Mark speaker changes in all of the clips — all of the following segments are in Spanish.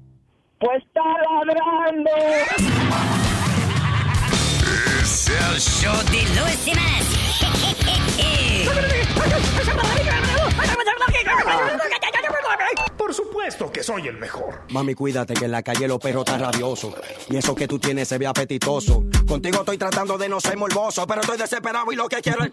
Speaker 1: Pues está ladrando.
Speaker 2: Es el show de Luis
Speaker 3: Por supuesto que soy el mejor.
Speaker 4: Mami, cuídate que en la calle los perros están rabiosos. Y eso que tú tienes se ve apetitoso. Contigo estoy tratando de no ser morboso, pero estoy desesperado y lo que quiero es...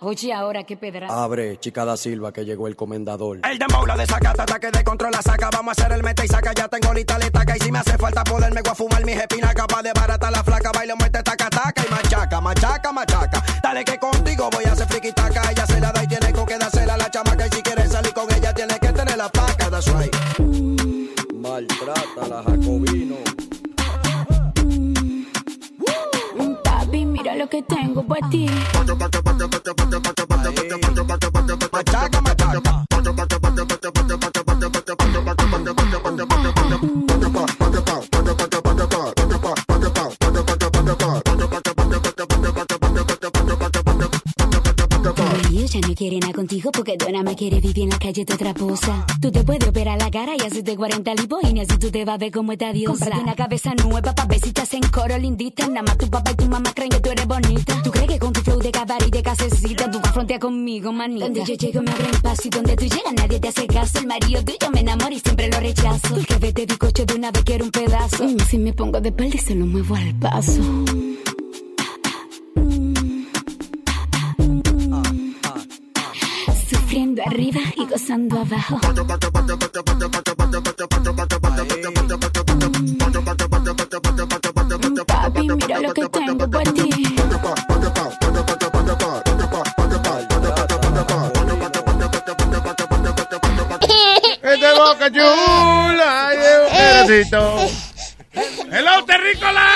Speaker 5: Oye, ahora qué pedra.
Speaker 4: Abre, chica da Silva, que llegó el comendador. El dembow la desacata, ataque de control la saca. Vamos a hacer el meta y saca, ya tengo lista la estaca. Y si me hace falta ponerme, voy a fumar mis espinacas. Pa' de barata la flaca, baile muerte, taca, taca. Y machaca, machaca, machaca. Dale que contigo voy a hacer friki taca. Ella se la da y tiene con que dársela a la chamaca. Y si quieres salir con ella, tiene que tener la placa. That's right. Maltrata la Jacobino.
Speaker 5: Papi, mira lo que tengo para ti.
Speaker 4: Machaca, machaca.
Speaker 5: Ellos ya no quieren a contigo porque Dona me quiere vivir en la calle de otra posa. Tú te puedes operar la cara y hacerte 40 lipoínas y tú te vas a ver como esta diosa. Cómprate una cabeza nueva pa' ver si te hacen coro lindita. Nada más tu papá y tu mamá creen que tú eres bonita. Tú crees que con tu flow de cabaret y de casecita tú vas a frontear conmigo, manita. Donde yo llego me abren paso y donde tú llegas nadie te hace caso. El marido tuyo me enamora y siempre lo rechazo. El jefe de bizcocho de una vez quiero un pedazo. Mm, si me pongo de espalda y se lo muevo al paso. Sufriendo arriba y gozando abajo. Mm, Papi, mira lo que tengo para ti.
Speaker 6: ¡Este boca chula! ¡Ay, de pedacito! ¡Hello, terrícola!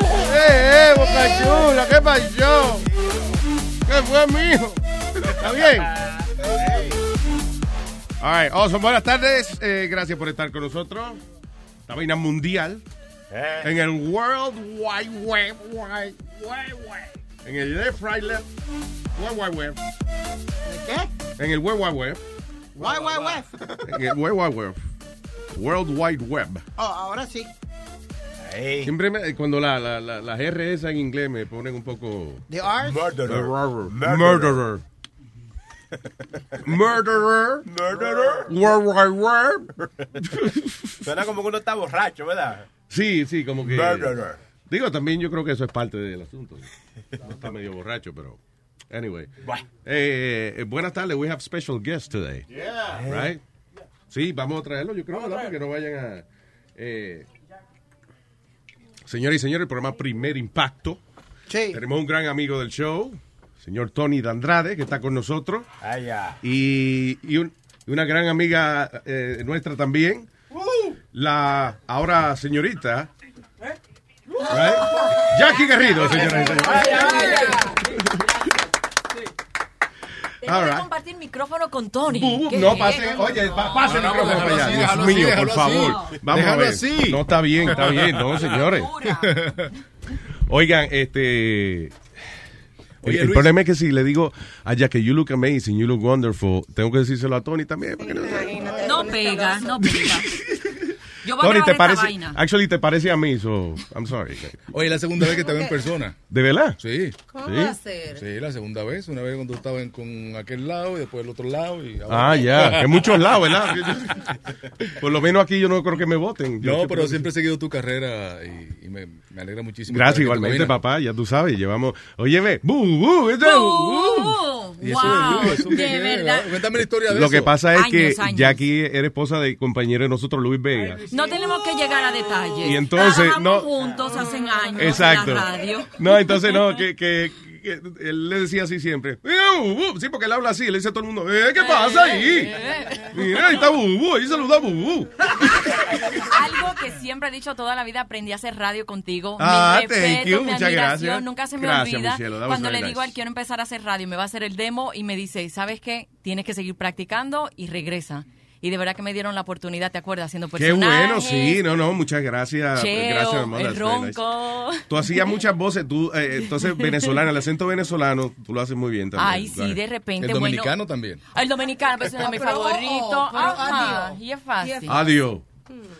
Speaker 6: ¡Eh, eh, boca chula! ¿Qué pasó? ¿Qué fue, mijo? ¿Está bien? All right, awesome. Buenas tardes. Eh, gracias por estar con nosotros. La vaina mundial. En el World Wide Web. Wide, Wide Web. En el Left, Right, Left. World Wide Web. ¿Qué? En el World Wide Web.
Speaker 7: Guay, guay, guay.
Speaker 6: En el World Wide Web. World Wide Web.
Speaker 7: Oh, ahora sí.
Speaker 6: Siempre me- cuando la, la, la- las R esas en inglés me ponen un poco...
Speaker 7: The R's.
Speaker 6: Murderer. Murderer. Murderer.
Speaker 8: Murderer.
Speaker 6: War, war, war.
Speaker 8: Suena como que uno está borracho, ¿verdad?
Speaker 6: Sí, sí, como que.
Speaker 8: Murderer.
Speaker 6: Digo, también yo creo que eso es parte del asunto. No está medio borracho, pero. Anyway. Eh, eh, buenas tardes, we have special guests today. Right? Sí, vamos a traerlo, yo creo, ¿verdad? Porque no vayan a. Eh, señores y señores, el programa Primer Impacto.
Speaker 7: Sí.
Speaker 6: Tenemos un gran amigo del show, señor Tony Dandrade, que está con nosotros.
Speaker 8: Ah, ya.
Speaker 6: y, y un- y una gran amiga eh, nuestra también, la ahora señorita. Right? Jackie Garrido, señoras y señores.
Speaker 9: Tengo
Speaker 6: All
Speaker 9: que
Speaker 6: right.
Speaker 9: compartir micrófono con Tony.
Speaker 6: Bu-
Speaker 9: ¿Qué
Speaker 6: No,
Speaker 9: es?
Speaker 6: pase, oye, pa- pase el
Speaker 10: No, no,
Speaker 6: micrófono
Speaker 10: déjalo
Speaker 6: para
Speaker 10: así,
Speaker 6: allá.
Speaker 10: déjalo así,
Speaker 6: Dios mío, por
Speaker 10: déjalo
Speaker 6: favor.
Speaker 10: así.
Speaker 6: Vamos a
Speaker 10: Déjalo
Speaker 6: ver.
Speaker 10: así.
Speaker 6: No está bien, está bien, no, señores.
Speaker 9: Locura.
Speaker 6: Oigan, este. El,
Speaker 10: Oye,
Speaker 6: el
Speaker 10: Luis.
Speaker 6: problema es que si le digo a Jackie, you look amazing, you look wonderful, tengo que decírselo a Tony también. porque no sé.
Speaker 9: No pega, no pega. Yo voy
Speaker 6: Tony,
Speaker 9: a grabar
Speaker 6: te
Speaker 9: esta
Speaker 6: parece.
Speaker 9: vaina.
Speaker 6: Actually, te parece a mí, so. I'm sorry.
Speaker 10: Oye, la segunda vez que te veo en persona.
Speaker 6: ¿De verdad?
Speaker 10: Sí,
Speaker 6: Sí.
Speaker 10: sí, la segunda vez. Una vez cuando estaba en- con aquel lado y después el otro lado. Y ahora-
Speaker 6: Ah, ya. En muchos lados, ¿verdad? Por lo menos aquí yo no creo que me voten. Yo
Speaker 10: No,
Speaker 6: creo
Speaker 10: pero
Speaker 6: que-
Speaker 10: siempre he seguido tu carrera y, y me, me alegra muchísimo. estar
Speaker 6: Gracias,
Speaker 10: aquí en
Speaker 6: igualmente,
Speaker 10: tu cabina.
Speaker 6: papá. Ya tú sabes, llevamos. Oye, ve. bu, bu, esto es bu, bu.
Speaker 9: Uh,
Speaker 10: Y eso
Speaker 9: wow,
Speaker 10: de- eso
Speaker 9: de
Speaker 10: que-
Speaker 9: verdad.
Speaker 10: Cuéntame la historia de
Speaker 6: Lo
Speaker 10: eso.
Speaker 6: que pasa es que
Speaker 9: Años, años.
Speaker 6: Jackie era esposa del compañero de nosotros, Luis Vega.
Speaker 9: No tenemos que llegar a detalles.
Speaker 6: Y entonces,
Speaker 9: Trabajamos
Speaker 6: no-
Speaker 9: juntos hace años
Speaker 6: Exacto.
Speaker 9: en la radio.
Speaker 6: No, entonces no, que, que- que él le decía así siempre. "Mira, Bubú". Sí, porque él habla así, "Eh,
Speaker 9: Eh,
Speaker 6: le dice a todo el mundo, "Eh, ¿qué pasa ahí? Mira, ahí está Bubú, ahí saluda a Bubú.
Speaker 9: Algo que siempre he dicho toda la vida, aprendí a hacer radio contigo.
Speaker 6: Ah,
Speaker 9: mi
Speaker 6: thank you,
Speaker 9: respeto, mi
Speaker 6: muchas
Speaker 9: admiración,
Speaker 6: gracias.
Speaker 9: nunca se me
Speaker 6: Gracias,
Speaker 9: olvida.
Speaker 6: Michelle, that was
Speaker 9: cuando
Speaker 6: very
Speaker 9: le digo
Speaker 6: nice.
Speaker 9: al quiero empezar a hacer radio, me va a hacer el demo y me dice, ¿sabes qué? Tienes que seguir practicando y regresa. Y de verdad que me dieron la oportunidad, ¿te acuerdas? Haciendo
Speaker 6: Qué
Speaker 9: personajes.
Speaker 6: bueno, sí, no, no, muchas gracias.
Speaker 9: Pues
Speaker 6: pues,
Speaker 9: Cheo,
Speaker 6: gracias, hermano,
Speaker 9: el
Speaker 6: that's very nice.
Speaker 9: ronco.
Speaker 6: Tú hacías muchas voces, tú, eh, entonces venezolano, el acento venezolano, tú lo haces muy bien también.
Speaker 9: Ay, sí, de repente,
Speaker 10: El dominicano también.
Speaker 9: El dominicano, pues, es uno de mis
Speaker 11: Pero,
Speaker 9: favoritos.
Speaker 11: pero,
Speaker 9: Ajá,
Speaker 11: adiós.
Speaker 9: y es fácil.
Speaker 6: Adiós.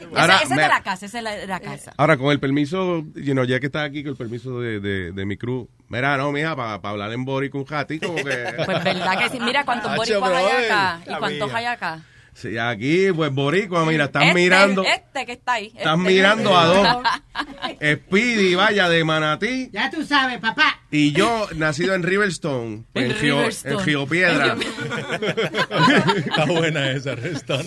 Speaker 9: Ese-
Speaker 6: Ahora,
Speaker 9: ese es
Speaker 6: me-
Speaker 9: de la casa, ese es la- de la casa.
Speaker 6: Ahora, con el permiso, you know, ya que estás aquí, con el permiso de, de- de mi crew. Mira, no, mija, para hablar en Boric un jatico, porque...
Speaker 9: Pues verdad que sí. Mira cuántos
Speaker 6: Hacho,
Speaker 9: boricuas hay
Speaker 6: brother.
Speaker 9: acá y
Speaker 6: La
Speaker 9: cuántos
Speaker 6: mía.
Speaker 9: hay acá.
Speaker 6: Sí, aquí, pues Boricua, mira, estás
Speaker 9: Este,
Speaker 6: mirando...
Speaker 9: Este que está ahí.
Speaker 6: Estás
Speaker 9: este.
Speaker 6: mirando a dos.
Speaker 9: eh.
Speaker 6: Speedy, vaya, de Manatí.
Speaker 11: Ya tú sabes, papá.
Speaker 6: Y yo, nacido en Riverstone,
Speaker 11: En
Speaker 6: en, Río,
Speaker 11: Riverstone.
Speaker 6: en Río Piedra.
Speaker 10: Está buena esa, Restón.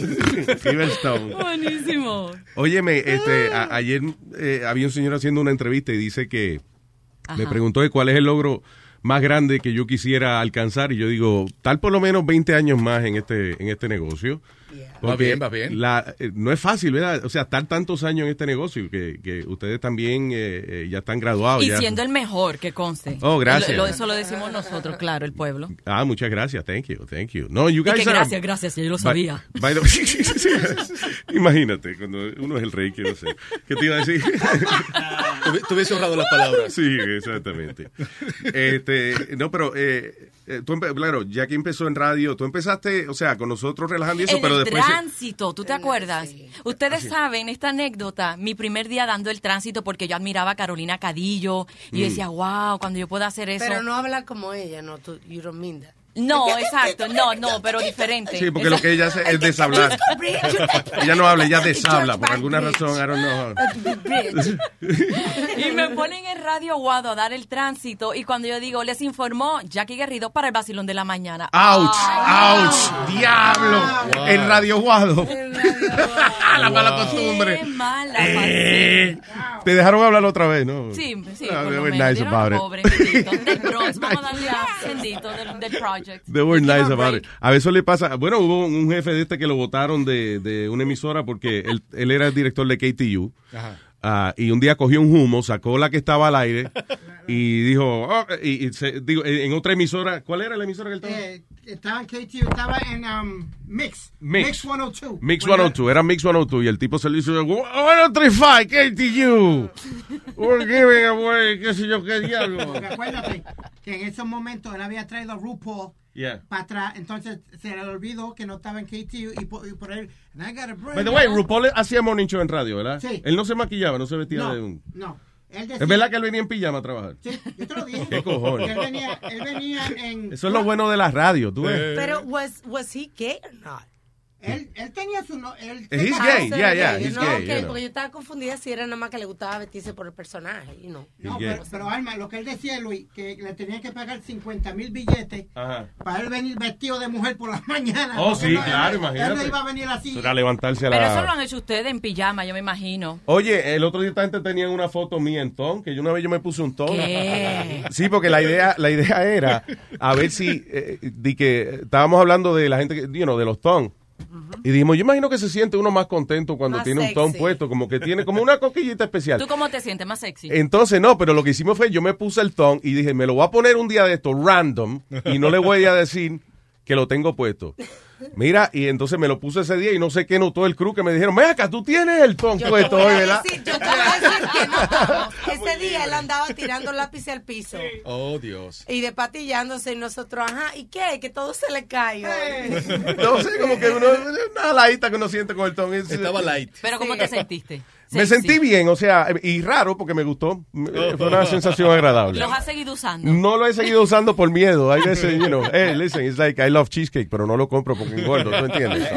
Speaker 6: Riverstone.
Speaker 9: Buenísimo.
Speaker 6: Óyeme,
Speaker 9: Ah.
Speaker 6: este, a- ayer eh, había un señor haciendo una entrevista y dice que me preguntó de cuál es el logro más grande que yo quisiera alcanzar y yo digo, tal por lo menos 20 años más en este en este negocio.
Speaker 10: Va
Speaker 6: Porque
Speaker 10: bien, va bien.
Speaker 6: la- eh, no es fácil, ¿verdad? O sea, estar tantos años en este negocio que, que ustedes también eh, eh, ya están graduados.
Speaker 9: y
Speaker 6: ya.
Speaker 9: siendo el mejor, que conste.
Speaker 6: Oh, gracias.
Speaker 9: Lo- lo- eso lo decimos nosotros, claro, el pueblo.
Speaker 6: Ah, muchas gracias, thank you, thank you. No, you
Speaker 9: Y que
Speaker 6: guys are-
Speaker 9: gracias, gracias, yo lo
Speaker 6: By-
Speaker 9: sabía.
Speaker 6: by the- Imagínate, cuando uno es el rey, quiero ser. ¿Qué te iba a decir?
Speaker 10: Te hubiese ahorrado las palabras.
Speaker 6: Sí, exactamente. Este, no, pero eh, eh, tú, empe- claro, ya que empezó en radio, tú empezaste, o sea, con nosotros relajando y eso,
Speaker 9: en
Speaker 6: pero
Speaker 9: el
Speaker 6: después... se-
Speaker 9: tránsito, ¿tú te acuerdas? Ustedes saben esta anécdota, mi primer día dando el tránsito porque yo admiraba a Carolina Cadillo
Speaker 11: Mm.
Speaker 9: y decía, wow, cuando yo pueda hacer eso.
Speaker 11: Pero no habla como ella, no, tú, you don't mean that.
Speaker 9: No, exacto, no, no, pero diferente.
Speaker 6: Sí, porque lo que ella hace es deshablar. Ella no habla, ella deshabla, por alguna razón, I don't know.
Speaker 9: Y me ponen en Radio Guado a dar el tránsito y cuando yo digo, les informó Jackie Guerrido para el vacilón de la mañana. Ah.
Speaker 6: ¡Auch! ¡Auch! ¡Diablo!
Speaker 9: Wow.
Speaker 6: El Radio Guado. La mala costumbre.
Speaker 9: ¡Qué mala
Speaker 6: Eh, Te dejaron hablar otra vez, ¿no?
Speaker 9: Sí, sí,
Speaker 6: Ah,
Speaker 9: por
Speaker 6: they
Speaker 9: lo
Speaker 6: were
Speaker 9: menos.
Speaker 6: nice
Speaker 9: Dieron
Speaker 6: about it.
Speaker 9: pobre, bendito, del Bronx, vamos a darle a bendito del, del project.
Speaker 6: They were nice about it. A veces le pasa. Bueno, hubo un jefe de este que lo votaron de, de una emisora porque él, él era el director de KTU.
Speaker 10: Ajá.
Speaker 6: Ah, y un día cogió un humo, sacó la que estaba al aire y dijo. "Oh", y, y se- digo, en otra emisora. ¿Cuál era la emisora que él estaba?
Speaker 12: Eh, estaba en KTU, estaba en um, Mix,
Speaker 6: Mix.
Speaker 12: Mix. 102.
Speaker 6: Mix
Speaker 12: Bueno,
Speaker 6: 102, era Mix 102 y el tipo se le hizo oh 135 KTU. We're giving away, oh qué sé yo, qué diablo.
Speaker 12: Porque acuérdate que en esos momentos él había traído a RuPaul
Speaker 6: Yeah.
Speaker 12: para atrás, entonces se le olvidó que no estaba en KTU y por, y por él. And I got a break.
Speaker 6: By the way, RuPaul hacía morning show en radio, ¿verdad?
Speaker 12: Sí.
Speaker 6: Él no se maquillaba, no se vestía
Speaker 12: No,
Speaker 6: de un.
Speaker 12: no. Él decía,
Speaker 6: ¿Es verdad que él venía en pijama a trabajar?
Speaker 12: Sí, yo te lo dije.
Speaker 6: ¿Qué cojones?
Speaker 12: Él venía, él venía en.
Speaker 6: Eso es lo bueno de la radio, tú
Speaker 9: Eh,
Speaker 6: ves.
Speaker 11: Pero, was, was he gay or not?
Speaker 12: Él, él tenía su. No, él
Speaker 6: He's
Speaker 11: Ah,
Speaker 6: gay,
Speaker 11: so
Speaker 6: yeah,
Speaker 11: gay.
Speaker 6: yeah, he's
Speaker 11: no,
Speaker 6: gay,
Speaker 11: ok,
Speaker 6: you know.
Speaker 11: porque yo estaba confundida si era nada más que le gustaba vestirse por el personaje, you know.
Speaker 12: No,
Speaker 6: gay.
Speaker 12: pero, pero Alma, lo que él decía, Luis, que le tenían que pagar 50 mil billetes
Speaker 6: Ajá.
Speaker 12: para él venir vestido de mujer por las mañanas.
Speaker 6: Oh,
Speaker 12: Porque
Speaker 6: sí,
Speaker 12: él-
Speaker 6: claro,
Speaker 12: Él no
Speaker 6: imagínate.
Speaker 12: iba a venir así.
Speaker 6: Eso era levantarse a
Speaker 9: Pero eso lo
Speaker 6: la.
Speaker 9: han hecho ustedes en pijama, yo me imagino.
Speaker 6: Oye, el otro día esta gente tenía una foto mía en ton, que yo una vez yo me puse un ton.
Speaker 9: ¿Qué?
Speaker 6: Sí, porque la idea, la idea era a ver si eh, di que estábamos hablando de la gente que, you know, de los ton. Y dijimos, yo imagino que se siente uno más contento cuando
Speaker 9: Más
Speaker 6: tiene un ton
Speaker 9: sexy.
Speaker 6: puesto, como que tiene como una coquillita especial.
Speaker 9: ¿Tú cómo te sientes más sexy?
Speaker 6: Entonces, no, pero lo que hicimos fue, yo me puse el ton y dije, me lo voy a poner un día de esto, random, y no le voy a decir que lo tengo puesto. Mira, y entonces me lo puse ese día y no sé qué notó el crew que me dijeron, mira acá, tú tienes el ton puesto hoy, ¿verdad?
Speaker 11: yo te voy a decir que no.
Speaker 12: Ah,
Speaker 11: estamos. Ese día él andaba tirando lápiz al piso.
Speaker 10: Oh, Dios.
Speaker 11: Y despatillándose y nosotros, ajá, ¿y qué? Que todo se le caiga.
Speaker 6: No sé, como que uno, una laita que uno siente con el ton. Es- eh,
Speaker 10: Estaba light.
Speaker 9: Pero ¿cómo te sentiste?
Speaker 6: Me
Speaker 9: Sexy.
Speaker 6: sentí bien, o sea, y raro porque me gustó.
Speaker 10: Oh.
Speaker 6: Me- Fue una sensación agradable. Mm.
Speaker 9: ¿Los has seguido usando?
Speaker 6: No lo he seguido usando por miedo. Hay veces, you know, hey, listen, it's like I love cheesecake, pero no lo compro porque engordo, ¿tú entiendes?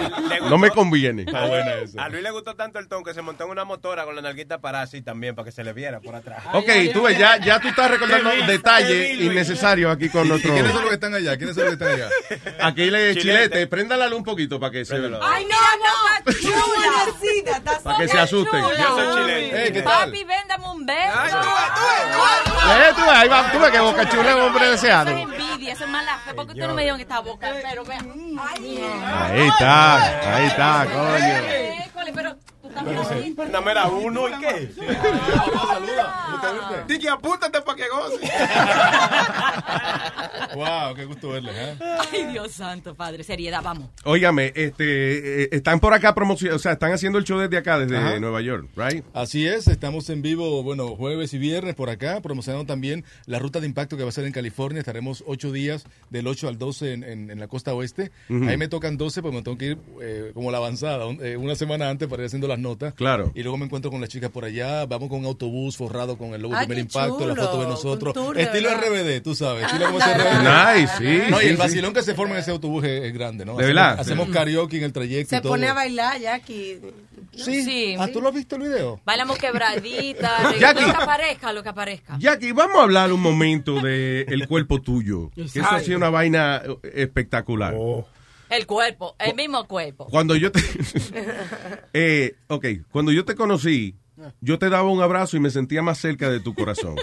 Speaker 6: No me conviene.
Speaker 10: Está buena esa.
Speaker 8: A Luis le gustó tanto el ton que se montó en una motora con la nalguita para así también, para que se le viera por atrás.
Speaker 6: Ok, tú ves, ya, ya tú estás recordando
Speaker 8: Qué vil, qué
Speaker 6: detalles
Speaker 8: vil, Luis.
Speaker 6: innecesarios aquí con
Speaker 10: ¿Y
Speaker 6: nuestro...
Speaker 10: quiénes son los que están allá? ¿Quiénes son los que están allá?
Speaker 6: Aquí le
Speaker 10: Chilete.
Speaker 6: chilete, prenda la luz un poquito para que se vea.
Speaker 11: Ay, no, no, chula.
Speaker 6: Para que se asusten.
Speaker 9: Yo soy
Speaker 10: chilete. Eh, ¿qué tal?
Speaker 9: Papi, véndame un beso.
Speaker 6: Eh, tú ves, ahí va, tú ves que Boca Chula es un hombre deseado.
Speaker 9: Eso es envidia, eso es mala fe. ¿Por qué ustedes no me dieron esta boca? Pero vean. Ay,
Speaker 6: Ahí está, ahí está, coño.
Speaker 9: École, pero tú estás
Speaker 8: Nada más era uno y qué. Dije, apúntate para que goce.
Speaker 10: Wow, qué gusto verles, ¿eh?
Speaker 9: Ay, Dios santo, padre. Seriedad, vamos.
Speaker 6: Óigame, este, eh, están por acá promocionando, o sea, están haciendo el show desde acá, desde
Speaker 10: Ajá.
Speaker 6: Nueva York, right?
Speaker 10: Así es, estamos en vivo, bueno, jueves y viernes por acá, promocionando también la ruta de impacto que va a ser en California. Estaremos ocho días, del 8 al 12 en, en- en la costa oeste.
Speaker 6: Ujú.
Speaker 10: Ahí me tocan 12, pues me tengo que ir eh, como la avanzada, un- eh, una semana antes para ir haciendo las notas.
Speaker 6: Claro.
Speaker 10: Y luego me encuentro con las chicas por allá, vamos con un autobús forrado con el logo
Speaker 13: Ay,
Speaker 10: de primer
Speaker 13: qué
Speaker 10: impacto, la
Speaker 13: chulo,
Speaker 10: foto de
Speaker 13: un
Speaker 10: nosotros.
Speaker 13: tour de
Speaker 10: Estilo
Speaker 13: verdad. Ah,
Speaker 10: RBD, tú sabes. Estilo como
Speaker 13: Anda.
Speaker 10: ese
Speaker 6: Nice, sí,
Speaker 10: No, y
Speaker 6: sí,
Speaker 10: el
Speaker 6: sí.
Speaker 10: vacilón que se forma en ese autobús es, es grande, ¿no?
Speaker 6: De
Speaker 10: Hacemos-
Speaker 6: verdad.
Speaker 10: Hacemos
Speaker 13: Mm.
Speaker 6: Sí.
Speaker 10: karaoke en el trayecto y
Speaker 11: Se
Speaker 10: todo.
Speaker 11: pone a bailar, Jackie.
Speaker 10: Sí. Ah, ¿tú lo has visto el video?
Speaker 9: Bailamos quebradita, reggaetón,
Speaker 6: Jackie.
Speaker 9: lo que aparezca, lo que aparezca.
Speaker 6: Jackie, vamos a hablar un momento de el cuerpo tuyo. Que eso ha sido una vaina espectacular.
Speaker 10: Oh.
Speaker 9: El cuerpo, el mismo cuerpo.
Speaker 6: Cuando yo te... Eh, ok, cuando yo te conocí, yo te daba un abrazo y me sentía más cerca de tu corazón.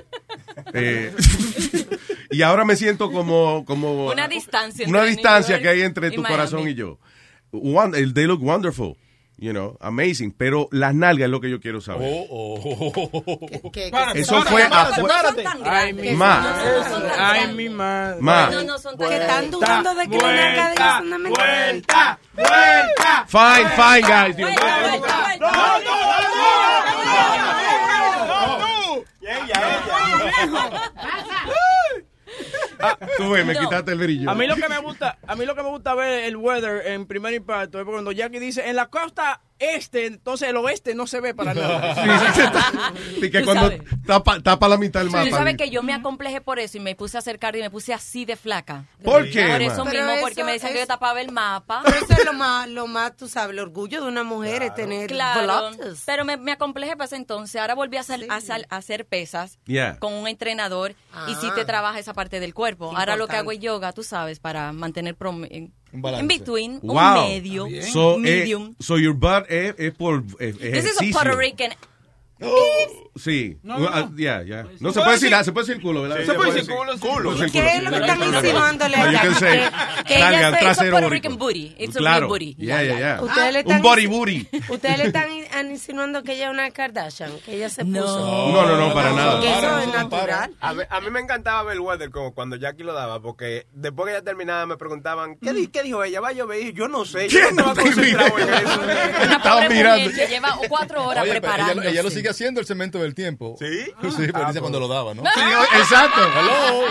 Speaker 6: Eh, y ahora me siento como... como
Speaker 9: Una distancia.
Speaker 6: una
Speaker 9: entre
Speaker 6: distancia
Speaker 9: New
Speaker 6: que hay
Speaker 9: York
Speaker 6: entre
Speaker 9: y
Speaker 6: tu
Speaker 9: Miami.
Speaker 6: corazón y yo. One- el they look wonderful, you know, amazing. Pero las nalgas es lo que yo quiero saber.
Speaker 10: Oh.
Speaker 13: Párate,
Speaker 6: Eso
Speaker 13: párate,
Speaker 6: fue
Speaker 13: párate,
Speaker 6: afu-
Speaker 13: párate.
Speaker 6: Ay, mi Ma. madre.
Speaker 13: Ay, mi madre.
Speaker 6: Ma.
Speaker 13: No,
Speaker 9: no son
Speaker 13: tan Que están
Speaker 11: dudando de que una nalga
Speaker 13: una Vuelta, vuelta.
Speaker 6: Fine, fine, guys. Dios mío. Ah, Tú ves, me
Speaker 13: No.
Speaker 6: quitaste el brillo.
Speaker 13: A mí lo que me gusta, a mí lo que me gusta ver el weather en primer impacto es cuando Jackie dice en la costa este, entonces el oeste no se ve para nada.
Speaker 6: Y que
Speaker 9: Tú
Speaker 6: cuando
Speaker 9: sabes.
Speaker 6: tapa, tapa la mitad del
Speaker 9: Tú
Speaker 6: mapa.
Speaker 9: sabes que yo me acomplejé por eso y me puse a acercar y me puse así de flaca.
Speaker 6: ¿Por qué,
Speaker 9: Por eso
Speaker 6: ma?
Speaker 11: Pero
Speaker 9: mismo,
Speaker 11: eso
Speaker 9: porque me decían que
Speaker 11: es-
Speaker 9: yo tapaba el mapa.
Speaker 11: Pero eso es lo más, lo más, tú sabes, el orgullo de una mujer es tener
Speaker 9: Claro,
Speaker 11: voluptuous.
Speaker 9: pero me, me acomplejé para ese entonces. Ahora volví a, sal- a sal- a hacer pesas
Speaker 11: Yeah.
Speaker 9: con un entrenador y sí
Speaker 11: Ah.
Speaker 9: te trabaja esa parte del cuerpo. Ahora lo que
Speaker 11: Importante.
Speaker 9: hago es yoga, tú sabes, para mantener prom- en,
Speaker 10: Un balance.
Speaker 9: en between, un
Speaker 6: Wow.
Speaker 9: medio,
Speaker 6: So, eh,
Speaker 9: medium.
Speaker 6: so your butt es, es por eh,
Speaker 9: This is a
Speaker 6: ejercicio.
Speaker 9: Puerto Rican.
Speaker 10: Oh.
Speaker 6: Sí.
Speaker 9: No, no,
Speaker 6: Ah, ya, ya. No se puede decir, ah, se puede decir culo, ¿verdad?
Speaker 8: Sí,
Speaker 6: se
Speaker 8: se
Speaker 6: puede
Speaker 8: puede
Speaker 6: decir
Speaker 8: decir
Speaker 6: culo.
Speaker 8: ¿Qué es lo que están
Speaker 11: insinuándole
Speaker 6: Ah,
Speaker 11: a
Speaker 6: you
Speaker 11: Jackie?
Speaker 6: can say,
Speaker 11: Que- que
Speaker 6: nalga,
Speaker 11: ella soy-
Speaker 6: trasero
Speaker 9: it's a Puerto
Speaker 6: bórico.
Speaker 9: Rican booty. It's a real
Speaker 6: Claro.
Speaker 9: booty.
Speaker 6: Yeah, yeah, yeah.
Speaker 11: Ustedes le
Speaker 6: Ah, Un
Speaker 11: están
Speaker 6: body
Speaker 11: insi-
Speaker 6: booty.
Speaker 11: Ustedes le están in- an- insinuando que ella es una Kardashian, que ella se puso.
Speaker 6: No, no, no, para nada.
Speaker 11: Que eso es natural.
Speaker 8: A mí, a mí me encantaba ver el weather como cuando Jackie lo daba, porque después que ya terminaba me preguntaban, ¿qué, di- qué dijo ella? Va a llover. Yo no sé. Yo no estaba concentrado en eso.
Speaker 10: Estaba mirando.
Speaker 9: que lleva cuatro horas
Speaker 10: Oye, pero ella,
Speaker 9: preparando.
Speaker 10: ella lo sigue haciendo el cemento del tiempo. ¿Sí? Sí, pero dice cuando lo daba, ¿no?
Speaker 6: Sí, o- exacto.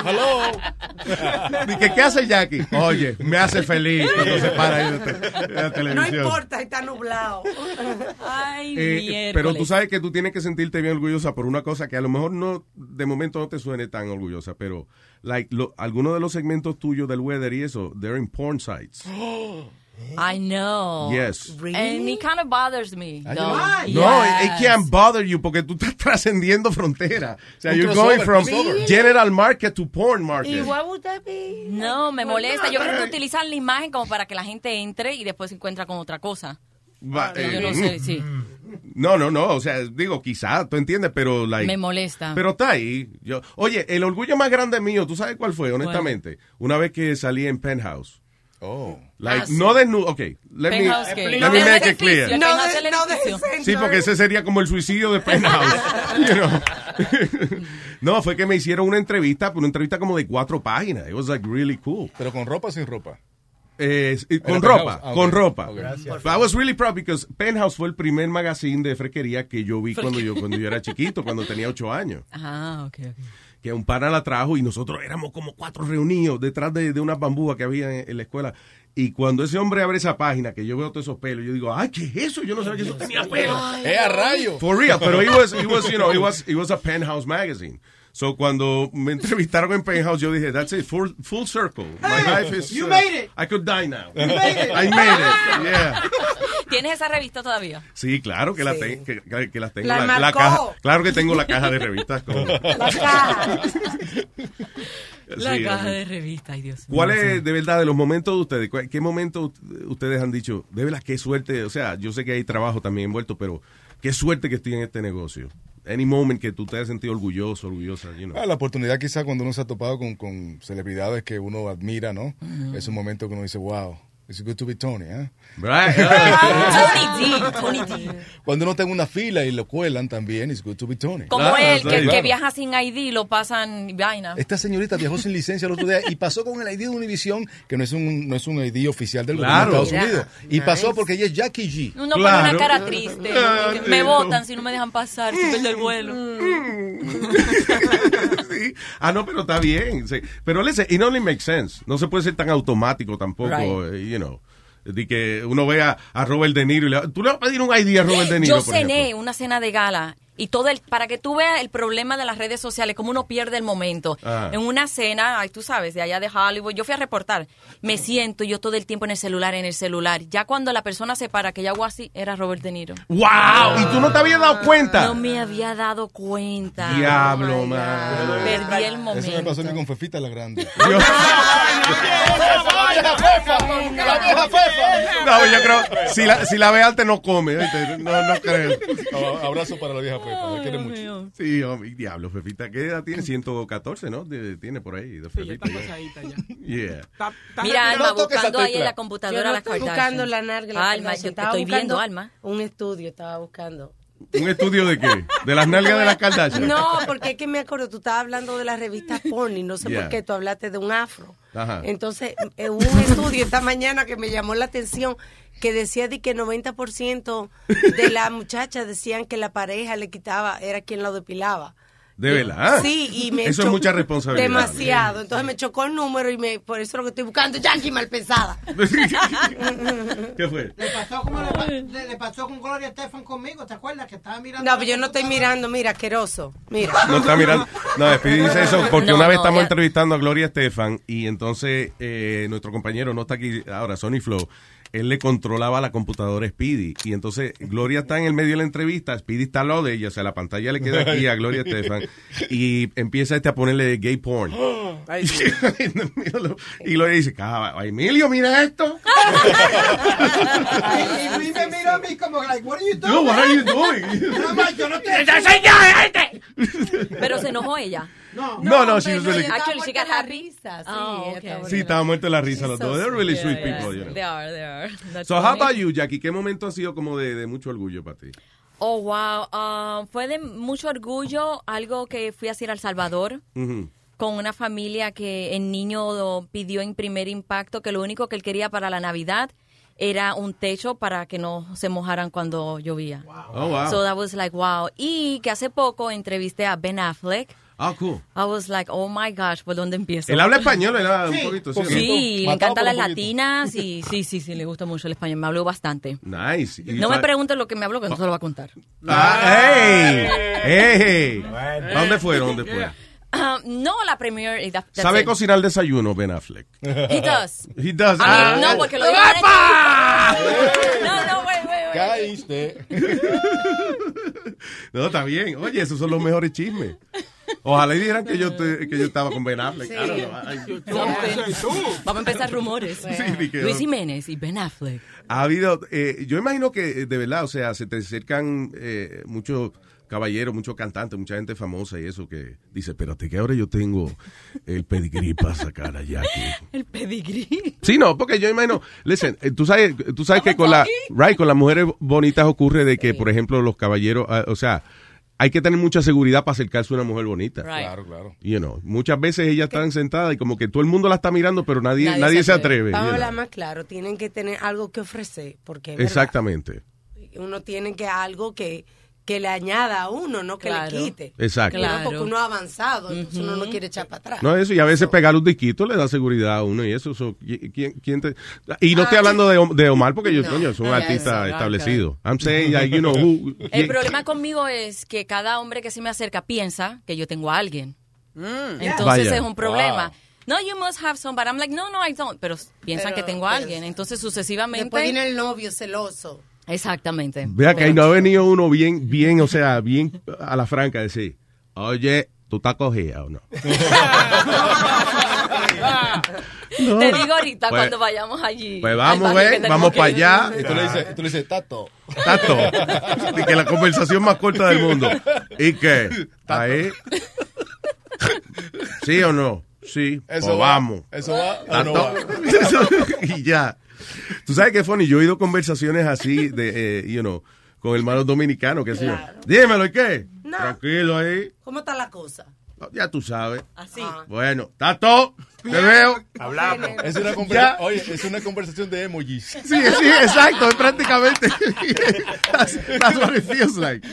Speaker 10: Hello, hello.
Speaker 6: ¿Y que, qué hace Jackie? Oye, me hace feliz cuando se para ahí de la te- de la
Speaker 11: No
Speaker 6: televisión.
Speaker 11: importa, está nublado.
Speaker 9: Ay,
Speaker 6: Eh, pero tú sabes que tú tienes que sentirte bien orgullosa por una cosa que a lo mejor no de momento no te suene tan orgullosa, pero like lo- algunos de los segmentos tuyos del weather y eso, they're in porn sites.
Speaker 9: I know.
Speaker 6: Yes.
Speaker 9: And it kind of bothers me. though.
Speaker 6: No,
Speaker 9: Yes.
Speaker 6: it can't bother you porque tú estás trascendiendo frontera. O sea,
Speaker 10: Un
Speaker 6: you're
Speaker 10: crossover,
Speaker 6: going from
Speaker 10: crossover.
Speaker 6: general market to porn market.
Speaker 9: No, me molesta. Yo creo que utilizan la imagen como para que la gente entre y después se encuentra con otra cosa.
Speaker 6: Va-
Speaker 9: Yo
Speaker 6: eh,
Speaker 9: Ah, no sé, sí.
Speaker 6: No, no, no, o sea, digo, quizá, tú entiendes, pero like,
Speaker 9: Me molesta.
Speaker 6: Pero está ahí. Yo, oye, el orgullo más grande mío, ¿tú sabes cuál fue, honestamente? Una vez que salí en Penthouse.
Speaker 10: Oh.
Speaker 6: Like,
Speaker 9: Ah, sí.
Speaker 6: no desnudo. Ok, let me,
Speaker 9: Penthouse, ¿qué?
Speaker 6: let me
Speaker 9: No
Speaker 6: make it
Speaker 9: del edificio,
Speaker 6: clear.
Speaker 9: no
Speaker 11: No,
Speaker 9: del
Speaker 11: de- no de
Speaker 9: edificio.
Speaker 6: Sí, porque ese sería como el suicidio de Penthouse. you know. no, fue que me hicieron una entrevista, una entrevista como de cuatro páginas. It was like really cool.
Speaker 10: Pero con ropa o sin ropa.
Speaker 6: Eh, y con
Speaker 10: Era
Speaker 6: ropa,
Speaker 10: Penthouse. Ah,
Speaker 6: con
Speaker 10: ok.
Speaker 6: ropa.
Speaker 10: Ok. Gracias.
Speaker 6: But I was really proud because Penthouse fue el primer magazine de fresquería que yo vi cuando yo, cuando yo era chiquito, cuando tenía ocho años.
Speaker 9: Ah, ok, ok.
Speaker 6: Que un pana la trajo y nosotros éramos como cuatro reunidos detrás de, de una bambúa que había en, en la escuela. Y cuando ese hombre abre esa página, que yo veo todos esos pelos, yo digo, ay, ¿qué es eso? Yo no sabía que eso tenía pelo.
Speaker 10: ¡Eh, a rayo!
Speaker 6: For real, pero it was, it was, you know, it was, it was a penthouse magazine. So cuando me entrevistaron en penthouse, yo dije, that's it, full, full circle. My
Speaker 13: Hey,
Speaker 6: life is.
Speaker 13: you
Speaker 6: uh,
Speaker 13: made it.
Speaker 6: I could die now.
Speaker 13: You made it.
Speaker 6: I made it. Yeah.
Speaker 9: ¿Tienes esa revista todavía?
Speaker 6: Sí, claro que, la te- que, que- que las tengo.
Speaker 9: La marcó.
Speaker 6: caja, claro que tengo la caja de revistas. Con,
Speaker 9: La caja. La
Speaker 6: Sí,
Speaker 9: caja
Speaker 6: sí.
Speaker 9: de revista, ay Dios.
Speaker 6: ¿Cuál
Speaker 9: mío,
Speaker 6: es,
Speaker 9: sí.
Speaker 6: de verdad, de los momentos de ustedes? cuál- ¿Qué momento ut- ustedes han dicho? De verdad, qué suerte. O sea, yo sé que hay trabajo también envuelto, pero qué suerte que estoy en este negocio. Any moment que tú te hayas sentido orgulloso, orgullosa, you know.
Speaker 10: Ah, la oportunidad quizá cuando uno se ha topado con, con celebridades que uno admira, ¿no?
Speaker 9: Mm.
Speaker 6: Ujú.
Speaker 10: Es un momento que uno dice, wow. It's good to be Tony, ¿eh?
Speaker 6: Right.
Speaker 9: Tony D, Tony D.
Speaker 10: Cuando uno está en una fila y lo cuelan también, it's good to be Tony.
Speaker 9: Como él, que, que viaja sin ID, lo pasan vaina.
Speaker 10: Esta señorita viajó sin licencia el otro día y pasó con el ID de Univision, que no es un, no es un ID oficial del
Speaker 9: Claro.
Speaker 10: gobierno de
Speaker 9: Mira.
Speaker 10: Estados Unidos. Y pasó porque ella es Jackie G.
Speaker 9: Uno pone una cara triste. me botan si no me dejan pasar, si pierdo el vuelo. Mm.
Speaker 6: Ah, no, pero está bien. sí. Pero listen, it only makes sense. No se puede ser tan automático tampoco,
Speaker 9: Right.
Speaker 6: eh, you know. De que uno vea a Robert De Niro y le Tú le vas a pedir un ID a Robert De Niro,
Speaker 9: Yo
Speaker 6: Este por ejemplo?
Speaker 9: cené una cena de gala y todo el para que tú veas el problema de las redes sociales, cómo uno pierde el momento.
Speaker 2: Ah.
Speaker 9: En una cena, ay, tú sabes, de allá de Hollywood, yo fui a reportar. Me siento yo todo el tiempo en el celular, en el celular. Ya cuando la persona se para, que ya hago así, era Robert De Niro.
Speaker 6: ¡Wow! ¿Y tú no te habías dado cuenta?
Speaker 9: No me había dado cuenta.
Speaker 6: Diablo, man.
Speaker 9: Perdí el momento.
Speaker 10: Eso me pasó a mí con Fefita la Grande.
Speaker 4: La vieja fefa.
Speaker 6: No, yo creo, si la, si la ve antes no come, ¿oíste? no, no creo.
Speaker 10: Abrazo para la vieja Pepa, la quiere mucho.
Speaker 6: Sí, hombre, diablo, Fefita, ¿qué edad tiene? 114, ¿no? De- tiene por ahí, de Fefita. ya. Yeah.
Speaker 9: Mira, Alma,
Speaker 11: No toques esa
Speaker 9: buscando ahí en
Speaker 11: tecla.
Speaker 9: la computadora
Speaker 14: Yo no
Speaker 9: las
Speaker 14: estoy
Speaker 9: Kardashian.
Speaker 14: buscando la narga. de la
Speaker 9: Alma,
Speaker 14: Kardashian.
Speaker 9: yo te
Speaker 14: Estaba
Speaker 9: estoy
Speaker 14: buscando
Speaker 9: viendo, Alma.
Speaker 14: Un estudio estaba buscando.
Speaker 6: ¿Un estudio de qué? ¿De las nalgas de las Kardashian?
Speaker 14: No, porque es que me acuerdo, tú estabas hablando de la revista Pony, no sé
Speaker 6: Yeah. Ah.
Speaker 14: por qué tú hablaste de un afro.
Speaker 6: Ajá.
Speaker 14: Entonces, eh, hubo un estudio esta mañana que me llamó la atención que decía de que 90% de las muchachas decían que la pareja le quitaba, era quien lo depilaba.
Speaker 6: De verdad.
Speaker 14: Sí, y me
Speaker 6: Ah. Eso es
Speaker 14: cho-
Speaker 6: mucha responsabilidad.
Speaker 14: Demasiado. Entonces me chocó el número y me, por eso lo que estoy buscando, Yankee mal pensada.
Speaker 6: ¿Qué fue?
Speaker 12: Le pasó, como le, pa- le- le pasó con Gloria Estefan conmigo, ¿te acuerdas? Que estaba mirando.
Speaker 14: No, pero yo no estoy mirando, mira, asqueroso. Mira.
Speaker 6: No está mirando. No, Speedy dice eso porque
Speaker 14: No,
Speaker 6: una vez
Speaker 14: no,
Speaker 6: estamos
Speaker 14: ya-
Speaker 6: entrevistando a Gloria Estefan y entonces eh, nuestro compañero no está aquí ahora, Sony Flow. Él le controlaba la computadora a Speedy. Y entonces Gloria está en el medio de la entrevista. Speedy está al lado de ella. O sea, la pantalla le queda aquí a Gloria Estefan. Y empieza este a ponerle gay porn.
Speaker 13: Ay, sí.
Speaker 6: Y Gloria dice: "Cava- Emilio, mira esto.
Speaker 12: Y Luis me miró a mí como, like, what are you doing?
Speaker 6: Dude, what are you doing?
Speaker 12: No, ma, yo no te.
Speaker 9: Pero se enojó ella.
Speaker 6: No, no, no, she was really-
Speaker 9: Actually, she got happy.
Speaker 14: risa, sí,
Speaker 9: Oh, okay.
Speaker 6: Sí, estaba muerto de la risa los dos. They're really sweet people, you know.
Speaker 9: They are, they are. That's
Speaker 6: So, how
Speaker 9: funny.
Speaker 6: about you, Jackie? ¿Qué momento ha sido como de, de mucho orgullo para ti?
Speaker 9: Oh, wow. Ah, fue de mucho orgullo algo que fui a hacer a El Salvador
Speaker 6: Ujú.
Speaker 9: con una familia que el niño do- pidió en primer impacto que lo único que él quería para la Navidad era un techo para que no se mojaran cuando llovía.
Speaker 6: Oh, wow.
Speaker 9: So that was like, wow. Y que hace poco entrevisté a Ben Affleck.
Speaker 6: Ah, cool.
Speaker 9: I was like, oh my gosh, ¿por dónde empiezo?
Speaker 6: Él habla español, él habla un Sí. poquito, sí, ¿no?
Speaker 9: Sí, le
Speaker 6: Matado
Speaker 9: encantan
Speaker 6: por
Speaker 9: las
Speaker 6: un poquito.
Speaker 9: latinas y sí, sí, sí, le gusta mucho el español. Me habló bastante.
Speaker 6: Nice. Y
Speaker 9: No me
Speaker 6: pa-
Speaker 9: preguntes lo que me habló, que no se lo va a contar.
Speaker 6: Ah, ¡Hey! ¡Hey! ¿A ¿Dónde fueron después?
Speaker 9: Ah, no, la premier. eh, that- that's
Speaker 6: ¿Sabe
Speaker 9: it.
Speaker 6: cocinar el desayuno, Ben Affleck?
Speaker 9: He does.
Speaker 6: He does.
Speaker 9: I
Speaker 6: Ah.
Speaker 9: mean, no, porque lo dijo en el- No, no, wait, wait, wait.
Speaker 10: Caíste.
Speaker 6: No, está bien. Oye, esos son los mejores chismes. Ojalá y dijeran que yo, te- que yo estaba con Ben Affleck.
Speaker 9: Sí.
Speaker 6: I don't know. I-
Speaker 9: Vamos a empezar rumores.
Speaker 6: di que-
Speaker 9: Luis Jiménez y Ben Affleck.
Speaker 6: Ha habido, eh, yo imagino que eh, de verdad, o sea, se te acercan eh, muchos caballeros, muchos cantantes, mucha gente famosa y eso que dice, espérate que ahora yo tengo el pedigrí para sacar allá.
Speaker 9: El pedigrí.
Speaker 6: Sí, no, porque yo imagino, listen, eh, tú sabes, tú sabes que con la, right, con las mujeres bonitas ocurre de que, por ejemplo, los caballeros, ah, o sea, hay que tener mucha seguridad para acercarse a una mujer bonita.
Speaker 10: Claro, claro.
Speaker 6: You know, muchas veces ellas están sentadas y como que todo el mundo la está mirando, pero nadie, nadie, se atreve.
Speaker 14: Vamos a
Speaker 6: you know.
Speaker 14: hablar más claro, tienen que tener algo que ofrecer, porque es verdad,
Speaker 6: Exactamente.
Speaker 14: uno tiene que algo que, que le añada a uno, no que
Speaker 9: Claro.
Speaker 14: le quite.
Speaker 6: Exacto.
Speaker 14: Uno,
Speaker 6: Claro.
Speaker 14: Porque uno ha avanzado, entonces uno no quiere echar para atrás.
Speaker 6: No, eso, y a veces pegar un disquito le da seguridad a uno y eso. so, ¿qui- quién, quién te- y no estoy hablando de, Om- de Omar porque yo, coño, es un
Speaker 9: no,
Speaker 6: artista
Speaker 9: eso, no,
Speaker 6: establecido. I'm saying, like, you know, who-
Speaker 9: El
Speaker 6: quién-
Speaker 9: problema conmigo es que cada hombre que se me acerca piensa que yo tengo a alguien. Entonces
Speaker 6: Vaya.
Speaker 9: es un problema.
Speaker 6: Wow.
Speaker 9: No, you must have somebody. I'm like, no, no, I don't. Pero piensan
Speaker 14: Pero, pues,
Speaker 9: que tengo a alguien. Entonces sucesivamente.
Speaker 14: Después viene el novio celoso.
Speaker 9: Exactamente.
Speaker 6: Vea que ahí no ha venido uno bien, bien, o sea, bien a la franca a decir, oye, ¿tú estás cogida o no? No.
Speaker 9: Te digo ahorita
Speaker 6: Pues-
Speaker 9: cuando vayamos allí.
Speaker 6: Pues vamos,
Speaker 9: al barrio que
Speaker 6: ven,
Speaker 9: tenemos
Speaker 6: vamos
Speaker 9: que
Speaker 6: para
Speaker 9: ir.
Speaker 6: allá.
Speaker 10: Y tú le dices, y tú le dices Tato.
Speaker 6: Tato. Y que la conversación más corta del mundo. ¿Y qué? Ahí. ¿Sí o no? Sí.
Speaker 10: Eso
Speaker 6: Pues
Speaker 10: va,
Speaker 6: vamos.
Speaker 10: eso va o no
Speaker 6: Tato.
Speaker 10: va.
Speaker 6: y ya. Tú sabes que funny, yo he oído conversaciones así de, eh, you know, con hermanos dominicanos, que sé yo. Dímelo, ¿y qué?
Speaker 14: No.
Speaker 6: Tranquilo ahí.
Speaker 14: ¿Cómo está la cosa?
Speaker 6: Ya tú sabes.
Speaker 14: Así.
Speaker 6: Bueno, Tato, te veo.
Speaker 14: Hablamos.
Speaker 10: Es una,
Speaker 6: Ya.
Speaker 10: conversa- Oye, es una conversación de emojis.
Speaker 6: Sí, sí, exacto, es prácticamente. that's, that's what it feels like.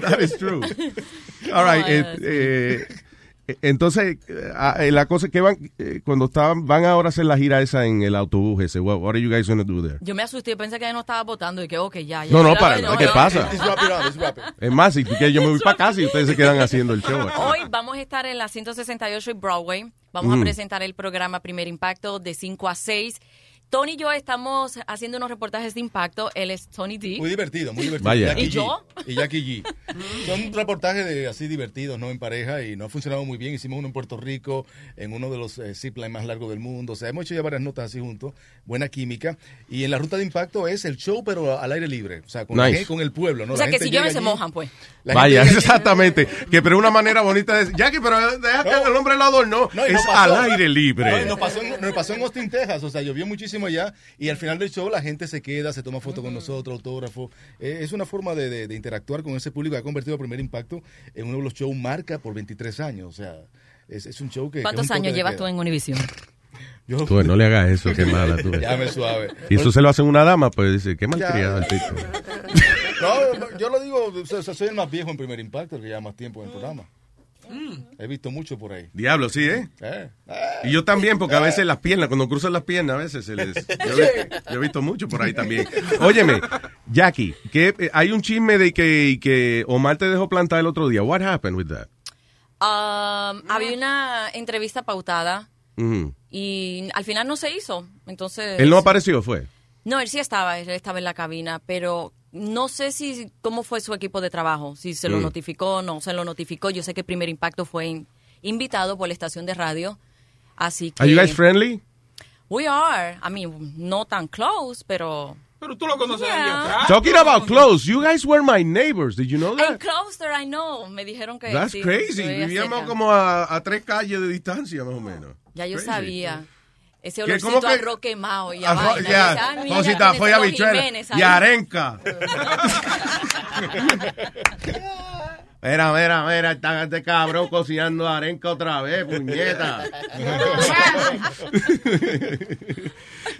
Speaker 6: That is true. All right. eh, eh, eh, entonces, eh, ah, eh, la cosa que van, eh, cuando estaban, van ahora a hacer la gira esa en el autobús ese, what, what are you guys going to do there?
Speaker 9: Yo me asusté, pensé que ya no estaba votando y que, ok, ya. ya
Speaker 6: No, no,
Speaker 9: Ya,
Speaker 6: para
Speaker 9: ya,
Speaker 6: nada,
Speaker 9: ya.
Speaker 6: ¿qué pasa?
Speaker 10: rápido.
Speaker 6: Es más, si tú quieres, yo me voy para casa y ustedes se quedan haciendo el show. aquí.
Speaker 9: Hoy vamos a estar en la 168 y Broadway. Vamos
Speaker 6: Mm.
Speaker 9: a presentar el programa Primer Impacto de 5 a 6. Tony y yo estamos haciendo unos reportajes de impacto. Él es Tony D.
Speaker 10: Muy divertido, muy divertido.
Speaker 6: Vaya.
Speaker 10: Jackie
Speaker 9: ¿Y yo?
Speaker 10: G. Y Jackie G. Son reportajes de, así divertidos, ¿no? En pareja y no ha funcionado muy bien. Hicimos uno en Puerto Rico, en uno de los eh, ziplines más largos del mundo. O sea, hemos hecho ya varias notas así juntos. Buena química. Y en la ruta de impacto es el show, pero al aire libre. O sea, con, la
Speaker 6: Nice.
Speaker 10: gente- con el pueblo, ¿no?
Speaker 9: o
Speaker 10: La
Speaker 9: sea que
Speaker 10: gente
Speaker 9: si llueve
Speaker 10: llega
Speaker 9: se
Speaker 10: allí.
Speaker 9: mojan, pues.
Speaker 10: La
Speaker 6: Vaya,
Speaker 10: gente-
Speaker 6: exactamente. Que pero una manera bonita de decir, Jackie, pero déjate el hombre al adorno.
Speaker 10: No, y
Speaker 6: es
Speaker 10: nos pasó.
Speaker 6: al aire
Speaker 10: No, y
Speaker 6: libre.
Speaker 10: nos, pasó en, nos pasó en Austin, Texas. O sea, llovió muchísimo allá y al final del show la gente se queda, se toma foto
Speaker 6: Mm.
Speaker 10: con nosotros, autógrafo. Eh, es una forma de, de- de interactuar con ese público. Ha convertido a Primer Impacto en uno de los shows marca por 23 años. O sea, es, es un show que... que es
Speaker 9: ¿Cuántos
Speaker 10: un toque
Speaker 9: años
Speaker 10: de
Speaker 9: llevas
Speaker 10: queda.
Speaker 9: tú en Univision?
Speaker 6: Tú, no le hagas eso, qué mala tú. eres.
Speaker 10: Ya me suave.
Speaker 6: Y eso se lo hacen una dama, pues dice, qué malcriado el
Speaker 10: Ya.
Speaker 6: tipo.
Speaker 10: No, no, yo lo digo, o sea, soy el más viejo en Primer Impacto, el que lleva más tiempo en el programa.
Speaker 13: Mm.
Speaker 10: He visto mucho por ahí.
Speaker 6: Diablo, sí, ¿eh?
Speaker 10: Eh,
Speaker 6: Y yo también, porque a veces las piernas, cuando cruzan las piernas, a veces se les... Yo, he- yo he visto mucho por ahí también. Óyeme, Jackie, que eh, hay un chisme de que, que Omar te dejó plantar el otro día. What happened with that?
Speaker 9: Um, Había una entrevista pautada
Speaker 6: Ujú.
Speaker 9: y al final no se hizo. Entonces.
Speaker 6: Mm. Él no apareció, fue.
Speaker 9: No, él sí estaba, él estaba en la cabina, pero no sé si cómo fue su equipo de trabajo, si se lo
Speaker 6: Mm.
Speaker 9: notificó, no se lo notificó. Yo sé que Primer Impacto fue in- invitado por la estación de radio, así que.
Speaker 6: Are you guys friendly?
Speaker 9: We are, I mean, no tan close, pero.
Speaker 2: Pero tú lo conoces
Speaker 9: de años atrás.
Speaker 6: Talking about clothes, you guys were my neighbors. Did you know
Speaker 9: I'm
Speaker 6: that?
Speaker 9: closer, I know. Me dijeron que.
Speaker 6: That's
Speaker 9: sí,
Speaker 6: crazy.
Speaker 9: estoy
Speaker 6: Vivíamos
Speaker 9: cerca.
Speaker 6: como a, a tres calles de distancia, más o menos.
Speaker 9: Ya yo
Speaker 6: Crazy.
Speaker 9: sabía. Ese
Speaker 6: Que
Speaker 9: olorcito
Speaker 6: como que-
Speaker 9: a arroz quemado y a
Speaker 6: Ah,
Speaker 9: vaina.
Speaker 6: jo-
Speaker 9: Yo
Speaker 6: ya,
Speaker 9: decía, "Ay, mira,
Speaker 6: Josita,
Speaker 9: ¿quiénes
Speaker 6: fue
Speaker 9: son los
Speaker 6: habichuela
Speaker 9: Jiménez
Speaker 6: y
Speaker 9: ahí?"
Speaker 6: arenca. Mira, mira, mira, está este cabrón cocinando arenca otra vez, puñeta.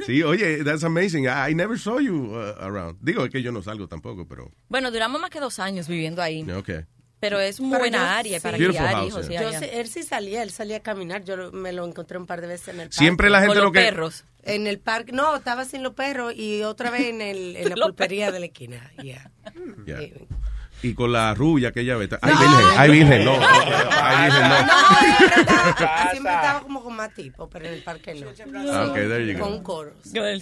Speaker 6: sí, oye, that's amazing. I, I never saw you uh, around. Digo, es que yo no salgo tampoco, pero...
Speaker 9: Bueno, duramos más que dos años viviendo ahí.
Speaker 6: Okay.
Speaker 9: Pero es muy
Speaker 14: Pero
Speaker 9: buena
Speaker 14: yo-
Speaker 9: área para
Speaker 6: Beautiful
Speaker 9: criar
Speaker 6: house,
Speaker 9: hijos.
Speaker 6: yeah.
Speaker 9: y
Speaker 14: Yo
Speaker 9: allá.
Speaker 14: sé- él sí salía, él salía a caminar. Yo lo- me lo encontré un par de veces en el parque.
Speaker 6: Siempre la gente Con los lo que-
Speaker 9: perros.
Speaker 14: En el parque. No, estaba sin los perros y otra vez en, el, en la pulpería de la esquina. yeah.
Speaker 6: Yeah. Y con la rubia que ella ve. Ay, virgen, ay, virgen, no. Ay, virgen, no.
Speaker 14: Siempre estaba como con más tipo, pero en el parque no.
Speaker 6: Ah, ok, there you go.
Speaker 14: Con coros.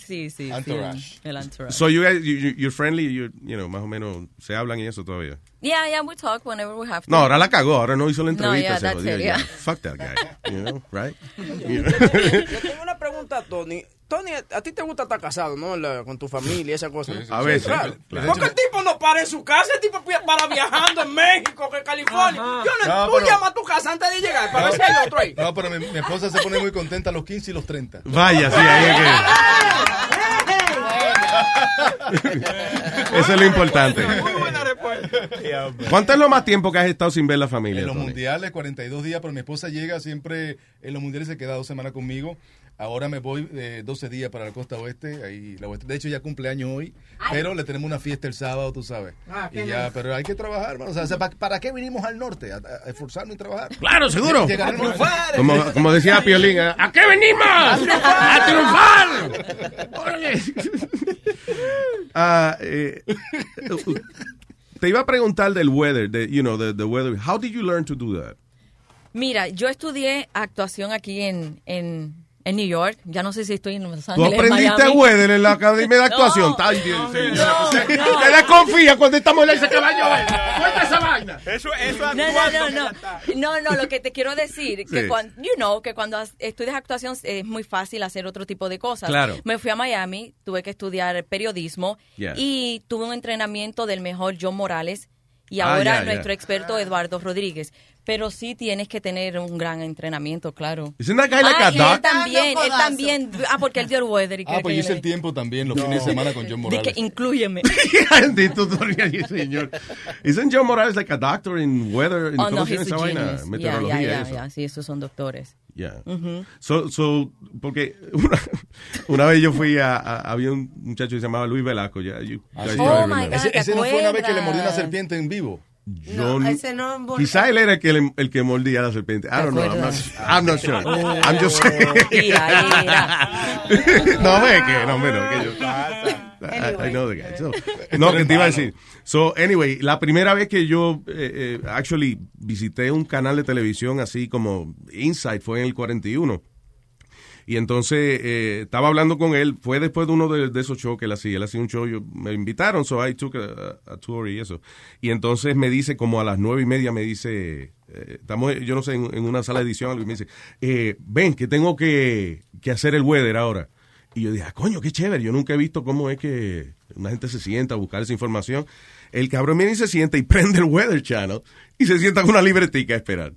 Speaker 9: Sí, sí.
Speaker 10: Entourage.
Speaker 9: El entourage.
Speaker 6: So you guys, you, you- you're friendly, you, you know, más o menos, se hablan y eso todavía.
Speaker 9: Yeah, yeah, we talk whenever we have to.
Speaker 6: No, ahora la cagó, ahora no hizo la
Speaker 9: No,
Speaker 6: entrevista,
Speaker 9: yeah,
Speaker 6: se
Speaker 9: that's
Speaker 6: jodió
Speaker 9: it,
Speaker 6: ya.
Speaker 9: yeah.
Speaker 6: Fuck that guy, you know, right? You
Speaker 13: Yo
Speaker 6: know?
Speaker 13: tengo una pregunta a Tony. Tony, a ti te gusta estar casado, ¿no? La- con tu familia, y esa cosa.
Speaker 6: sí, A sí. veces, claro.
Speaker 13: Porque el tipo no para en su casa, el tipo pi- para viajando en México, que en California. Yo no,
Speaker 10: No,
Speaker 13: tú
Speaker 10: pero-
Speaker 13: llamas a tu casa antes de llegar para ver si hay otro ahí.
Speaker 10: No, pero mi, mi esposa se pone muy contenta a los 15 y los 30.
Speaker 6: Vaya, sí, ahí es que... Eso es lo importante. ¿Cuánto es lo más tiempo que has estado sin ver la familia,
Speaker 10: En los
Speaker 6: Tony?
Speaker 10: mundiales, 42 días, pero mi esposa llega siempre, en los mundiales se queda dos semanas conmigo. Ahora me voy eh, 12 días para la costa oeste. Ahí, la oeste. De hecho, ya cumpleaños hoy, pero le tenemos una fiesta el sábado, tú sabes.
Speaker 12: Ah, qué
Speaker 10: y ya,
Speaker 12: nice.
Speaker 10: pero hay que trabajar, hermano. O sea, ¿para, para qué vinimos al norte? ¿A, a- a esforzarnos y trabajar?
Speaker 6: Claro, seguro.
Speaker 10: Llegaremos-
Speaker 6: Como, como decía Piolín, ¿eh? ¿a qué venimos? ¡A triunfar! Órale. Ah, eh, te iba a preguntar del weather, de, you know, the, the weather. How did you learn to do that?
Speaker 9: Mira, yo estudié actuación aquí en, en, en New York. Ya no sé si estoy en Los
Speaker 6: Tú
Speaker 9: Ángeles.
Speaker 6: aprendiste
Speaker 9: Miami.
Speaker 6: weather en la academia de actuación.
Speaker 9: No,
Speaker 6: Está bien, señora.
Speaker 9: no,
Speaker 6: Usted-
Speaker 9: no.
Speaker 6: usted desconfía cuando estamos en la que va a llover. Suelta esa vaina.
Speaker 2: Eso, eso
Speaker 9: No, no, no, no. No, no, lo que te quiero decir,
Speaker 6: Sí.
Speaker 9: que cuando, you know, que cuando has- estudias actuación es muy fácil hacer otro tipo de cosas.
Speaker 15: Claro.
Speaker 9: Me fui a Miami, tuve que estudiar periodismo
Speaker 15: Yeah.
Speaker 9: y tuve un entrenamiento del mejor John Morales y
Speaker 15: Ah,
Speaker 9: ahora
Speaker 15: yeah,
Speaker 9: nuestro
Speaker 15: yeah.
Speaker 6: Ah.
Speaker 9: experto Eduardo Rodríguez. Pero sí tienes que tener un gran entrenamiento, claro.
Speaker 6: Isn't that guy like
Speaker 9: Ah,
Speaker 6: a
Speaker 9: y
Speaker 6: doc?
Speaker 9: Él también,
Speaker 11: Dando
Speaker 9: él también. Ah, porque él dio el weather. y
Speaker 10: Ah,
Speaker 9: que-
Speaker 10: pues yo
Speaker 9: que yo
Speaker 10: hice
Speaker 9: le-
Speaker 10: el tiempo también los fines de semana con John
Speaker 9: Di que
Speaker 10: Morales.
Speaker 9: incluyeme.
Speaker 6: Bendito Dorian, señor. Isn't John Morales like a doctor in weather? In
Speaker 9: Oh, no,
Speaker 6: ¿cómo se
Speaker 9: he's
Speaker 6: llama
Speaker 9: a
Speaker 6: esa vaina?
Speaker 9: genius. Yeah,
Speaker 6: Meteorología.
Speaker 9: yeah, yeah,
Speaker 6: eso.
Speaker 9: yeah. Sí, esos son doctores.
Speaker 6: Yeah.
Speaker 9: Ujú.
Speaker 6: so, so, porque una, una vez yo fui a, a- Había un muchacho que se llamaba Luis Velasco. ya, you guys
Speaker 10: sí.
Speaker 6: probably
Speaker 10: Oh, my
Speaker 6: remember.
Speaker 10: God, Ese- ¿te ese no fue una vez que le mordió una acuerdas? serpiente en vivo.
Speaker 6: Yo
Speaker 14: No,
Speaker 6: no-
Speaker 14: ese no envolvió.
Speaker 6: Quizá él era el que, le- el que mordía a la serpiente. I don't know. I'm not,
Speaker 14: acuerdas?
Speaker 6: I'm not sure. I'm just
Speaker 14: Mira,
Speaker 6: no, ve que, no, menos que yo. I, I know the guy. So, no, que te iba a decir. So, anyway, la primera vez que yo, eh, eh, actually, visité un canal de televisión así como Insight fue en el 41. Y entonces eh, estaba hablando con él. Fue después de uno de, de esos shows que él hacía. Él hacía un show, yo- me invitaron, so I took a, a tour y eso. Y entonces me dice, como a las nueve y media, me dice, eh, estamos, yo no sé, en, en una sala de edición, algo, y me dice, eh, ven, que tengo que, que hacer el weather ahora. Y yo dije, ah, coño, qué chévere. Yo nunca he visto cómo es que una gente se sienta a buscar esa información. El cabrón viene y se sienta y prende el Weather Channel y se sienta con una libretica a esperar.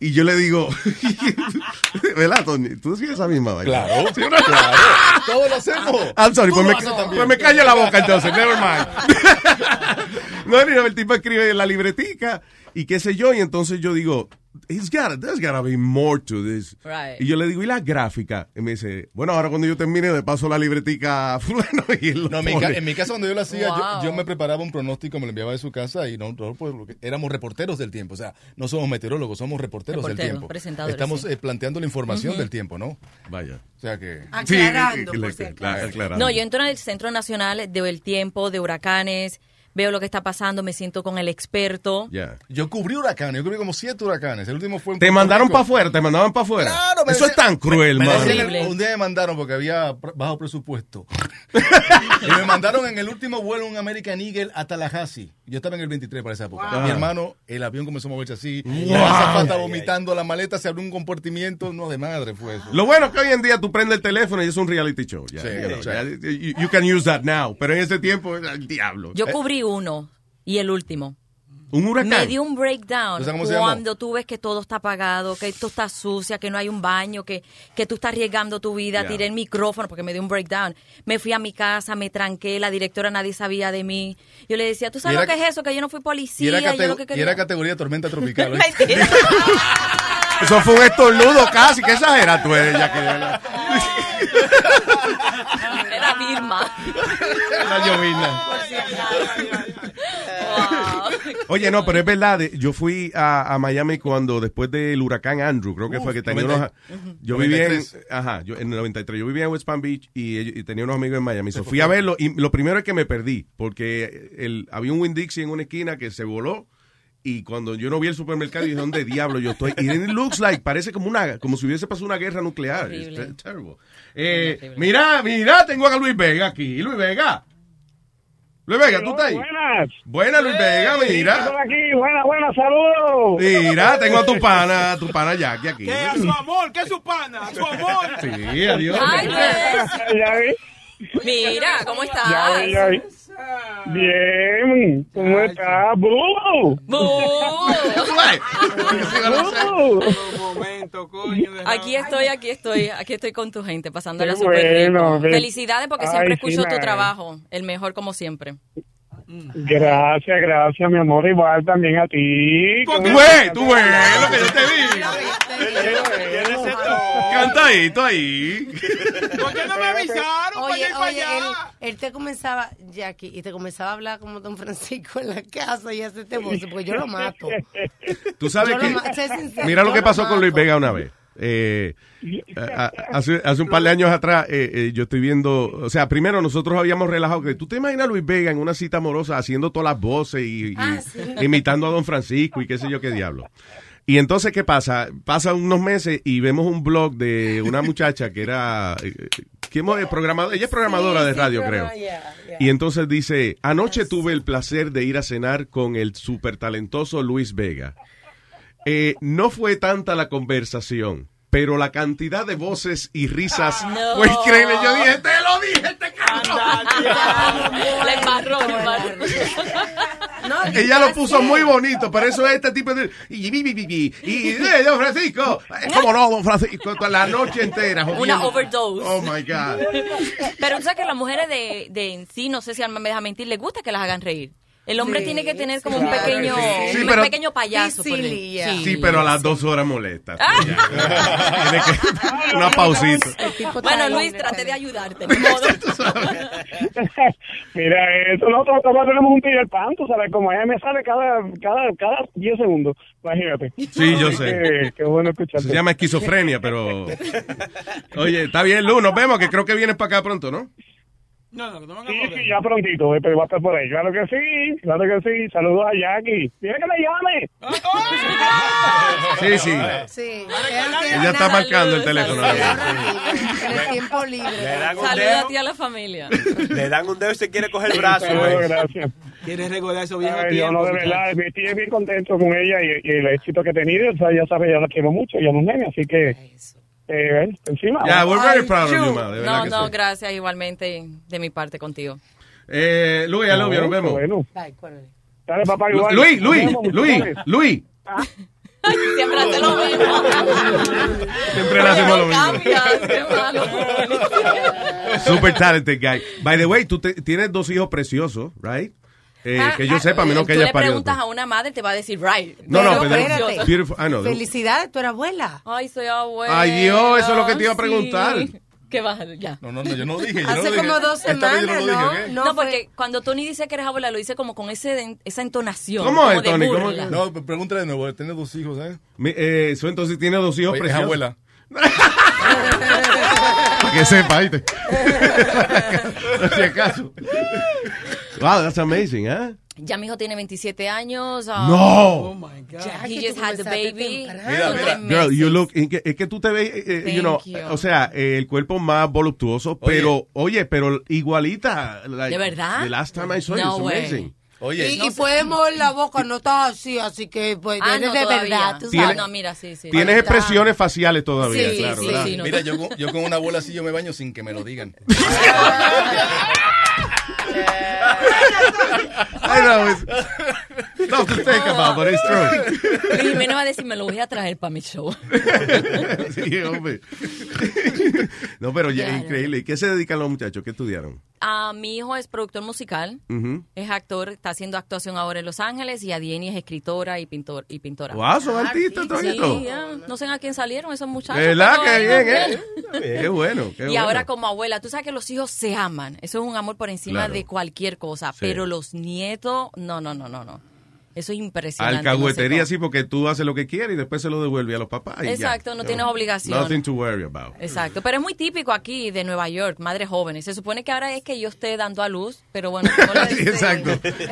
Speaker 6: Y yo le digo, ¿verdad, Tony? Tú sigues esa misma vaina.
Speaker 10: Claro,
Speaker 6: ¿Sí o no?
Speaker 10: claro. Todos lo hacemos.
Speaker 6: I'm sorry,
Speaker 10: Tú
Speaker 6: pues
Speaker 10: lo
Speaker 6: me,
Speaker 10: haces también.
Speaker 6: pues me calla la boca entonces, never mind. no, no, el tipo escribe en la libretica y qué sé yo, y entonces yo digo, It's gotta, there's gotta be more to this.
Speaker 4: Right.
Speaker 6: Y yo le digo, ¿y la gráfica? Y me dice, bueno, ahora cuando yo termine le paso la libretica a fulano y él lo
Speaker 10: No, en mi, ca-
Speaker 6: pone.
Speaker 10: en mi casa cuando yo lo hacía, yo-
Speaker 6: Wow.
Speaker 10: yo, me preparaba un pronóstico, me lo enviaba de su casa y nosotros pues, lo que- éramos reporteros del tiempo. O sea, no somos meteorólogos, somos reporteros del
Speaker 9: Reporteros,
Speaker 10: tiempo.
Speaker 9: presentadores,
Speaker 10: Estamos
Speaker 9: sí.
Speaker 10: eh, planteando la información
Speaker 9: Ujú.
Speaker 10: del tiempo, ¿no?
Speaker 6: Vaya.
Speaker 10: O sea que...
Speaker 14: Aclarando, Sí, por si
Speaker 6: acaso.
Speaker 9: No, yo entro en el Centro Nacional del Tiempo, de huracanes, veo lo que está pasando, me siento con el experto.
Speaker 6: Ya.
Speaker 10: Yo cubrí huracanes, yo cubrí como siete huracanes. El último fue en
Speaker 6: Te
Speaker 10: Puerto
Speaker 6: mandaron
Speaker 10: Rico.
Speaker 6: para afuera, te mandaban para afuera.
Speaker 10: Claro, me
Speaker 6: Eso es
Speaker 10: decían-
Speaker 6: tan cruel,
Speaker 10: me- me
Speaker 6: mano.
Speaker 10: decían el- un día me mandaron porque había pr- bajo presupuesto. y me mandaron en el último vuelo un American Eagle a Tallahassee. Yo estaba en el 23 para esa época.
Speaker 6: Wow.
Speaker 10: Mi hermano, el avión comenzó a moverse así.
Speaker 6: Wow.
Speaker 10: La zapata vomitando, la maleta se abrió un compartimiento. No, de madre fue eso.
Speaker 6: Lo bueno es que hoy en día tú prendes el teléfono y es un reality show. Ya,
Speaker 10: Sí,
Speaker 6: you know,
Speaker 10: sí.
Speaker 6: ya, you, you can use that now. Pero en ese tiempo era el diablo.
Speaker 9: Yo
Speaker 6: Eh,
Speaker 9: cubrí uno y el último.
Speaker 6: un huracán.
Speaker 9: Me dio un breakdown
Speaker 6: ¿Tú sabes cómo se llamó?
Speaker 9: cuando tú ves que todo está apagado, que esto está sucia, que no hay un baño, que, que tú estás arriesgando tu vida.
Speaker 2: Ya.
Speaker 9: Tiré el micrófono porque me dio un breakdown. Me fui a mi casa, me tranqué, la directora nadie sabía de mí. Yo le decía, ¿tú sabes
Speaker 10: Y
Speaker 9: lo
Speaker 10: era-
Speaker 9: que es eso? Que yo no fui
Speaker 10: Y
Speaker 9: policía,
Speaker 10: era,
Speaker 9: yo
Speaker 10: categ-
Speaker 9: lo que
Speaker 10: y era
Speaker 9: quería...
Speaker 10: categoría tormenta tropical. ¿oíste?
Speaker 9: Mentira.
Speaker 6: Eso fue un estornudo casi. Que exagera tú eres, ya que
Speaker 9: Era Vilma.
Speaker 6: la llovina. Oye, no, pero es verdad. de- Yo fui a, a Miami cuando después del huracán Andrew, creo que
Speaker 10: Uf,
Speaker 6: fue que tenía
Speaker 10: 90.
Speaker 6: unos.
Speaker 10: Ujú.
Speaker 6: Yo vivía en,
Speaker 10: 93.
Speaker 6: ajá, yo, en el 93. Yo vivía en West Palm Beach y, ellos- y tenía unos amigos en Miami. So, fui a verlo y lo primero es que me perdí porque el, había un Winn Dixie en una esquina que se voló. Y cuando yo no vi el supermercado, dije, ¿dónde diablo yo estoy? Y then it looks like, parece como una como si hubiese pasado una guerra nuclear.
Speaker 4: Horrible.
Speaker 6: It's terrible. Eh, mira, mira, tengo a Luis Vega aquí. Luis Vega. Luis Vega, ¿tú estás ahí?
Speaker 15: Buenas.
Speaker 6: Buenas, Luis Vega, mira.
Speaker 15: Estoy aquí, buena, buena, saludos.
Speaker 6: Mira, tengo a tu pana, a tu pana Jackie aquí.
Speaker 15: A su amor, que es su pana, a su amor.
Speaker 6: Sí, adiós.
Speaker 9: Ay, pues.
Speaker 15: Ya vi,
Speaker 9: Mira, ¿cómo estás?
Speaker 15: ya vi, ya vi. Bien, ¿cómo estás, Boo? Boo.
Speaker 9: Aquí estoy, aquí estoy, aquí estoy con tu gente, pasándola
Speaker 15: Qué
Speaker 9: súper
Speaker 15: bueno,
Speaker 9: rico.
Speaker 15: ve.
Speaker 9: Felicidades porque
Speaker 15: Ay,
Speaker 9: siempre
Speaker 15: sí,
Speaker 9: escucho tu
Speaker 15: man.
Speaker 9: trabajo, el mejor como siempre.
Speaker 15: Gracias, gracias, mi amor, igual también a ti.
Speaker 6: Tú ves, tú ves lo que yo te vi. Cantadito ahí.
Speaker 14: no me avisaron? Oye, oye, él, él te comenzaba, Jackie, y te comenzaba a hablar como Don Francisco en la casa y hacerte voces, porque yo lo mato.
Speaker 6: Tú sabes
Speaker 14: Yo lo ma- sé
Speaker 6: que.
Speaker 14: sincero,
Speaker 6: Mira lo
Speaker 14: yo
Speaker 6: que
Speaker 14: lo
Speaker 6: pasó con
Speaker 14: mato.
Speaker 6: Luis Vega una vez. Eh, a- a- hace, hace un par de años atrás, eh, eh, yo estoy viendo. O sea, primero nosotros habíamos relajado que tú te imaginas a Luis Vega en una cita amorosa haciendo todas las voces y, y
Speaker 4: Ah, sí.
Speaker 6: imitando a Don Francisco y qué sé yo qué diablo. Y entonces, ¿qué pasa? Pasan unos meses y vemos un blog de una muchacha que era. eh, ¿Quién es programadora? Ella es programadora de radio, creo. Y entonces dice, anoche tuve el placer de ir a cenar con el súper talentoso Luis Vega. Eh, no fue tanta la conversación, pero la cantidad de voces y risas
Speaker 4: Ah.
Speaker 6: fue increíble. Yo dije, te lo dije, te
Speaker 4: cabrón.
Speaker 9: La embarró, la embarró.
Speaker 14: No,
Speaker 6: Ella lo puso
Speaker 14: sí.
Speaker 6: muy bonito, pero eso es este tipo de. Y, y, y, y, y, y, eh, don Francisco. eh, ¿Cómo no, don Francisco? Toda la noche entera.
Speaker 9: Una
Speaker 6: jodiendo.
Speaker 9: overdose.
Speaker 6: Oh my God.
Speaker 9: Pero tú sabes que las mujeres de, de en sí, no sé si Alma me deja mentir, les gusta que las hagan reír. El hombre tiene que tener como un
Speaker 6: claro,
Speaker 9: pequeño,
Speaker 6: sí. Sí,
Speaker 9: un
Speaker 6: pero-
Speaker 9: pequeño payaso. por él.
Speaker 6: Sí, pero a las dos horas molesta. Tiene que- Una pausita.
Speaker 9: Bueno, Luis, traté de ayudarte.
Speaker 15: Mira, eh, eso, nosotros acá tenemos un pillo al pan, tú sabes, como ella me sale cada, cada, cada 10 segundos, imagínate.
Speaker 6: Sí, yo sé.
Speaker 15: Qué, qué bueno escucharte.
Speaker 6: Se llama esquizofrenia, pero. Oye, está bien, Lu. Nos vemos, que creo que vienes para acá pronto, ¿no?
Speaker 15: Sí, sí, ya prontito, eh, pero va a estar por ahí. Claro que sí, claro que sí. Saludos a Jackie. Tiene que me llame.
Speaker 6: Sí, sí.
Speaker 14: Sí.
Speaker 6: Ella está marcando el teléfono.
Speaker 14: El tiempo libre.
Speaker 8: Le dan un
Speaker 9: Saluda a
Speaker 8: dedo,
Speaker 9: ti a la familia.
Speaker 8: le dan un dedo y se quiere coger el brazo.
Speaker 15: Todo,
Speaker 8: güey.
Speaker 15: gracias.
Speaker 13: ¿Quieres recordar eso
Speaker 8: viejos
Speaker 15: Ay, yo no,
Speaker 8: tiempos,
Speaker 15: de verdad,
Speaker 8: muchachos?
Speaker 15: me estoy bien contento con ella y, y el éxito que ha tenido. O sea, ya sabes, ya la quiero mucho, ya nos nene, así que. Eh, encima.
Speaker 6: Yeah, we're very proud of you, ma, de verdad
Speaker 9: No,
Speaker 6: que
Speaker 9: no,
Speaker 6: sí.
Speaker 9: gracias igualmente de mi parte contigo.
Speaker 6: Eh, Luis, I love you, nos vemos.
Speaker 15: Dale, papá,
Speaker 6: Lu-
Speaker 15: igual.
Speaker 6: Luis,
Speaker 15: Nos
Speaker 6: Luis,
Speaker 15: vemos,
Speaker 6: Luis,
Speaker 15: muchachones.
Speaker 6: Luis.
Speaker 9: Siempre hace lo mismo.
Speaker 6: Siempre le hacemos lo mismo.
Speaker 9: Cambias, qué malo.
Speaker 6: Super talented guy. By the way, tú te- tienes dos hijos preciosos, right? Eh, que yo sepa, a menos que
Speaker 9: Ah, Tú
Speaker 6: hayas
Speaker 9: le
Speaker 6: parido.
Speaker 9: preguntas a una madre, te va a decir, right.
Speaker 6: No, no,
Speaker 14: Pero
Speaker 6: pero-
Speaker 14: espérate.
Speaker 6: beautiful, I know.
Speaker 14: Felicidades, tu era abuela.
Speaker 9: Ay, soy abuela.
Speaker 6: Ay, Dios, eso es lo que te iba a
Speaker 9: Sí.
Speaker 6: preguntar.
Speaker 9: ¿Qué vas a- ya?
Speaker 10: No, no, no, yo no dije. Yo no
Speaker 14: Hace
Speaker 10: dije.
Speaker 14: como dos
Speaker 10: Esta
Speaker 14: semanas,
Speaker 10: vez yo no lo dije, ¿ok?
Speaker 14: ¿no?
Speaker 9: No, porque cuando Tony dice que eres abuela, lo dice como con ese, esa entonación.
Speaker 10: ¿Cómo es,
Speaker 9: como de
Speaker 10: Tony? ¿Cómo
Speaker 9: burla.
Speaker 10: es? No, pero pregúntale de nuevo. Tiene dos hijos, ¿sabes?
Speaker 6: Mi- eh, eso entonces tiene dos hijos
Speaker 10: Oye, es
Speaker 6: preciosos.
Speaker 10: abuela.
Speaker 6: Para que sepa, ¿viste? Por si acaso. Wow, that's amazing, ¿eh?
Speaker 9: Ya mi hijo tiene 27 años. ah,
Speaker 6: No. Oh, my
Speaker 9: Ya, He just had the baby.
Speaker 6: Mira, mira, girl, you look, es que, es que tú te ves, eh, eh, you know,
Speaker 9: Thank you.
Speaker 6: o sea, eh, el cuerpo más voluptuoso, pero, oye, pero igualita. like,
Speaker 14: ¿De verdad?
Speaker 6: The last time I saw you,
Speaker 14: No
Speaker 6: it's
Speaker 14: way.
Speaker 6: amazing.
Speaker 14: y, y puedes mover la boca, no estás así, así que pues
Speaker 9: Ah,
Speaker 14: eres
Speaker 9: no,
Speaker 14: de
Speaker 9: todavía.
Speaker 14: verdad. tú
Speaker 6: Tiene-
Speaker 14: sabes.
Speaker 9: No, mira, sí, sí.
Speaker 6: Tienes
Speaker 9: Ahí está.
Speaker 6: expresiones faciales todavía,
Speaker 9: Sí,
Speaker 6: claro,
Speaker 9: sí,
Speaker 6: ¿verdad?
Speaker 9: sí, no.
Speaker 10: Mira, yo, con- yo con una bola así yo me baño sin que me lo digan.
Speaker 6: I know, it's tough to think about, but it's true.
Speaker 9: Luis Jiménez va a decir, me lo voy a traer para mi show.
Speaker 6: Sí, hombre. No, pero ya,
Speaker 9: Claro.
Speaker 6: increíble. ¿Y qué se dedican los muchachos? ¿Qué estudiaron?
Speaker 9: Ah, mi hijo es productor
Speaker 6: Mm.
Speaker 9: musical,
Speaker 6: Ujú.
Speaker 9: es actor, está haciendo actuación ahora en Los Ángeles y Adieni es escritora y, pintor, y pintora.
Speaker 6: Guau, son artistas
Speaker 9: Ah, Sí,
Speaker 6: toditos.
Speaker 9: ya. no sé a quién salieron esos muchachos.
Speaker 6: ¿Verdad?
Speaker 9: pero-
Speaker 6: Qué bien, ¿eh? Qué bueno, qué
Speaker 9: y
Speaker 6: bueno.
Speaker 9: ahora como abuela, tú sabes que los hijos se aman, eso es un amor por encima
Speaker 6: Claro.
Speaker 9: de cualquier cosa,
Speaker 6: Sí.
Speaker 9: pero los nietos, no, no, no, no, no. Eso es impresionante.
Speaker 6: Alcahuetería,
Speaker 9: no sé
Speaker 6: sí, porque tú haces lo que quieres y después se lo devuelve a los papás. y ya.
Speaker 9: Exacto, no tienes obligación.
Speaker 6: Nothing to worry about.
Speaker 9: cómo. Exacto, pero es muy típico aquí de Nueva York, madres jóvenes. Se supone que ahora es que yo esté dando a luz, pero bueno, no lo
Speaker 6: Sí, exacto.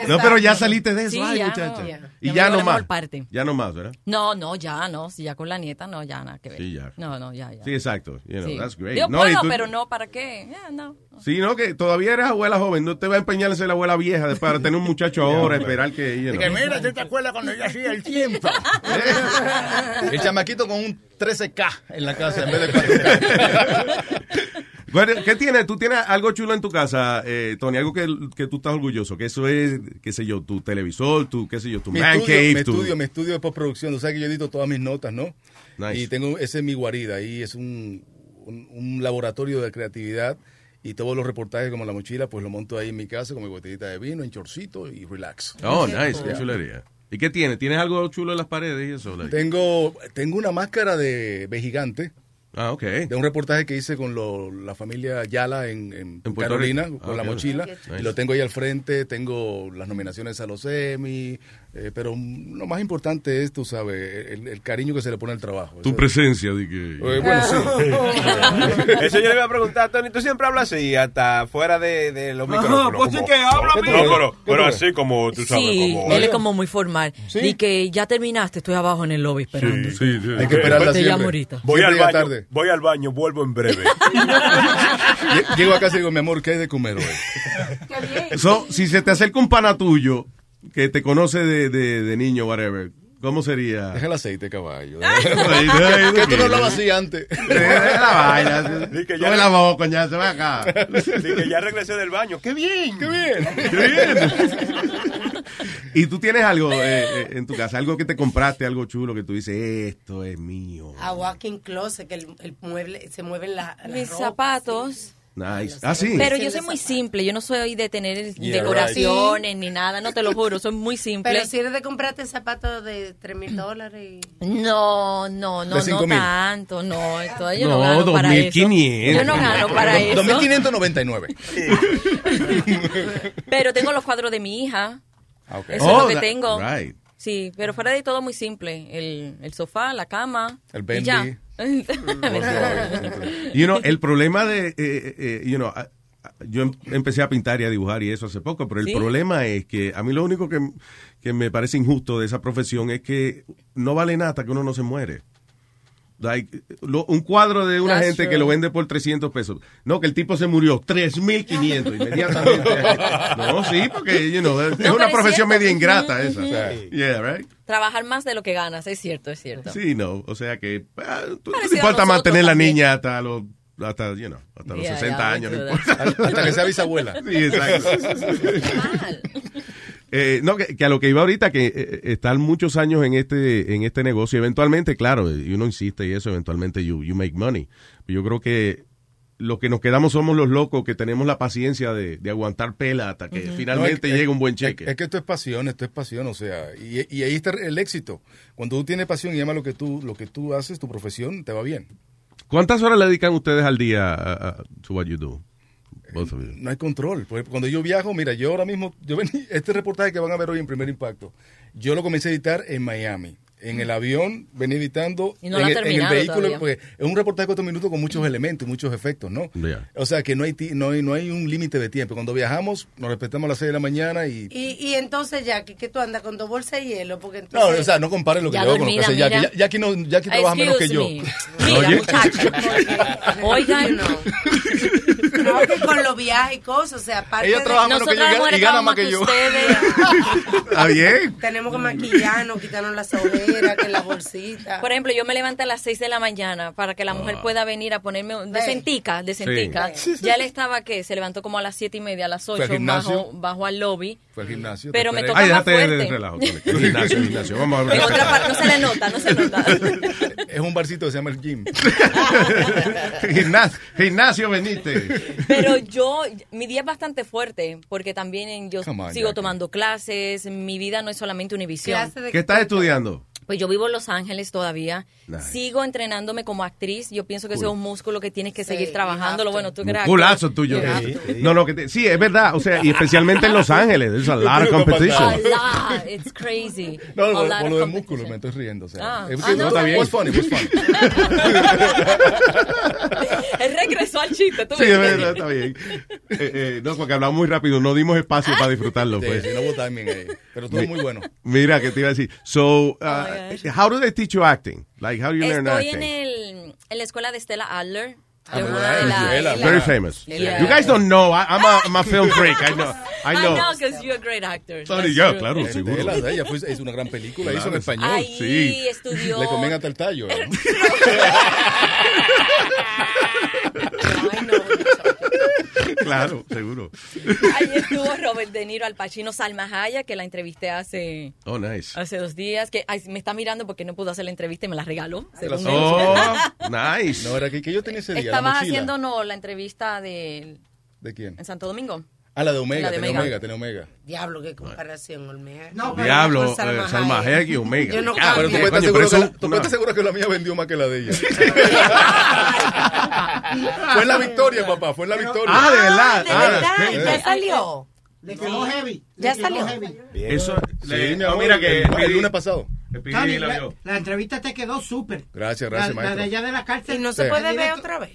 Speaker 6: No, pero ya saliste de eso,
Speaker 9: Sí,
Speaker 6: ay,
Speaker 9: ya,
Speaker 6: muchacha.
Speaker 9: ya.
Speaker 6: Y
Speaker 9: Ya
Speaker 6: ya
Speaker 9: me
Speaker 6: no
Speaker 9: llegó la
Speaker 6: más.
Speaker 9: mejor parte.
Speaker 6: Ya no más, ¿verdad?
Speaker 9: No, no, ya no. Si ya con la nieta, no, ya nada que ver.
Speaker 6: Sí, ya.
Speaker 9: No, no, ya, ya.
Speaker 6: Sí, exacto. You know,
Speaker 9: Sí.
Speaker 6: that's great.
Speaker 9: Digo,
Speaker 6: No, y
Speaker 9: puedo,
Speaker 6: tú-
Speaker 9: pero no, ¿para qué? Eh, no.
Speaker 6: Sí, no, que todavía eres abuela joven. No te va a empeñar en ser la abuela vieja de- para tener un muchacho ahora, esperar que... you know.
Speaker 10: mira, ¿tú te acuerdas cuando yo hacía el tiempo? el chamaquito con un 13K en la casa en vez de 4K.
Speaker 6: Bueno, ¿Qué tienes? ¿Tú tienes algo chulo en tu casa, eh, Tony? Algo que, que tú estás orgulloso. Que eso es, qué sé yo, tu televisor, tu, qué sé yo, tu
Speaker 10: mi
Speaker 6: man
Speaker 10: estudio,
Speaker 6: cave,
Speaker 10: mi
Speaker 6: tu-
Speaker 10: estudio, mi estudio de postproducción. Tú sabes que yo edito todas mis notas, ¿no? Y tengo, ese es mi guarida. Y es un, un, un laboratorio de creatividad. Y todos los reportajes, como la mochila, pues lo monto ahí en mi casa con mi botellita de vino, en chorcito y relax.
Speaker 6: Oh, nice, qué
Speaker 10: Yeah.
Speaker 6: chulería. ¿Y qué tienes? ¿Tienes algo chulo en las paredes y eso? like?
Speaker 10: Tengo, tengo una máscara de, de gigante.
Speaker 6: Ah, ok.
Speaker 10: De un reportaje que hice con lo- la familia Yala en, en
Speaker 6: En Puerto
Speaker 10: Carolina,
Speaker 6: Rico.
Speaker 10: con
Speaker 6: Ah,
Speaker 10: la
Speaker 6: ok.
Speaker 10: mochila.
Speaker 6: Nice.
Speaker 10: Y lo tengo ahí al frente, tengo las nominaciones a los Emmy, eh, pero mm, lo más importante es, tú sabes, el, el cariño que se le pone al trabajo.
Speaker 6: Tu
Speaker 10: Eso-
Speaker 6: presencia, di que...
Speaker 10: Eh, bueno, sí.
Speaker 8: Eso yo le iba a preguntar, Tony. Tú siempre hablas así, hasta fuera de, de los micrófonos.
Speaker 13: pues
Speaker 8: como-
Speaker 13: es que habla
Speaker 8: No,
Speaker 13: bien.
Speaker 8: pero,
Speaker 13: ¿Qué tú
Speaker 8: pero
Speaker 13: ves?
Speaker 8: así como Pues tú sabes.
Speaker 9: sí,
Speaker 8: como,
Speaker 9: él es como muy formal.
Speaker 8: Sí.
Speaker 9: Y que ya terminaste, estoy abajo en el lobby esperando.
Speaker 6: Sí, sí.
Speaker 10: Hay que esperarla
Speaker 9: Te llamo
Speaker 10: siempre.
Speaker 9: ahorita.
Speaker 8: Voy al
Speaker 10: Siempre llega
Speaker 8: baño,
Speaker 10: tarde.
Speaker 8: voy al baño, vuelvo en breve.
Speaker 10: Lle- Llego a casa y digo, mi amor, ¿qué hay de comer hoy?
Speaker 6: So, si se te acerca un pana tuyo que te conoce de, de, de niño, whatever, ¿cómo sería?
Speaker 10: Deja el aceite, caballo.
Speaker 6: que
Speaker 10: que tú no hablabas así antes.
Speaker 6: la vaina.
Speaker 8: Di que ya-
Speaker 6: Sube la voz, coñazo, ven acá.
Speaker 8: Así que ya regresé del baño. ¡Qué bien! ¡Qué bien!
Speaker 6: Y tú tienes algo eh, eh, en tu casa, algo que te compraste, algo chulo que tú dices, esto es mío.
Speaker 14: A walking closet, que el, el mueble se mueven la, la
Speaker 9: Mis
Speaker 14: ropa,
Speaker 9: zapatos.
Speaker 6: Nice. Ah, sí.
Speaker 9: Pero yo soy muy simple, yo no soy de tener
Speaker 6: Yeah,
Speaker 9: decoraciones ni nada, no te lo juro, soy muy simple.
Speaker 14: Pero si eres de comprarte zapatos de 3 mil dólares. y-
Speaker 9: No, no, no,
Speaker 10: De
Speaker 9: no
Speaker 10: 5,000.
Speaker 9: tanto, no, esto- yo no,
Speaker 10: No,
Speaker 9: gano para eso.
Speaker 10: 2.500.
Speaker 9: Yo no gano para eso.
Speaker 10: 2.599.
Speaker 9: Pero tengo los cuadros de mi hija,
Speaker 10: Ah, ok.
Speaker 9: eso es
Speaker 10: Oh,
Speaker 9: lo que
Speaker 10: that-
Speaker 9: tengo.
Speaker 10: right.
Speaker 9: Sí, pero fuera de todo muy simple, el, el sofá, la cama,
Speaker 6: El
Speaker 9: y
Speaker 6: Bendy.
Speaker 9: ya.
Speaker 6: You know, el problema de, eh, eh, eh, you know, a- a- yo em- empecé a pintar y a dibujar y eso hace poco, pero el
Speaker 2: Sí.
Speaker 6: problema es que a mí lo único que, que me parece injusto de esa profesión es que no vale nada hasta que uno no se muere. Like, lo- un cuadro de una
Speaker 2: That's
Speaker 6: gente
Speaker 2: true.
Speaker 6: que lo vende por 300 pesos. No, que el tipo se murió, 3.500 inmediatamente. no, sí, porque you know, es
Speaker 9: pero
Speaker 6: una
Speaker 9: es
Speaker 6: profesión
Speaker 9: cierto.
Speaker 6: media ingrata esa.
Speaker 9: Ujú, ujú.
Speaker 6: Yeah, right?
Speaker 9: Trabajar más de lo que ganas, es cierto, es cierto.
Speaker 6: Sí, no, o sea que ah, tú- no
Speaker 9: Parecido a
Speaker 6: importa
Speaker 9: nosotros
Speaker 6: mantener la
Speaker 9: también.
Speaker 6: niña hasta los hasta, you know, hasta los
Speaker 9: Yeah,
Speaker 6: 60
Speaker 9: yeah,
Speaker 6: años,
Speaker 9: we
Speaker 6: no
Speaker 9: do
Speaker 6: importa.
Speaker 10: that. Hasta que sea bisabuela.
Speaker 6: Sí, exacto. Eh, no, que, que a lo que iba ahorita, que eh, están muchos años en este en este negocio, eventualmente, claro, y uno insiste y eso, eventualmente you, you make money. Yo creo que los que nos quedamos somos los locos que tenemos la paciencia de, de aguantar pela hasta que
Speaker 10: Ujú.
Speaker 6: finalmente
Speaker 10: No, es-
Speaker 6: llega un buen cheque.
Speaker 10: Es que esto es pasión, esto es pasión, o sea, y, y ahí está el éxito. Cuando tú tienes pasión y amas lo que tú lo que tú haces, tu profesión te va bien.
Speaker 6: ¿Cuántas horas le dedican ustedes al día a, a- to what you do? Both of you.
Speaker 10: No hay control. Por ejemplo, Cuando yo viajo, mira, yo ahora mismo, yo vení- este reportaje que van a ver hoy en Primer Impacto, yo lo comencé a editar en Miami. En el avión venía editando
Speaker 2: Y no
Speaker 10: en,
Speaker 2: lo ha
Speaker 10: el, en el
Speaker 2: terminado
Speaker 10: vehículo,
Speaker 2: todavía. Mm.
Speaker 10: porque es un reportaje de cuatro minutos con muchos elementos y muchos efectos, ¿no? O sea que no hay, ti- no hay, no hay un límite de tiempo. Cuando viajamos, nos respetamos a las 6 de la mañana y
Speaker 9: Mm.
Speaker 14: Y, y entonces, Jackie, que tú andas con dos bolsas de hielo. Porque
Speaker 10: No,
Speaker 14: entonces,
Speaker 10: o sea, no compares lo que
Speaker 14: Ya
Speaker 10: yo hago con lo que
Speaker 14: dormida,
Speaker 10: hace Jackie.
Speaker 14: mira.
Speaker 10: Ya- Jackie, no,
Speaker 2: Ah,
Speaker 10: Jackie trabaja menos que yo.
Speaker 14: Excuse
Speaker 10: Oye.
Speaker 9: Oigan,
Speaker 14: no, que con los viajes y cosas, o sea, aparte
Speaker 10: Ella
Speaker 14: de-
Speaker 10: trabaja menos que yo y Nosotras gana- y gana más que yo.
Speaker 6: Está bien.
Speaker 14: Tenemos que maquillarnos, quitarnos las ojeras, que la bolsita.
Speaker 9: Por ejemplo, yo me levanto a las 6 de la mañana para que la mujer
Speaker 6: Ah.
Speaker 9: pueda venir a ponerme un- de sentica, de sentica.
Speaker 10: Sí.
Speaker 9: Ya le estaba que se levantó como a las siete y media, a las
Speaker 10: al
Speaker 9: 8,
Speaker 10: gimnasio.
Speaker 9: bajo, bajo al lobby.
Speaker 10: Fue al gimnasio.
Speaker 9: Pero
Speaker 10: te
Speaker 9: me
Speaker 10: esperé.
Speaker 9: toca Ay, más déjate de- fuerte. de
Speaker 6: relajo, Ignacio, Ignacio, vamos a
Speaker 9: En otra parte, no se le nota, no se le nota.
Speaker 10: Es un barcito que se llama el gym.
Speaker 6: Gimnasio, gimnasio veniste.
Speaker 9: Pero yo, mi día es bastante fuerte porque también en- yo
Speaker 6: Come on,
Speaker 9: sigo
Speaker 6: Jackie.
Speaker 9: tomando clases, mi vida no es solamente Univisión.
Speaker 6: ¿Qué estás estudiando?
Speaker 9: Pues yo vivo en Los Ángeles todavía.
Speaker 6: Nice.
Speaker 9: Sigo entrenándome como actriz. Yo pienso que ese
Speaker 6: Cool.
Speaker 9: es un músculo que tienes que seguir trabajándolo. Bueno, tú que eres
Speaker 6: Culazo
Speaker 9: actor.
Speaker 6: tuyo.
Speaker 9: Yeah.
Speaker 6: No, no, que te- sí, es verdad. O sea, y especialmente en Los Ángeles. There's a lot of
Speaker 9: A
Speaker 6: competition.
Speaker 9: lot. It's crazy.
Speaker 10: No,
Speaker 9: A
Speaker 10: por,
Speaker 9: lot
Speaker 10: por
Speaker 9: of
Speaker 10: lo de
Speaker 9: competition.
Speaker 10: músculos me estoy riendo. O sea,
Speaker 9: Ah.
Speaker 10: es-
Speaker 9: Ah, no, está bien.
Speaker 10: was funny, pues. was funny.
Speaker 9: Él regresó al chiste. ¿tú
Speaker 6: Sí,
Speaker 9: ves?
Speaker 6: es verdad, está bien. Eh, eh, no, porque hablamos muy rápido. No dimos espacio para disfrutarlo.
Speaker 10: Sí,
Speaker 6: Pues.
Speaker 10: sí, no hubo timing ahí. eh. Pero todo
Speaker 6: Mi-
Speaker 10: muy bueno.
Speaker 6: Mira, que te iba a decir. So, uh, how do they teach you acting? Like, how do you learn
Speaker 9: Oh, Estoy
Speaker 6: acting?
Speaker 9: en, el, en la escuela de Stella Adler.
Speaker 10: Ah,
Speaker 9: Yo-
Speaker 10: muy
Speaker 9: de
Speaker 10: bueno.
Speaker 9: la-
Speaker 10: Estela.
Speaker 6: Very famous.
Speaker 9: Yeah.
Speaker 6: You guys don't know. I, I'm, a, I'm a film freak. I know. I
Speaker 9: I
Speaker 6: know.
Speaker 9: know, because Ah, you're a great actor.
Speaker 6: Sorry, ya,
Speaker 9: That's true. Este,
Speaker 6: claro, seguro.
Speaker 10: Estela, ella ¿eh? fue- hizo una gran película, hizo en español.
Speaker 9: Ahí estudió-
Speaker 10: Le comen hasta el tallo. ¿eh?
Speaker 6: Claro, seguro.
Speaker 9: Ahí estuvo Robert De Niro, Al Pacino, Salma Hayek, que la entrevisté hace...
Speaker 6: Oh, nice.
Speaker 9: Hace dos días que ay, me está mirando porque no pudo hacer la entrevista y me la regaló. según él.
Speaker 6: Oh, nice.
Speaker 10: No, era que, que yo tenía ese día. la
Speaker 9: Estabas
Speaker 10: mochila.
Speaker 9: haciendo no la entrevista de
Speaker 10: ¿De quién?
Speaker 9: en Santo Domingo.
Speaker 10: Ah, la de Omega,
Speaker 9: La de
Speaker 10: tenía
Speaker 9: Omega.
Speaker 10: Omega, tenía Omega.
Speaker 14: Diablo, qué comparación, Olmega.
Speaker 6: Diablo,
Speaker 14: Con Salma
Speaker 6: eh, Salma
Speaker 14: Hayek.
Speaker 6: Hayek y Omega.
Speaker 14: Yo no
Speaker 6: Ah,
Speaker 10: pero tú
Speaker 6: bien.
Speaker 10: puedes estar
Speaker 6: Coño, pero
Speaker 10: seguro, que
Speaker 6: eso-
Speaker 10: la- tú puedes estar seguro que la mía vendió más que la de ella. fue en la victoria, papá, fue en la victoria.
Speaker 6: Ah, de verdad.
Speaker 10: de
Speaker 6: Ah,
Speaker 10: verdad,
Speaker 6: sí.
Speaker 10: ya
Speaker 6: Eh,
Speaker 14: salió.
Speaker 12: Le quedó heavy.
Speaker 14: Ya
Speaker 12: le quedó
Speaker 14: salió.
Speaker 12: heavy.
Speaker 6: Eso,
Speaker 10: Sí,
Speaker 6: le-
Speaker 10: mi
Speaker 6: no,
Speaker 10: amor,
Speaker 6: mira que
Speaker 10: el- el
Speaker 6: Pidi-
Speaker 10: lunes pasado.
Speaker 12: Tony, la, la entrevista te quedó súper.
Speaker 10: Gracias,
Speaker 12: La,
Speaker 10: gracias,
Speaker 12: la de
Speaker 10: maestro.
Speaker 12: allá de la cárcel.
Speaker 14: Y no se
Speaker 10: Sí.
Speaker 14: puede ver otra vez.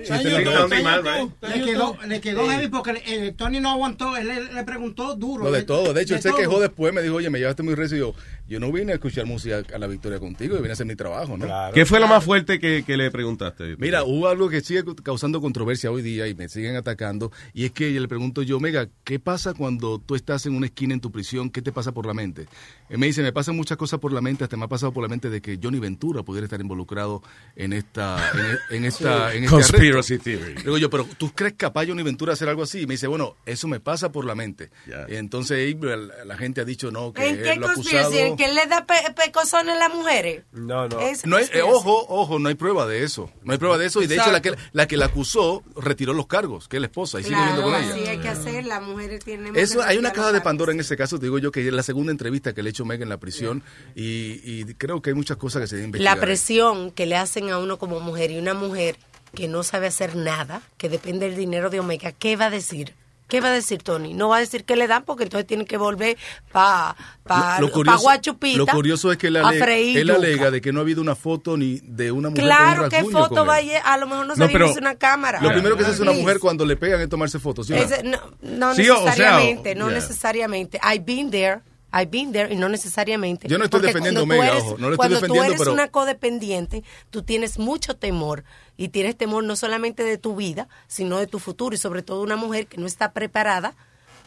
Speaker 10: Sí, te digo, no, ni mal, ¿eh?
Speaker 12: Le quedó, le quedó
Speaker 10: Sí.
Speaker 12: heavy porque el, el Tony no aguantó. Él le, le preguntó duro.
Speaker 10: No, de todo. De hecho, él se
Speaker 12: todo.
Speaker 10: quejó después, me dijo, oye, me llevaste muy recio. Y yo, yo no vine a escuchar música a la victoria contigo, yo vine a hacer mi trabajo, ¿no?
Speaker 6: ¿Qué fue lo más fuerte que, que le preguntaste?
Speaker 10: Mira, hubo algo que sigue causando controversia hoy día y me siguen atacando. Y es que yo le pregunto yo, Mega, ¿qué pasa cuando tú estás en una esquina en tu prisión? ¿Qué te pasa por la mente? Él me dice, me pasan muchas cosas por la mente. Hasta me ha pasado por la mente de que Johnny Ventura pudiera estar involucrado en e, esta, en, en esta, en este arresto.
Speaker 6: Conspiracy theory.
Speaker 10: Le digo yo, pero ¿tú crees capaz Johnny Ventura hacer algo así? Y me dice, bueno, eso me pasa por la mente. Y entonces ahí la, la gente ha dicho, no, que
Speaker 11: ¿En
Speaker 10: él
Speaker 11: qué
Speaker 10: lo ha acusado.
Speaker 11: conspiración? ¿Que él le da pe- pecozón a las mujeres?
Speaker 8: No, no.
Speaker 11: Es-
Speaker 10: No hay-
Speaker 11: es-
Speaker 10: eh, ojo, ojo, no hay prueba de eso. No hay prueba de eso. Y de hecho, la que, la que la acusó retiró los cargos, que es la esposa, y sigue viviendo
Speaker 11: Claro,
Speaker 10: con
Speaker 11: así
Speaker 10: ella.
Speaker 11: hay que hacer. Las mujeres tienen.
Speaker 10: Eso,
Speaker 11: que
Speaker 10: hay una
Speaker 11: respetar
Speaker 10: caja de Pandora en ese caso, te digo yo, que es la segunda entrevista que le he hecho Meg en la prisión. Y, y creo que hay muchas cosas que se deben investigar.
Speaker 11: La presión que le hacen a uno como mujer y una mujer que no sabe hacer nada, que depende del dinero de Omega, ¿qué va a decir? ¿Qué va a decir Tony? No va a decir que le dan porque entonces tiene que volver para pa,
Speaker 10: Lo- lo
Speaker 11: pa
Speaker 10: curioso-
Speaker 11: Guachupita
Speaker 10: Lo curioso es que él
Speaker 11: a
Speaker 10: alega,
Speaker 11: freír
Speaker 10: él
Speaker 11: yuca.
Speaker 10: alega de que no ha habido una foto ni de una mujer con
Speaker 11: Claro,
Speaker 10: un
Speaker 11: ¿qué
Speaker 10: rasguño con
Speaker 11: foto
Speaker 10: él.
Speaker 11: va a lle- A lo mejor no,
Speaker 10: No,
Speaker 11: sabía
Speaker 10: pero
Speaker 11: ni una cámara.
Speaker 10: Lo primero que se hace una
Speaker 11: Please.
Speaker 10: mujer cuando le pegan es tomarse fotos, ¿sí o no?
Speaker 11: Ese- no, no
Speaker 10: Sí, o- o sea,
Speaker 11: necesariamente, no
Speaker 10: yeah.
Speaker 11: necesariamente. I've been there. I've been there y no necesariamente.
Speaker 10: Yo no estoy
Speaker 11: Porque
Speaker 10: defendiendo
Speaker 11: cuando tú
Speaker 10: Omega,
Speaker 11: eres-
Speaker 10: ojo, no lo estoy
Speaker 11: Cuando
Speaker 10: defendiendo,
Speaker 11: tú eres
Speaker 10: pero-
Speaker 11: una codependiente, tú tienes mucho temor. Y tienes temor no solamente de tu vida, sino de tu futuro. Y sobre todo una mujer que no está preparada,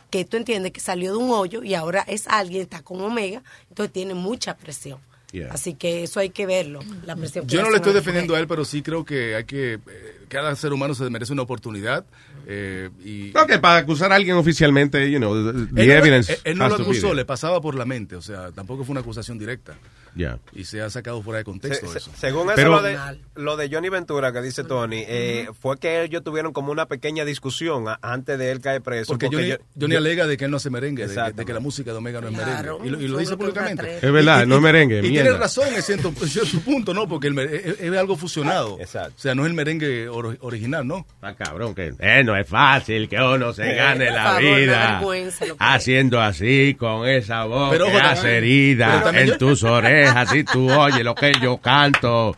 Speaker 11: que tú entiendes que salió de un hoyo y ahora es alguien, está con Omega, entonces tiene mucha presión.
Speaker 10: Yeah.
Speaker 11: Así que eso hay que verlo, la presión. que
Speaker 10: Yo no
Speaker 11: hacen
Speaker 10: le
Speaker 11: a
Speaker 10: estoy
Speaker 11: la
Speaker 10: defendiendo a él, pero sí creo que hay que eh, cada ser humano se merece una oportunidad eh, y
Speaker 6: No, que para acusar a alguien oficialmente, you know, the, the
Speaker 10: él, no-
Speaker 6: evidence.
Speaker 10: él- él no
Speaker 6: has
Speaker 10: lo
Speaker 6: to be
Speaker 10: acusó,
Speaker 6: there.
Speaker 10: le pasaba por la mente, o sea, tampoco fue una acusación directa
Speaker 6: Yeah.
Speaker 10: y se ha sacado fuera de contexto
Speaker 8: Se- se-
Speaker 10: eso.
Speaker 8: según eso, lo, de, lo de Johnny Ventura que dice Tony, eh, fue que ellos tuvieron como una pequeña discusión a- antes de él caer preso.
Speaker 10: porque, Johnny,
Speaker 8: yo-
Speaker 10: Johnny alega de que él no hace merengue, de, que- de que
Speaker 8: Exactamente.
Speaker 10: la música de Omega no es
Speaker 8: Claro,
Speaker 10: merengue. Y lo, y lo dice públicamente.
Speaker 6: Es verdad, no es merengue,
Speaker 10: Y tiene
Speaker 6: mierda.
Speaker 10: razón en cierto, en cierto punto, ¿no? Porque el mere- es, es algo fusionado.
Speaker 8: Ah,
Speaker 10: O sea, no es el merengue or- original, ¿no?
Speaker 6: Está cabrón, que eh, no es fácil que uno se gane
Speaker 10: Eh, Por
Speaker 6: la
Speaker 10: favor, no
Speaker 6: vida
Speaker 10: avergüence lo que
Speaker 6: haciendo así con esa voz
Speaker 10: Pero
Speaker 6: que
Speaker 10: ojo,
Speaker 6: hace
Speaker 10: también- pero
Speaker 6: herida
Speaker 10: también
Speaker 6: en
Speaker 10: yo-
Speaker 6: tus orejas y tú oyes lo que yo canto.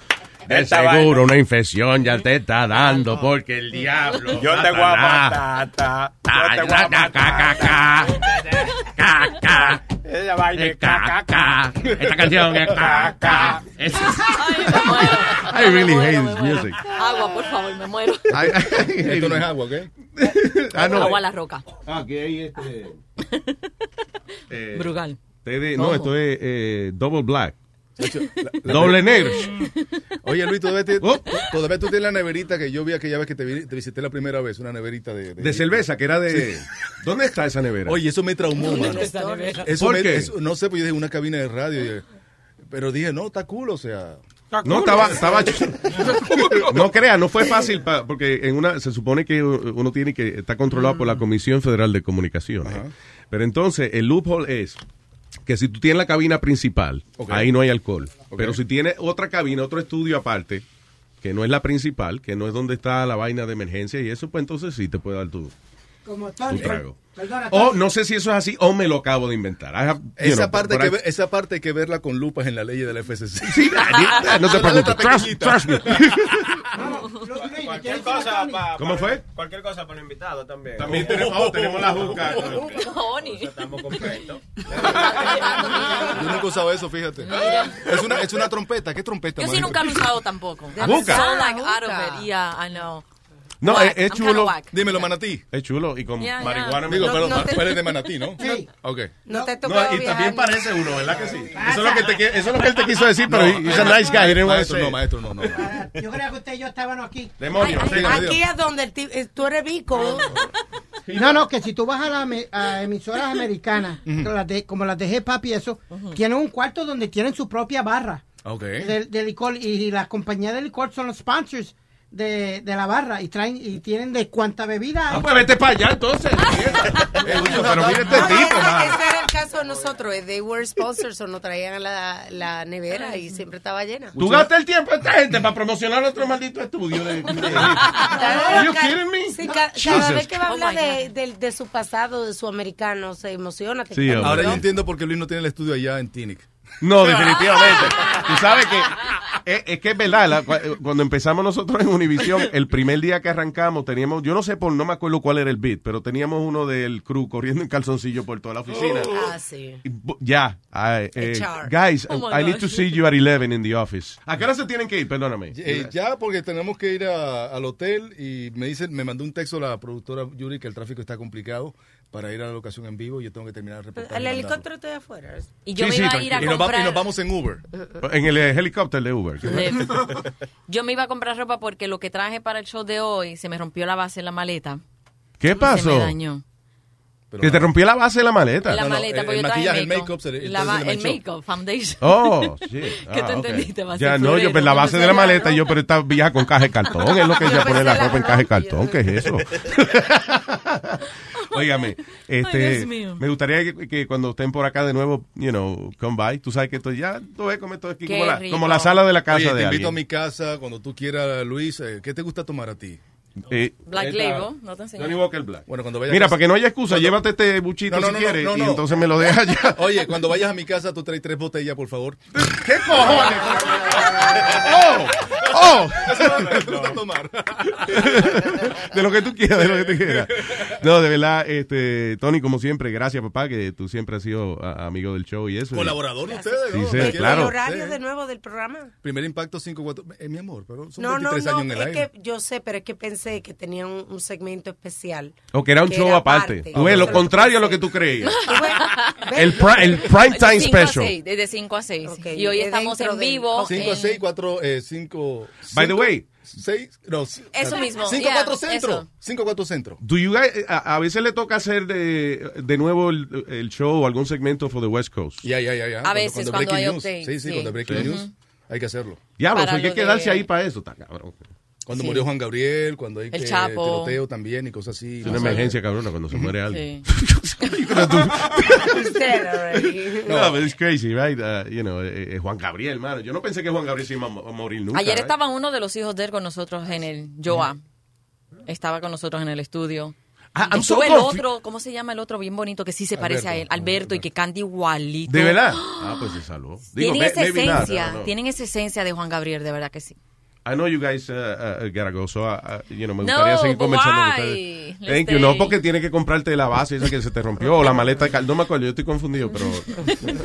Speaker 6: De
Speaker 8: Esta
Speaker 6: seguro
Speaker 8: vaina.
Speaker 6: una infección ya te está dando porque el diablo.
Speaker 8: Yo te voy a
Speaker 6: Satanás,
Speaker 8: matar, ta,
Speaker 6: ta,
Speaker 8: yo te voy a
Speaker 6: ta, ta, ca, ca, ca, ca, ca.
Speaker 8: Ella baila
Speaker 6: Eh, ca, ca. Esta canción es ca, ca. Es- I really hate this music.
Speaker 9: Agua, por favor, me muero.
Speaker 6: I-
Speaker 10: Esto no es agua, ¿ok?
Speaker 6: Ah, no.
Speaker 9: Agua a la roca.
Speaker 6: Ah, que hay este. Eh,
Speaker 9: Brugal.
Speaker 6: te de- no,
Speaker 10: Ojo.
Speaker 6: esto es eh, double black.
Speaker 10: la-
Speaker 6: Doble negro.
Speaker 10: Oye, Luis, todavía, te-
Speaker 6: Oh.
Speaker 10: todavía tú tienes la neverita que yo vi aquella vez que te, vi- te visité la primera vez, una neverita de...
Speaker 6: De cerveza, que era de. ¿Dónde está esa nevera?
Speaker 10: Oye, eso me traumó, mano. Eso
Speaker 6: ¿Por
Speaker 10: me-
Speaker 6: qué?
Speaker 10: eso- no sé, pues yo dije una cabina de radio. y- pero dije, no, está cool, o sea...
Speaker 6: No, estaba, estaba No crea, no fue fácil pa- porque en una se supone que uno tiene que está controlado
Speaker 10: Mm.
Speaker 6: por la Comisión Federal de Comunicaciones. Pero entonces el loophole es que si tú tienes la cabina principal,
Speaker 10: Ok.
Speaker 6: ahí no hay alcohol.
Speaker 10: Ok.
Speaker 6: Pero si tienes otra cabina, otro estudio aparte, que no es la principal, que no es donde está la vaina de emergencia y eso, pues entonces sí te puede dar tu,
Speaker 7: Como Tony.
Speaker 6: tu trago.
Speaker 7: Perdona, Tony.
Speaker 6: O no sé si eso es así o me lo acabo de inventar. I have- you
Speaker 10: Esa
Speaker 6: know,
Speaker 10: parte,
Speaker 6: but
Speaker 10: que,
Speaker 6: I-
Speaker 10: ve- esa parte hay que verla con lupas en la ley del FCC.
Speaker 8: Ah,
Speaker 6: no te
Speaker 10: La letra
Speaker 6: preocupes. Trust,
Speaker 10: pequeñita.
Speaker 6: trust me.
Speaker 8: Cualquier cosa pa-
Speaker 6: ¿Cómo
Speaker 8: pa-
Speaker 6: fue?
Speaker 8: Cualquier cosa para los invitados también.
Speaker 6: También tenemos- oh, tenemos la juca.
Speaker 9: Tony.
Speaker 8: Estamos completos.
Speaker 10: Yo nunca usaba eso, fíjate. Es una, es una trompeta. ¿Qué trompeta?
Speaker 9: Yo sí
Speaker 10: manito?
Speaker 9: nunca lo he usado tampoco.
Speaker 10: La
Speaker 9: I'm
Speaker 6: boca.
Speaker 9: so like out of it. Yeah, I know.
Speaker 6: No,
Speaker 9: Whack.
Speaker 6: es, es
Speaker 9: I'm kinda
Speaker 6: chulo.
Speaker 9: whack.
Speaker 10: Dímelo, manatí.
Speaker 6: Es chulo y con
Speaker 9: Yeah, yeah.
Speaker 6: marihuana.
Speaker 10: Digo,
Speaker 9: No,
Speaker 10: pero
Speaker 9: no te-
Speaker 10: tú eres de manatí, ¿no?
Speaker 7: Sí.
Speaker 10: Ok.
Speaker 11: No te
Speaker 6: No,
Speaker 11: tocó
Speaker 6: y también
Speaker 11: viajar.
Speaker 6: parece uno, ¿verdad que sí? Eso es lo que, te, qui- eso es lo que él te quiso decir, pero
Speaker 10: No,
Speaker 6: he's a nice guy. he didn't wanna
Speaker 10: maestro,
Speaker 6: say
Speaker 10: no,
Speaker 6: it.
Speaker 10: maestro, no, no.
Speaker 7: Yo creo que usted y yo estábamos aquí.
Speaker 6: Demonio,
Speaker 11: Ay,
Speaker 6: dígame,
Speaker 11: Aquí
Speaker 6: dígame.
Speaker 11: es donde el ti- eh, tú eres bico.
Speaker 7: No, no, que si tú vas a las ame- a emisoras americanas,
Speaker 10: Ujú.
Speaker 7: las de- como las de Hip Hop y eso, tienen un cuarto donde tienen su propia barra
Speaker 10: Ok.
Speaker 7: de, de licor y, y las compañías de licor son los sponsors de, de la barra y traen y tienen de cuánta bebida.
Speaker 6: Ah, pues vete para allá entonces. Eh, Wilson, pero mira este
Speaker 11: No,
Speaker 6: tipo,
Speaker 11: ese,
Speaker 6: mano.
Speaker 11: ese era el caso de nosotros. eh, They were sponsors o nos traían la, la nevera y siempre estaba llena.
Speaker 6: Tú gastas el tiempo de esta gente para promocionar otro maldito estudio. De, de- Are you kidding me?
Speaker 11: Sí, ca- cada
Speaker 6: Jesus.
Speaker 11: vez que va a
Speaker 9: Oh,
Speaker 11: hablar
Speaker 9: my
Speaker 11: de, del- de su pasado, de su americano, se emociona. te-
Speaker 10: Ahora yo entiendo por qué Luis no tiene el estudio allá en Tinic.
Speaker 6: No, definitivamente. Tú sabes que eh, es, es que es verdad, la- cu- cuando empezamos nosotros en Univisión, el primer día que arrancamos teníamos, yo no sé por, no me acuerdo cuál era el beat, pero teníamos uno del crew corriendo en calzoncillo por toda la oficina.
Speaker 11: Ah, sí.
Speaker 6: Y bu- Ya, I, eh,
Speaker 11: HR.
Speaker 6: guys,
Speaker 11: Oh my
Speaker 6: I need
Speaker 11: gosh.
Speaker 6: to see you at 11 in the office. ¿A qué hora se tienen que ir? Perdóname.
Speaker 10: Eh, ya, porque tenemos que ir a- al hotel y me dicen, me mandó un texto la productora Yuri que el tráfico está complicado. para ir a la locación en vivo. Yo tengo que terminar de reportar.
Speaker 14: El
Speaker 10: y mandarlo.
Speaker 14: helicóptero está afuera.
Speaker 9: Y yo me iba a ir a
Speaker 10: y nos va-
Speaker 9: comprar...
Speaker 10: y nos vamos en Uber.
Speaker 6: En el eh, helicóptero de Uber.
Speaker 9: Yo me iba a comprar ropa porque lo que traje para el show de hoy se me rompió la base en la maleta.
Speaker 6: ¿Qué
Speaker 9: Se me
Speaker 6: pasó?
Speaker 9: dañó.
Speaker 6: Que te rompió la base de la maleta.
Speaker 9: La maleta, pues yo traje
Speaker 10: maquillaje, el make-up se le-
Speaker 9: La
Speaker 10: entonces
Speaker 9: ba-
Speaker 10: se le
Speaker 9: el
Speaker 10: manchó.
Speaker 9: make-up, foundation.
Speaker 6: Oh, sí.
Speaker 9: ¿Qué
Speaker 6: Ah,
Speaker 9: tú
Speaker 6: ok.
Speaker 9: entendiste? Base
Speaker 6: Ya, no,
Speaker 9: florero.
Speaker 6: yo pues la base de la maleta, yo, pero esta vieja con caja de cartón, es lo que ella pone la ropa en caja de cartón, ¿qué es eso? Óigame, este,
Speaker 2: Ay, Dios mío.
Speaker 6: me gustaría que, que cuando estén por acá de nuevo, you know, come by, tú sabes que estoy ya, tú ves comer todo aquí, como la, como la sala de la casa
Speaker 10: Oye,
Speaker 6: de
Speaker 10: te invito
Speaker 6: alguien.
Speaker 10: a mi casa cuando tú quieras, Luis. eh, ¿Qué te gusta tomar a ti?
Speaker 6: Eh,
Speaker 9: Black Label, no te enseñé.
Speaker 6: Johnny Walker Black.
Speaker 10: Bueno, cuando vayas
Speaker 6: Mira,
Speaker 10: a casa-
Speaker 6: para que no haya excusa,
Speaker 10: Cuando-
Speaker 6: llévate este buchito
Speaker 10: No, no,
Speaker 6: si
Speaker 10: no, no,
Speaker 6: quieres
Speaker 10: no, no.
Speaker 6: y entonces me lo dejas ya.
Speaker 10: Oye, cuando vayas a mi casa, tú traes tres botellas, por favor.
Speaker 6: ¿Qué cojones? ¡Eh! ¡Oh! ¡Oh! de lo que tú quieras, de lo que tú quieras. No, de verdad, este, Tony, como siempre, gracias, papá, que tú siempre has sido a- amigo del show y eso.
Speaker 10: Colaborador de ustedes,
Speaker 6: Sí,
Speaker 10: ¿no?
Speaker 6: sí,
Speaker 10: Me quiero
Speaker 6: claro.
Speaker 14: El horario
Speaker 10: Sí.
Speaker 14: de nuevo del programa.
Speaker 10: Primer impacto 5-4. Eh, mi amor, pero son
Speaker 14: No, no,
Speaker 10: 23
Speaker 14: no,
Speaker 10: años en el
Speaker 14: es
Speaker 10: aire.
Speaker 14: que yo sé, pero es que pensé que tenía un, un segmento especial.
Speaker 6: O que era un show aparte. Tú ves, lo contrario a lo que tú creías. El, pri- el prime time
Speaker 9: Cinco a
Speaker 6: special.
Speaker 9: seis, Desde 5 a 6. y hoy
Speaker 14: de
Speaker 9: estamos
Speaker 14: Eh, dentro
Speaker 9: en
Speaker 14: del-
Speaker 9: vivo.
Speaker 10: 5 a
Speaker 9: en-
Speaker 10: 6, 4, 5.
Speaker 6: By the way.
Speaker 10: 6, no. Eso
Speaker 9: Eso mismo,
Speaker 10: 5
Speaker 9: yeah,
Speaker 10: 4 centro.
Speaker 9: eso.
Speaker 10: 5 4 centro.
Speaker 6: Do you guys- a, a veces le toca hacer de, de nuevo el, el show o algún segmento for the West Coast.
Speaker 10: Ya, ya, ya, ya.
Speaker 9: A veces, cuando
Speaker 10: ah, breaking
Speaker 9: hay
Speaker 10: news.
Speaker 9: updates,
Speaker 10: Sí, sí,
Speaker 9: sí.
Speaker 10: cuando breaking
Speaker 6: Sí.
Speaker 10: news. Hay que hacerlo.
Speaker 6: Diablo, pues,
Speaker 9: Para
Speaker 6: hay que
Speaker 9: lo de-
Speaker 6: quedarse ahí ah, para eso, está cabrón.
Speaker 10: Cuando
Speaker 9: Sí.
Speaker 10: murió Juan Gabriel, cuando hay
Speaker 9: El
Speaker 10: que,
Speaker 9: Chapo.
Speaker 10: tiroteo también y cosas así.
Speaker 6: Es una emergencia, cabrona, cuando se muere alguien.
Speaker 9: Sí.
Speaker 6: No, but it's crazy, right? Uh, you know, eh, eh, Juan Gabriel, mano. Yo no pensé que Juan Gabriel se iba a mo- a morir nunca.
Speaker 9: Ayer
Speaker 6: right?
Speaker 9: estaba ah. uno de los hijos de él con nosotros en el Joa. Estaba con nosotros en el estudio.
Speaker 6: Ah,
Speaker 9: Y
Speaker 6: I'm so
Speaker 9: estuvo el
Speaker 6: confu-
Speaker 9: otro, ¿cómo se llama el otro bien bonito que sí se parece a
Speaker 6: Alberto.
Speaker 9: él? Alberto y que canta igualito.
Speaker 6: ¿De verdad? Ah, pues se salvó.
Speaker 9: Tienen
Speaker 6: may-
Speaker 9: esa
Speaker 6: maybe not, I
Speaker 9: esencia,
Speaker 6: don't know.
Speaker 9: tienen esa esencia de Juan Gabriel, de verdad que sí.
Speaker 6: I know you guys uh, uh, gotta go, so, uh, you know, me
Speaker 9: No,
Speaker 6: gustaría seguir
Speaker 9: but
Speaker 6: conversando con
Speaker 9: why?
Speaker 6: ustedes.
Speaker 9: Let's
Speaker 6: Thank you. No,
Speaker 9: stay.
Speaker 6: porque tienes que comprarte la base esa que se te rompió o la maleta de cal. No me acuerdo, yo estoy confundido, pero...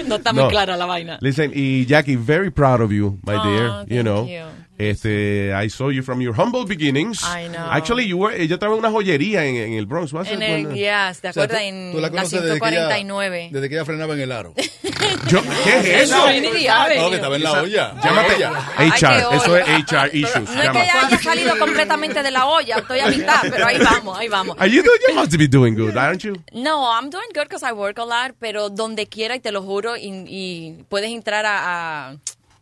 Speaker 9: No está muy clara la vaina.
Speaker 6: Listen, y Jackie, very proud of you, my
Speaker 9: Aw,
Speaker 6: dear. You
Speaker 9: thank
Speaker 6: know,
Speaker 9: you.
Speaker 6: este, I saw you from your humble beginnings.
Speaker 9: I know.
Speaker 6: Actually, you were, ella estaba en una joyería en, en el Bronx. ¿was
Speaker 9: En
Speaker 6: it?
Speaker 9: el,
Speaker 6: Bueno.
Speaker 9: yes, ¿te
Speaker 10: O sea,
Speaker 9: acuerdas?
Speaker 10: tú-
Speaker 9: en
Speaker 10: tú la
Speaker 9: la
Speaker 10: conoces desde que ella-
Speaker 9: 149.
Speaker 10: Desde que ella frenaba en el aro.
Speaker 6: Yo- ¿Qué es eso?
Speaker 9: No, ni idea, a ver.
Speaker 10: No, que estaba en la olla.
Speaker 6: Llámate
Speaker 10: Ay,
Speaker 9: Ay, qué
Speaker 6: HR, eso
Speaker 9: olla.
Speaker 6: es HR issues.
Speaker 9: No es que
Speaker 6: Llámate.
Speaker 9: ella haya salido completamente de la olla, estoy a mitad, pero ahí vamos, ahí vamos.
Speaker 6: Are you doing? You must be doing good, aren't you?
Speaker 9: No, I'm doing good because I work a lot, pero donde quiera, y te lo juro, y, y puedes entrar a, a,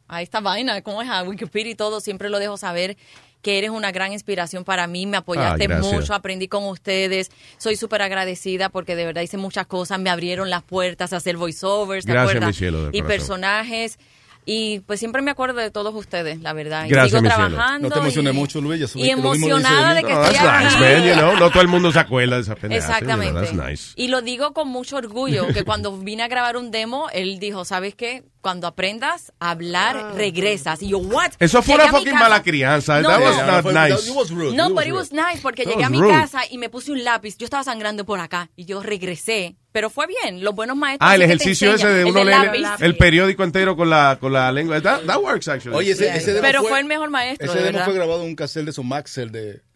Speaker 9: a esta vaina, ¿cómo es? A Wikipedia y todo, siempre lo dejo saber que eres una gran inspiración para mí, me apoyaste
Speaker 6: Ah,
Speaker 3: Ay, gracias.
Speaker 9: mucho, aprendí con ustedes, soy súper agradecida porque de verdad hice muchas cosas, me abrieron las puertas a hacer voiceovers, ¿te
Speaker 6: Gracias,
Speaker 9: acuerdas?
Speaker 6: mi cielo, del
Speaker 9: y
Speaker 6: corazón.
Speaker 9: personajes, y pues siempre me acuerdo de todos ustedes, la verdad. y
Speaker 6: Gracias,
Speaker 9: sigo
Speaker 6: mi cielo.
Speaker 9: trabajando.
Speaker 10: No te emociones
Speaker 9: y-
Speaker 10: mucho, Luis. ya subí-
Speaker 9: y
Speaker 10: lo mismo dice de
Speaker 9: emocionada
Speaker 10: mí.
Speaker 9: de que
Speaker 6: No,
Speaker 9: estoy
Speaker 6: Oh, that's nice,
Speaker 9: aquí.
Speaker 6: man, you know. No todo el mundo se acuerda de esa pendeja.
Speaker 9: Exactamente.
Speaker 6: You know, that's nice.
Speaker 9: Y lo digo con mucho orgullo, que cuando vine a grabar un demo, él dijo, ¿sabes qué? Cuando aprendas a hablar, regresas. Y yo, ¿what?
Speaker 6: Eso fue
Speaker 9: Llegué
Speaker 6: una
Speaker 9: a mi
Speaker 6: fucking
Speaker 9: casa-
Speaker 6: mala crianza.
Speaker 9: No,
Speaker 6: That
Speaker 9: no.
Speaker 6: was not
Speaker 10: Fue-
Speaker 6: nice.
Speaker 10: it was rude,
Speaker 9: No,
Speaker 10: it was
Speaker 9: but it
Speaker 10: rude.
Speaker 9: was nice, porque
Speaker 6: That
Speaker 9: llegué a
Speaker 6: was
Speaker 9: mi
Speaker 6: rude.
Speaker 9: casa y me puse un lápiz. Yo estaba sangrando por acá y yo regresé. Pero fue bien, los buenos maestros.
Speaker 6: Ah, el
Speaker 9: sí que te
Speaker 6: ejercicio ese
Speaker 9: enseñan,
Speaker 6: de
Speaker 9: el
Speaker 6: uno
Speaker 9: del
Speaker 6: leer
Speaker 9: lápiz.
Speaker 6: el periódico entero con la, con la lengua. That, that works, actually.
Speaker 10: Oye, ese, ese demo
Speaker 9: Pero
Speaker 10: fue,
Speaker 9: fue el mejor maestro,
Speaker 10: Ese
Speaker 9: de
Speaker 10: demo
Speaker 9: verdad.
Speaker 10: fue grabado en un casel de Somaxel de...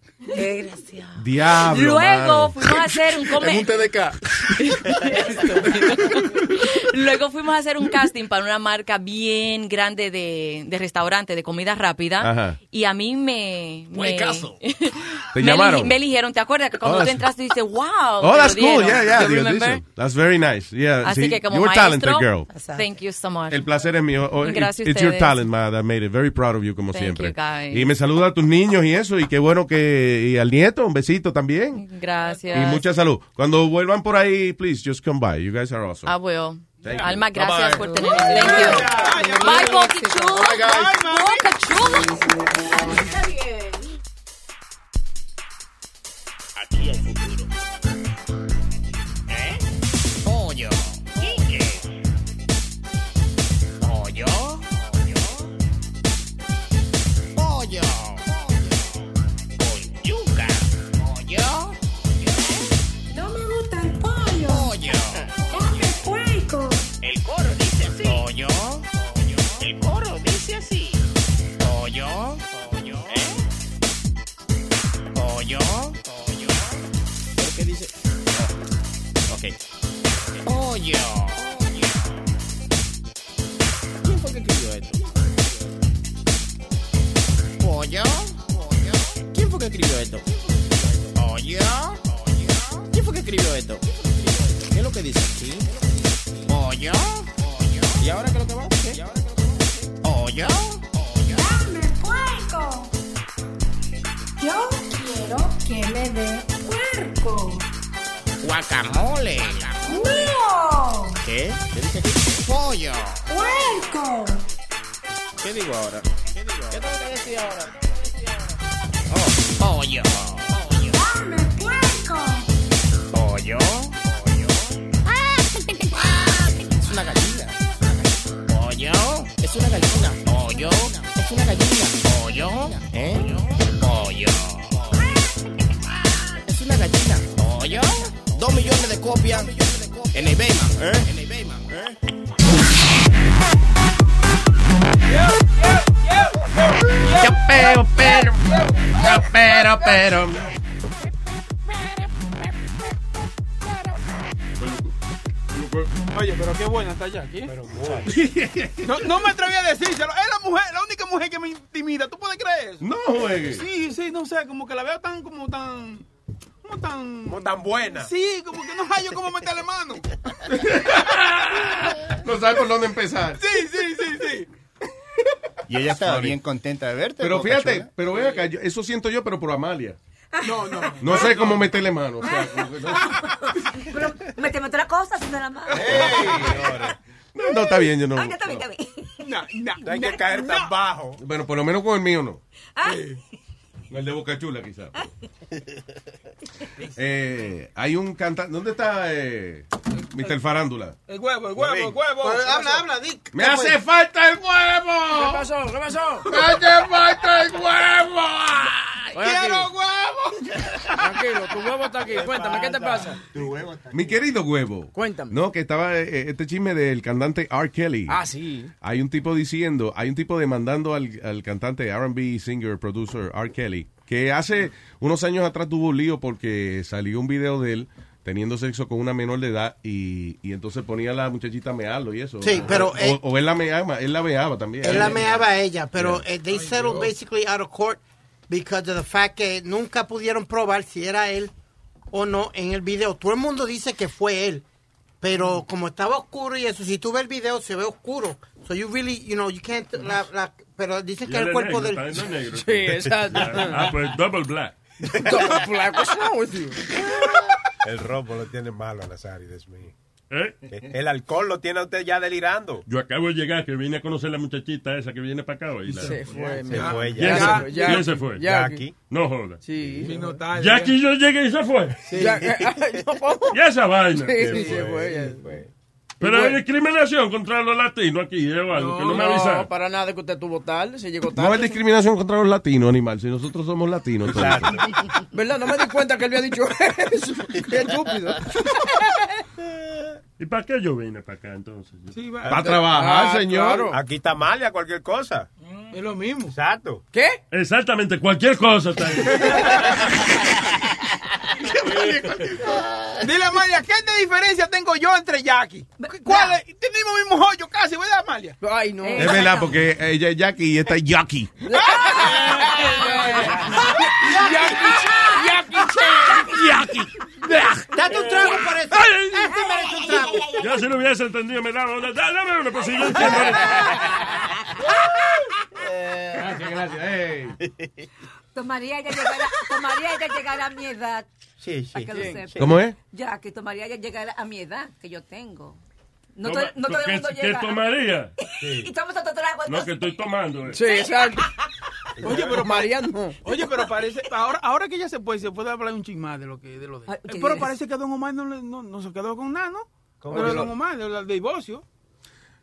Speaker 6: Diablo,
Speaker 9: Luego
Speaker 6: mano.
Speaker 9: fuimos a hacer un come-
Speaker 10: En un TDK.
Speaker 9: Luego fuimos a hacer un casting para una marca bien grande de, de restaurante, de comida rápida.
Speaker 6: Ajá.
Speaker 9: Y a mí me... me
Speaker 10: Huecazo.
Speaker 6: Te
Speaker 9: me eligi-
Speaker 6: llamaron.
Speaker 9: Me eligieron, ¿te acuerdas? Que
Speaker 6: Oh,
Speaker 9: cuando tú
Speaker 6: that's-
Speaker 9: entraste dices, wow.
Speaker 6: Oh,
Speaker 9: te lo
Speaker 6: that's cool.
Speaker 9: dieron.
Speaker 6: Yeah, yeah.
Speaker 9: You
Speaker 6: the
Speaker 9: remember?
Speaker 6: audition. That's very nice. Yeah.
Speaker 9: Así
Speaker 6: see,
Speaker 9: que como
Speaker 6: you were
Speaker 9: maestro,
Speaker 6: talented, girl.
Speaker 9: thank you so much.
Speaker 6: El placer es mío. Oh,
Speaker 9: Gracias
Speaker 6: it's- it's your
Speaker 9: ustedes.
Speaker 6: talent, ma, that made it. Very proud of you, como
Speaker 9: Thank
Speaker 6: siempre.
Speaker 9: you, guys.
Speaker 6: Y me saluda a tus niños y eso. Y qué bueno que. Y al nieto, un besito también.
Speaker 9: Gracias.
Speaker 6: Y mucha salud. Cuando vuelvan por ahí, please, just come by. You guys are awesome.
Speaker 9: Ah, bueno.
Speaker 6: Thank you.
Speaker 9: Alma,
Speaker 6: Bye-bye.
Speaker 9: gracias por tenerme. Thank you. Bye, Boquichulo. Bye, Boquichulo.
Speaker 4: Aquí hay futuro. ¿Eh? Pollo. Quique. Pollo. Pollo. Pollo. Con yuca. Pollo. No me gusta el pollo. Pollo. Come puerco. El coro dice así. Pollo. El coro dice así. Pollo. Pollo. ¿Eh? Pollo. Porque Pollo.
Speaker 2: ¿Quién fue que escribió esto?
Speaker 4: Pollo.
Speaker 2: ¿Quién fue que escribió esto?
Speaker 4: Pollo.
Speaker 2: ¿Quién fue que escribió esto? ¿Qué es lo que dice aquí?
Speaker 4: Pollo.
Speaker 2: ¿Y ahora qué es lo que va? ¿Qué?
Speaker 4: Pollo.
Speaker 11: ¡Dame puerco! Yo quiero que me dé puerco.
Speaker 4: Guacamole.
Speaker 11: ¡Mío!
Speaker 2: ¿Qué? ¿Qué dice aquí?
Speaker 4: Pollo.
Speaker 11: ¡Puerco!
Speaker 2: ¿Qué digo ahora? ¿Qué digo ahora? ¡Oh!
Speaker 4: Pollo.
Speaker 11: ¡Dame puerco!
Speaker 4: Pollo.
Speaker 2: Es una gallina. Pollo. Es una gallina. Pollo. Es una gallina. Pollo. ¿Eh? Pollo. Es una gallina. Pollo. Dos millones de copias en eBay, man. ¿Eh? En eBay, man. ¿Eh?
Speaker 4: Yo pero, pero. Yo pero, pero.
Speaker 13: Oye, pero qué buena está Jackie. no, no me atreví a decírselo. Es la mujer, la única mujer que me intimida. ¿Tú puedes creer eso?
Speaker 6: No juegues.
Speaker 13: Sí, sí, no sé. Como que la veo tan, como tan. Como tan. Como
Speaker 8: tan buena.
Speaker 13: Sí, como que no hallo cómo meterle mano.
Speaker 6: Ah, No sabes por dónde empezar.
Speaker 13: Sí, sí, sí, sí.
Speaker 3: Y ella estaba bien contenta de verte.
Speaker 6: Pero
Speaker 3: Boca
Speaker 6: fíjate,
Speaker 3: Chula.
Speaker 6: pero ven acá, yo- eso siento yo, pero por Amalia.
Speaker 13: No, no.
Speaker 6: No sé cómo meterle mano. o sea,
Speaker 11: Pero méteme otra cosa, haciendo la mano.
Speaker 6: no, no, está bien, yo no.
Speaker 11: Ah, ya está bien, está bien.
Speaker 13: No, no,
Speaker 8: No hay que caer tan bajo.
Speaker 6: Bueno, por lo menos con el mío no.
Speaker 11: Ah.
Speaker 6: Con el de Boca Chula, quizás. Eh, hay un cantante. ¿Dónde está eh, Mr. Farándula?
Speaker 13: El huevo, el huevo, el huevo.
Speaker 4: Pero habla,
Speaker 13: habla, Dick.
Speaker 6: ¡Me
Speaker 2: pues.
Speaker 6: hace falta el huevo!
Speaker 13: ¿Qué pasó? ¿Qué pasó?
Speaker 4: ¡Me hace falta el huevo!
Speaker 13: ¡Quiero
Speaker 4: huevo!
Speaker 13: Tranquilo, tu huevo está aquí. Cuéntame, ¿qué te pasa?
Speaker 6: Mi querido huevo.
Speaker 13: Cuéntame.
Speaker 6: No, que estaba eh, este chisme del cantante R. Kelly.
Speaker 13: Ah, sí.
Speaker 6: Hay un tipo diciendo, hay un tipo demandando al, al cantante RB singer producer R. Kelly, que hace unos años atrás tuvo un lío porque salió un video de él teniendo sexo con una menor de edad y, y entonces ponía a la muchachita a mearlo y eso.
Speaker 7: Sí,
Speaker 6: O-
Speaker 7: pero
Speaker 6: O,
Speaker 7: él-
Speaker 6: o él la meaba, él la meaba también. Eh,
Speaker 7: Él la meaba a ella, pero eh, they settled basically out of court because of the fact que nunca pudieron probar si era él o no en el video. Todo el mundo dice que fue él, pero como estaba oscuro y eso, si tú ves el video se ve oscuro. So you really, you know, you can't, la- la- pero dicen que el cuerpo del...
Speaker 13: Sí, exacto.
Speaker 16: Ah,
Speaker 6: Pues,
Speaker 16: pues.
Speaker 6: double black.
Speaker 13: What's wrong with you?
Speaker 8: El robo lo tiene malo, Nazario, Dios mío. ¿Eh? El alcohol lo tiene a usted ya delirando.
Speaker 16: Yo acabo de llegar, que vine a conocer a la muchachita esa que viene para acá hoy. La-
Speaker 8: Se fue,
Speaker 16: se
Speaker 8: mi
Speaker 16: fue.
Speaker 8: amor.
Speaker 16: ¿Quién
Speaker 8: Ya,
Speaker 16: se-
Speaker 8: ya,
Speaker 16: ¿Quién se fue?
Speaker 8: Jackie.
Speaker 16: No joda.
Speaker 13: Sí. Vino tarde.
Speaker 16: Jackie yo llegué y se fue. y esa vaina.
Speaker 13: Sí, se fue, ya se fue.
Speaker 16: Pero
Speaker 13: Y
Speaker 16: hay
Speaker 13: bueno.
Speaker 16: discriminación contra los latinos aquí, eh, o algo, que no me avisaron.
Speaker 13: para nada que usted tuvo tarde, se llegó
Speaker 6: No hay
Speaker 13: tarde.
Speaker 6: discriminación contra los latinos, animal. Si nosotros somos latinos. entonces.
Speaker 13: ¿Verdad? No me di cuenta que él había dicho eso. Qué estúpido.
Speaker 16: ¿Y para qué yo vine para acá entonces?
Speaker 6: Para trabajar,
Speaker 16: Ah,
Speaker 8: Ah,
Speaker 6: señor.
Speaker 8: Aquí está mal a cualquier cosa.
Speaker 13: Es lo mismo.
Speaker 8: Exacto.
Speaker 13: ¿Qué?
Speaker 16: Exactamente, cualquier cosa. está bien.
Speaker 13: Dile a Amalia, ¿qué de diferencia tengo yo entre Jackie? ¿Cuál es? Tenemos el mismo hoyo casi, ¿verdad, Amalia? Ay, no.
Speaker 6: Es verdad, porque ella es Jackie y esta es Jackie.
Speaker 16: Jackie.
Speaker 4: Date un trago por eso. Este merece un trago.
Speaker 16: Yo si lo hubiese entendido me daba una... da- Dame una, pues si yo entiendo.
Speaker 6: Gracias, gracias.
Speaker 11: Tomaría ya llegar a, tomaría ya llegar a mi edad.
Speaker 8: Sí, sí.
Speaker 11: Para que lo sepa.
Speaker 6: ¿Cómo es?
Speaker 11: Ya, que tomaría ya llegar a mi edad que yo tengo. No,
Speaker 16: Toma-
Speaker 11: to- no todo el
Speaker 16: ¿qué-
Speaker 11: mundo
Speaker 16: ¿Qué
Speaker 11: llega. a-
Speaker 16: tomaría?
Speaker 11: Y tomas otro trago.
Speaker 16: No, que estoy tomando. eh.
Speaker 13: Sí, exacto. Oye, pero María no. Oye, pero parece. Ahora, ahora que ella se puede, se puede hablar un ching más de lo que de lo de.
Speaker 4: ¿qué
Speaker 13: pero
Speaker 4: dices?
Speaker 13: parece que Don Omar no, le- no, no se quedó con nada, ¿no?
Speaker 6: ¿Cómo
Speaker 13: Pero
Speaker 6: que
Speaker 13: Don
Speaker 6: no?
Speaker 13: Omar, del del divorcio.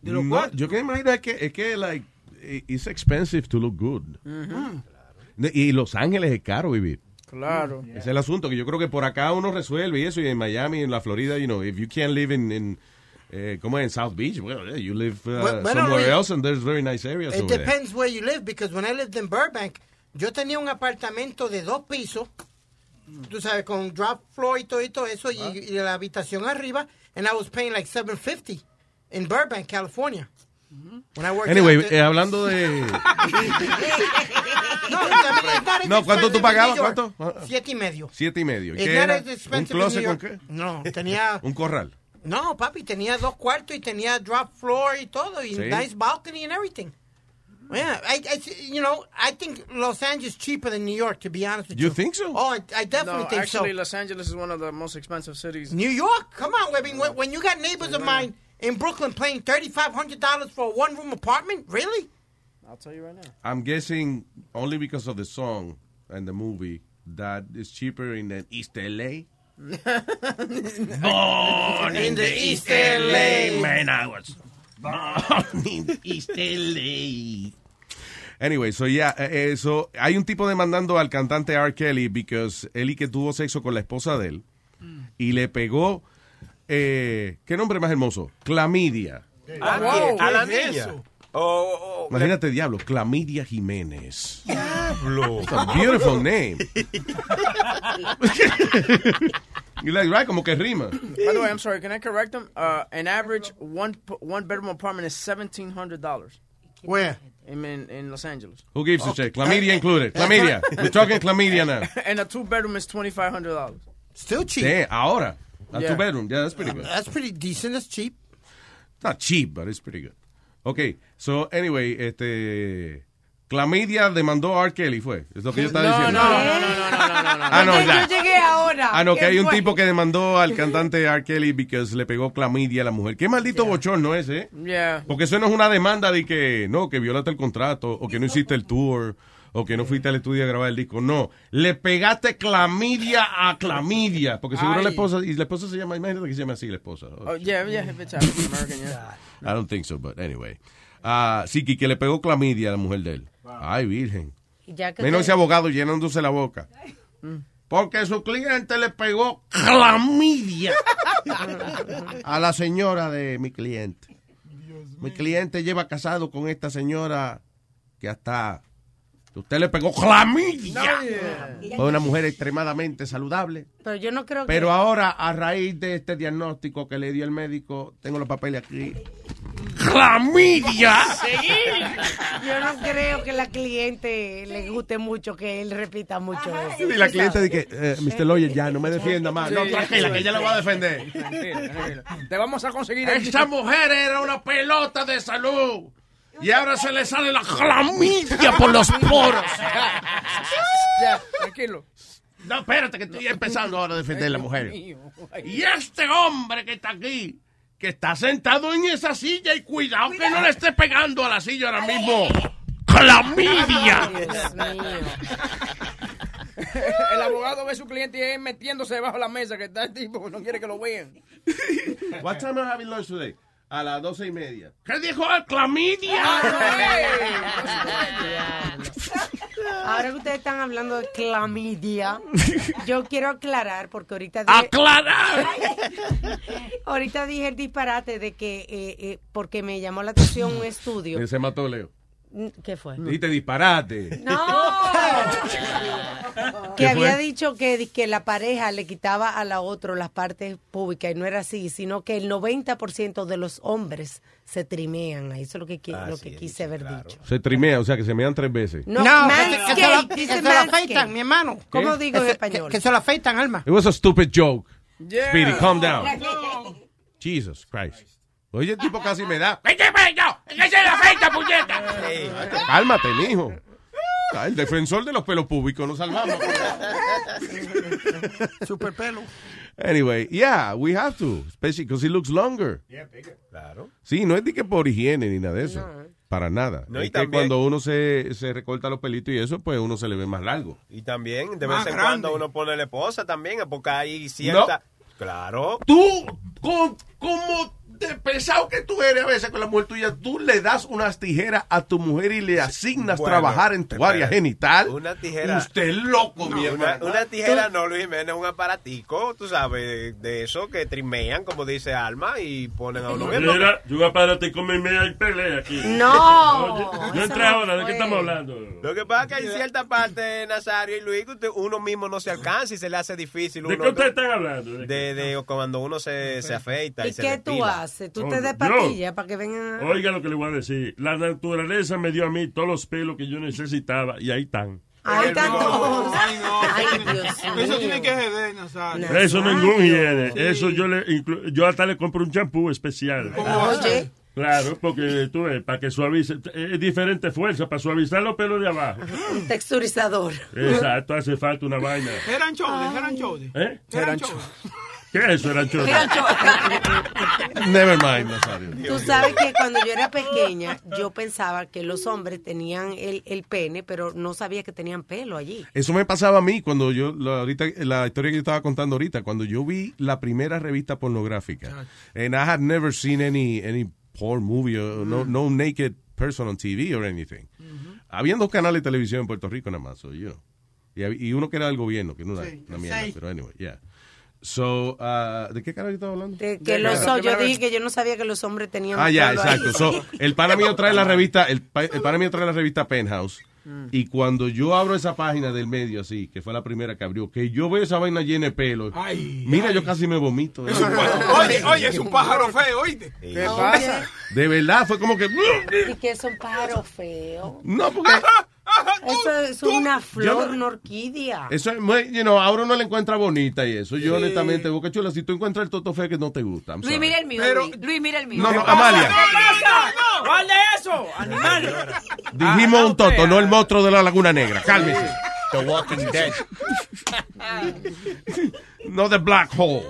Speaker 6: No, yo que me imagino es que, es que, like, i- it's expensive to look good.
Speaker 13: Mm.
Speaker 6: Y Los Ángeles es caro vivir.
Speaker 13: Claro.
Speaker 6: Ese es el asunto, que yo creo que por acá uno resuelve y eso, y en Miami, en la Florida, you know, if you can't live in, in, eh, ¿cómo es? En South Beach, well, yeah, you live uh,
Speaker 7: Bueno, bueno,
Speaker 6: somewhere
Speaker 7: Luis.
Speaker 6: else and there's very nice areas
Speaker 7: It
Speaker 6: over there.
Speaker 7: depends where you live, because when I lived in Burbank, yo tenía un apartamento de dos pisos tú sabes, con drop floor y todo, y todo eso, y, y la habitación arriba, and I was paying like 750 in Burbank, California. When I worked
Speaker 6: Anyway,
Speaker 7: out
Speaker 6: eh,
Speaker 7: there-
Speaker 6: hablando de.
Speaker 7: No, I mean, it's not as
Speaker 6: No, ¿cuánto tú
Speaker 7: expensive in
Speaker 6: pagabas?
Speaker 7: New York.
Speaker 6: ¿Cuánto?
Speaker 7: Siete y medio.
Speaker 6: Siete y medio. ¿Y
Speaker 7: It's
Speaker 6: qué
Speaker 7: not
Speaker 6: era?
Speaker 7: as expensive
Speaker 6: ¿Un
Speaker 7: in
Speaker 6: closet
Speaker 7: New
Speaker 6: con
Speaker 7: York.
Speaker 6: qué?
Speaker 7: No, tenía...
Speaker 6: Un corral.
Speaker 7: No, papi, tenía dos cuartos y tenía drop floor y todo, y
Speaker 6: Sí.
Speaker 7: nice balcony and everything. Yeah, I, I- you know, I think Los Angeles cheaper than New York, to be honest with you.
Speaker 6: You think so?
Speaker 7: Oh, I, I definitely
Speaker 13: No,
Speaker 7: think
Speaker 13: actually,
Speaker 7: so.
Speaker 13: Los Angeles is one of the most expensive cities.
Speaker 7: New York, come on, I mean, when, when you got neighbors of mine in Brooklyn paying thirty-five hundred dollars for a one-room apartment, really?
Speaker 13: I'll tell you right now.
Speaker 6: I'm guessing only because of the song and the movie that is cheaper in the East LA. Born
Speaker 4: In the East LA.
Speaker 6: man, I was born in East LA. Anyway, so yeah, eh, eh, so, hay un tipo demandando al cantante R. Kelly because Eli que tuvo sexo con la esposa de él y le pegó, eh, ¿qué nombre más hermoso? Clamidia.
Speaker 8: Ah,
Speaker 4: wow,
Speaker 8: ¿qué? a la
Speaker 4: ¿qué es
Speaker 8: niña. Oh,
Speaker 4: eso?
Speaker 8: O- o-
Speaker 6: Imagínate, diablo, Clamidia Jiménez.
Speaker 8: Diablo.
Speaker 6: It's a beautiful name. you like, right? Como que rima.
Speaker 13: By the way, I'm sorry. Can I correct them? Uh, an average one one bedroom apartment is seventeen hundred dollars.
Speaker 7: Where?
Speaker 13: In, in in Los Angeles.
Speaker 6: Who gives a shit? Chlamydia included. Chlamydia. We're talking chlamydia now.
Speaker 13: and a two bedroom is twenty five hundred dollars.
Speaker 7: Still cheap.
Speaker 6: Damn, ahora. A
Speaker 13: Yeah.
Speaker 6: two bedroom. Yeah, that's pretty good.
Speaker 7: Uh, That's pretty decent. That's cheap.
Speaker 6: It's not cheap, but it's pretty good. Okay, so anyway, este. Chlamydia demandó a R. Kelly, fue. Es lo que yo estaba
Speaker 4: No, no,
Speaker 6: diciendo. ¿Eh?
Speaker 4: no,
Speaker 13: no,
Speaker 4: no, no, no, no.
Speaker 6: Ah, no, ya.
Speaker 11: Yo llegué ahora.
Speaker 6: Ah, no, que
Speaker 11: ¿Qué
Speaker 6: hay un
Speaker 11: fue?
Speaker 6: tipo que demandó al cantante R. Kelly because le pegó clamidia a la mujer. Qué maldito bochorno ese, ¿eh?
Speaker 13: Yeah.
Speaker 6: Porque eso no es una demanda de que no, que violaste el contrato, o que no hiciste el tour, o que no fuiste al estudio a grabar el disco. No, le pegaste clamidia a clamidia. Porque seguro
Speaker 13: Ay.
Speaker 6: la esposa, y la esposa se llama, imagínate que se llama así la esposa.
Speaker 13: Oh yeah, yeah. If it's African American, yeah.
Speaker 6: I don't think so, but anyway. Ah, sí, que que le pegó clamidia a la mujer de él. Ay, virgen.
Speaker 9: Ya que
Speaker 6: Menos
Speaker 9: te-
Speaker 6: ese abogado llenándose la boca. Porque su cliente le pegó clamidia a la señora de mi cliente. Mi cliente lleva casado con esta señora que hasta usted le pegó clamidia. Fue una mujer extremadamente saludable.
Speaker 14: Pero yo no creo que.
Speaker 6: Pero ahora, a raíz de este diagnóstico que le dio el médico, tengo los papeles aquí. ¡Clamidia!
Speaker 11: Yo no creo que la cliente le guste mucho que él repita mucho eso.
Speaker 6: Y la cliente dice, eh, Mr. Lawyer, ya, no me defienda más. No,
Speaker 13: Sí,
Speaker 6: tranquila,
Speaker 13: sí,
Speaker 6: que ella la
Speaker 13: sí.
Speaker 6: voy a defender.
Speaker 13: Tranquila, tranquila. Te vamos a conseguir.
Speaker 6: Esta mujer era una pelota de salud. Y ahora se le sale la clamidia por los poros.
Speaker 13: Ya, tranquilo.
Speaker 6: No, espérate, que estoy empezando ahora a defender a la mujer. Y este hombre que está aquí, que está sentado en esa silla, y cuidado que no le esté pegando a la silla ahora mismo. ¡Clamidia!
Speaker 13: El abogado ve a su cliente y es metiéndose debajo de la mesa que está el tipo, pues, no quiere que lo vean.
Speaker 6: What time am I having lunch today? A las doce y media. ¿Qué dijo el clamidia?
Speaker 11: Ahora que ustedes están hablando de clamidia, yo quiero aclarar, porque ahorita...
Speaker 4: ¡Aclarar!
Speaker 11: ahorita dije el disparate de que, eh, eh, porque me llamó la atención un estudio.
Speaker 6: Se mató Leo.
Speaker 11: ¿Qué fue?
Speaker 6: Dijiste disparate.
Speaker 11: que
Speaker 6: ¿Qué fue?
Speaker 11: había dicho que, que la pareja le quitaba a la otra las partes públicas y no era así, sino que el 90% de los hombres se trimean. Eso es lo que, qui- lo que quise haber dicho.
Speaker 6: Se trimea, o sea que se mean tres veces.
Speaker 11: No,
Speaker 7: No,
Speaker 11: manscape,
Speaker 7: que, que se lo, que
Speaker 11: dice
Speaker 7: se lo
Speaker 11: manscape.
Speaker 7: afeitan, mi hermano.
Speaker 11: ¿Cómo
Speaker 6: ¿Qué?
Speaker 11: digo en
Speaker 7: Que se-
Speaker 11: español?
Speaker 7: Que, que se lo afeitan, Alma.
Speaker 6: It was a stupid joke.
Speaker 13: Yeah.
Speaker 6: Speedy, calm down. Jesus Christ. Oye, el tipo casi me da. ¡Vete, peño! ¡Que se la feita, puñeta! Cálmate, mijo. Ah, El defensor de los pelos públicos, nos salvamos.
Speaker 7: Super pelo.
Speaker 6: Anyway, yeah, we have to. Especially because it looks longer.
Speaker 8: Claro.
Speaker 6: Sí, no es de que por higiene ni nada de eso. Para nada.
Speaker 8: No, y
Speaker 6: es que
Speaker 8: también-
Speaker 6: cuando uno se, se recorta los pelitos y eso, pues uno se le ve más largo.
Speaker 8: Y también, Mm, de
Speaker 6: Más
Speaker 8: vez en
Speaker 6: grande.
Speaker 8: cuando uno pone la esposa también, porque hay cierta. Claro.
Speaker 6: Tú, con, como de pesado que tú eres a veces con la mujer tuya, tú le das unas tijeras a tu mujer y le asignas
Speaker 8: Bueno,
Speaker 6: trabajar en tu área
Speaker 8: espérate.
Speaker 6: genital.
Speaker 8: Una tijera.
Speaker 6: Usted es loco, mi
Speaker 8: una,
Speaker 6: hermano.
Speaker 8: una tijera no, Luis Jiménez, un aparatico, tú sabes, de eso que trimean, como dice Alma, y ponen a uno bien.
Speaker 16: Mira, yo voy a pararte con mi media y pelea aquí.
Speaker 8: No,
Speaker 16: Yo- Yo,
Speaker 8: eso
Speaker 16: entré
Speaker 8: no
Speaker 16: ahora, ¿de
Speaker 8: fue.
Speaker 16: qué estamos hablando?
Speaker 8: Lo que pasa es que hay cierta parte, Nazario y Luis, que usted- uno mismo no se alcanza y se le hace difícil.
Speaker 16: ¿De
Speaker 8: uno-
Speaker 16: qué ustedes están hablando?
Speaker 8: De, de cuando uno se, se afeita y,
Speaker 11: ¿Y
Speaker 8: se
Speaker 11: qué
Speaker 8: depila.
Speaker 11: tú haces? ¿Tú te
Speaker 16: Hombre,
Speaker 11: das
Speaker 16: yo.
Speaker 11: pastillas para que vengan a-
Speaker 16: Oiga lo que le voy a decir. La naturaleza me dio a mí todos los pelos que yo necesitaba y ahí están.
Speaker 11: Ahí Ah, están todos.
Speaker 17: Ay, no. Eso
Speaker 11: mío.
Speaker 17: tiene que ser Nazario.
Speaker 16: Eso no es ningún higiene. Eso yo le inclu- yo hasta le compré un champú especial.
Speaker 17: Oye.
Speaker 16: Claro, porque tú ves, para que suavice, es diferente fuerza para suavizar los pelos de abajo.
Speaker 11: Un texturizador.
Speaker 16: Exacto, hace falta una vaina.
Speaker 17: Eran chodes, eran chodes.
Speaker 16: ¿Eh?
Speaker 17: Eran
Speaker 16: ¿Qué es eso, Rancho?
Speaker 6: Never mind, Nazario.
Speaker 11: Tú sabes que cuando yo era pequeña, yo pensaba que los hombres tenían el, el pene, pero no sabía que tenían pelo allí.
Speaker 6: Eso me pasaba a mí cuando yo, la, ahorita, la historia que yo estaba contando ahorita, cuando yo vi la primera revista pornográfica. And I had never seen any, any porn movie, or no,
Speaker 8: Mm.
Speaker 6: no naked person on TV or anything. Habían dos canales de televisión en Puerto Rico nada más, so, you know. Y, hab- y uno que era del gobierno, que no era
Speaker 11: Sí,
Speaker 6: una mierda,
Speaker 11: sí.
Speaker 6: pero anyway, yeah. So, uh, ¿de qué canal yo estaba hablando?
Speaker 11: De que los yo dije que yo no sabía que los hombres tenían
Speaker 6: Ah, ya,
Speaker 11: pelo
Speaker 6: exacto.
Speaker 11: ahí.
Speaker 6: So, el pana mío trae la revista, el, pa- el pana mío trae la revista Penthouse.
Speaker 11: Mm.
Speaker 6: Y cuando yo abro esa página del medio así, que fue la primera que abrió, que yo veo esa vaina llena de pelo. mira, yo casi me vomito. De,
Speaker 17: Oye, oye, es un pájaro feo, oíste. ¿Qué
Speaker 11: pasa?
Speaker 6: de verdad, fue como que. ¡uh!
Speaker 11: Y que son pájaros feos.
Speaker 6: No, porque.
Speaker 11: Eso es una
Speaker 6: Yo-
Speaker 11: flor, una orquídea.
Speaker 6: Eso es muy, you know, ahora uno la encuentra bonita y eso. Yo honestamente, boca chula, si tú encuentras el toto feo que no te gusta. I'm
Speaker 5: Luis,
Speaker 6: sorry.
Speaker 5: mira el mío.
Speaker 6: Pero-
Speaker 5: Luis, Luis, mira el mío.
Speaker 6: No, no, Amalia.
Speaker 13: no! ¡Guarda eso! ¡Animal!
Speaker 18: Ah,
Speaker 6: Dijimos un toto, no el monstruo de la Laguna Negra. Cálmese.
Speaker 3: The Walking Dead.
Speaker 6: No the black hole.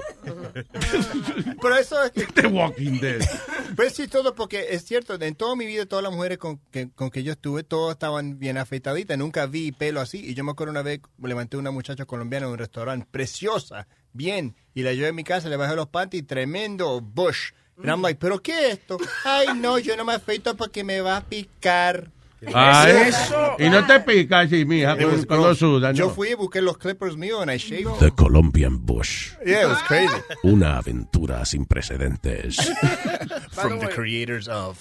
Speaker 3: Pero eso es
Speaker 6: The Walking Dead.
Speaker 3: Pues sí, todo, porque es cierto, en toda mi vida, todas las mujeres con que, con que yo estuve, todas estaban bien afeitaditas, nunca vi pelo así. Y yo me acuerdo una vez, levanté una muchacha colombiana en un restaurante, preciosa, bien, y la llevé a mi casa, le bajé los panties, tremendo bush. And I'm like, ¿pero qué es esto? Ay, no, yo no me afeito porque me va a picar.
Speaker 18: Ah,
Speaker 6: Ay, Ah, ¿eh?
Speaker 18: eh.
Speaker 6: Y no te pica así, mija,
Speaker 3: It was
Speaker 6: cuando, cuando
Speaker 3: gross.
Speaker 6: sudan.
Speaker 3: Yo
Speaker 6: no.
Speaker 3: fui y busqué los clippers míos and I shaved.
Speaker 18: The Colombian Bush.
Speaker 3: Yeah, it was
Speaker 6: Ah.
Speaker 3: crazy.
Speaker 18: Una aventura sin precedentes.
Speaker 3: From the creators of.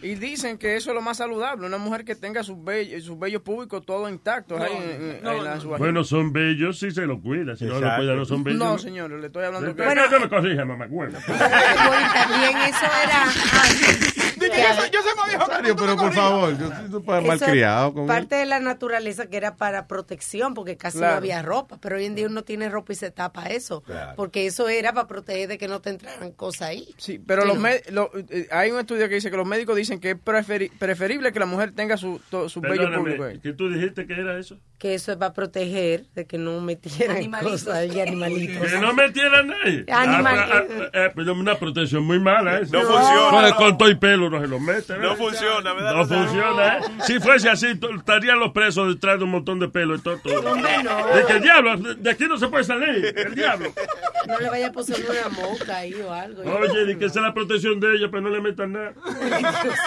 Speaker 13: Y dicen que eso es lo más saludable, una mujer que tenga sus bellos sus bellos públicos todo intacto. ahí en- en- en la- su-
Speaker 16: Bueno, son bellos si se los cuida, si no los
Speaker 13: Exacto.
Speaker 16: cuida no son bellos.
Speaker 13: No, señores, le estoy hablando que...
Speaker 16: Bueno, no me corrija, mamá, bueno.
Speaker 11: También eso era...
Speaker 17: yo soy más viejo
Speaker 6: Nazario, pero por favor, yo soy súper
Speaker 11: Eso
Speaker 6: malcriado.
Speaker 11: es
Speaker 6: con-
Speaker 11: parte de la naturaleza que era para protección, porque casi
Speaker 6: Claro.
Speaker 11: no había ropa, pero hoy en día uno tiene ropa y se tapa eso,
Speaker 13: Claro.
Speaker 11: porque eso era para proteger de que no te entraran cosas ahí.
Speaker 13: Sí, Pero los
Speaker 11: no.
Speaker 13: me- lo- eh, hay un estudio que dice que los médicos dicen que es preferi- preferible que la mujer tenga su, to- su vello público. ahí.
Speaker 16: Perdóname, ¿qué tú dijiste que era eso?
Speaker 11: que eso es para proteger de que no metieran
Speaker 16: Animalitos.
Speaker 11: cosas ahí, animalitos.
Speaker 16: Que no metiera a nadie.
Speaker 11: Animal-
Speaker 16: Ah, ah, ah, eh, pero una protección muy mala. ¿eh?
Speaker 8: No funciona.
Speaker 16: Porque con todo y pelo no se lo meten.
Speaker 8: No
Speaker 16: ¿eh?
Speaker 8: funciona, ¿verdad?
Speaker 16: No
Speaker 8: Nazario?
Speaker 16: funciona, ¿eh? Si fuese así, to- estarían los presos detrás de un montón de pelo y todo. todo.
Speaker 11: Hombre, no.
Speaker 16: ¿De qué diablo? De- De aquí no se puede salir. El diablo.
Speaker 11: No le vaya a poner una mosca ahí o algo.
Speaker 16: Oye, de que esa es la protección de ella, pero no le metan nada.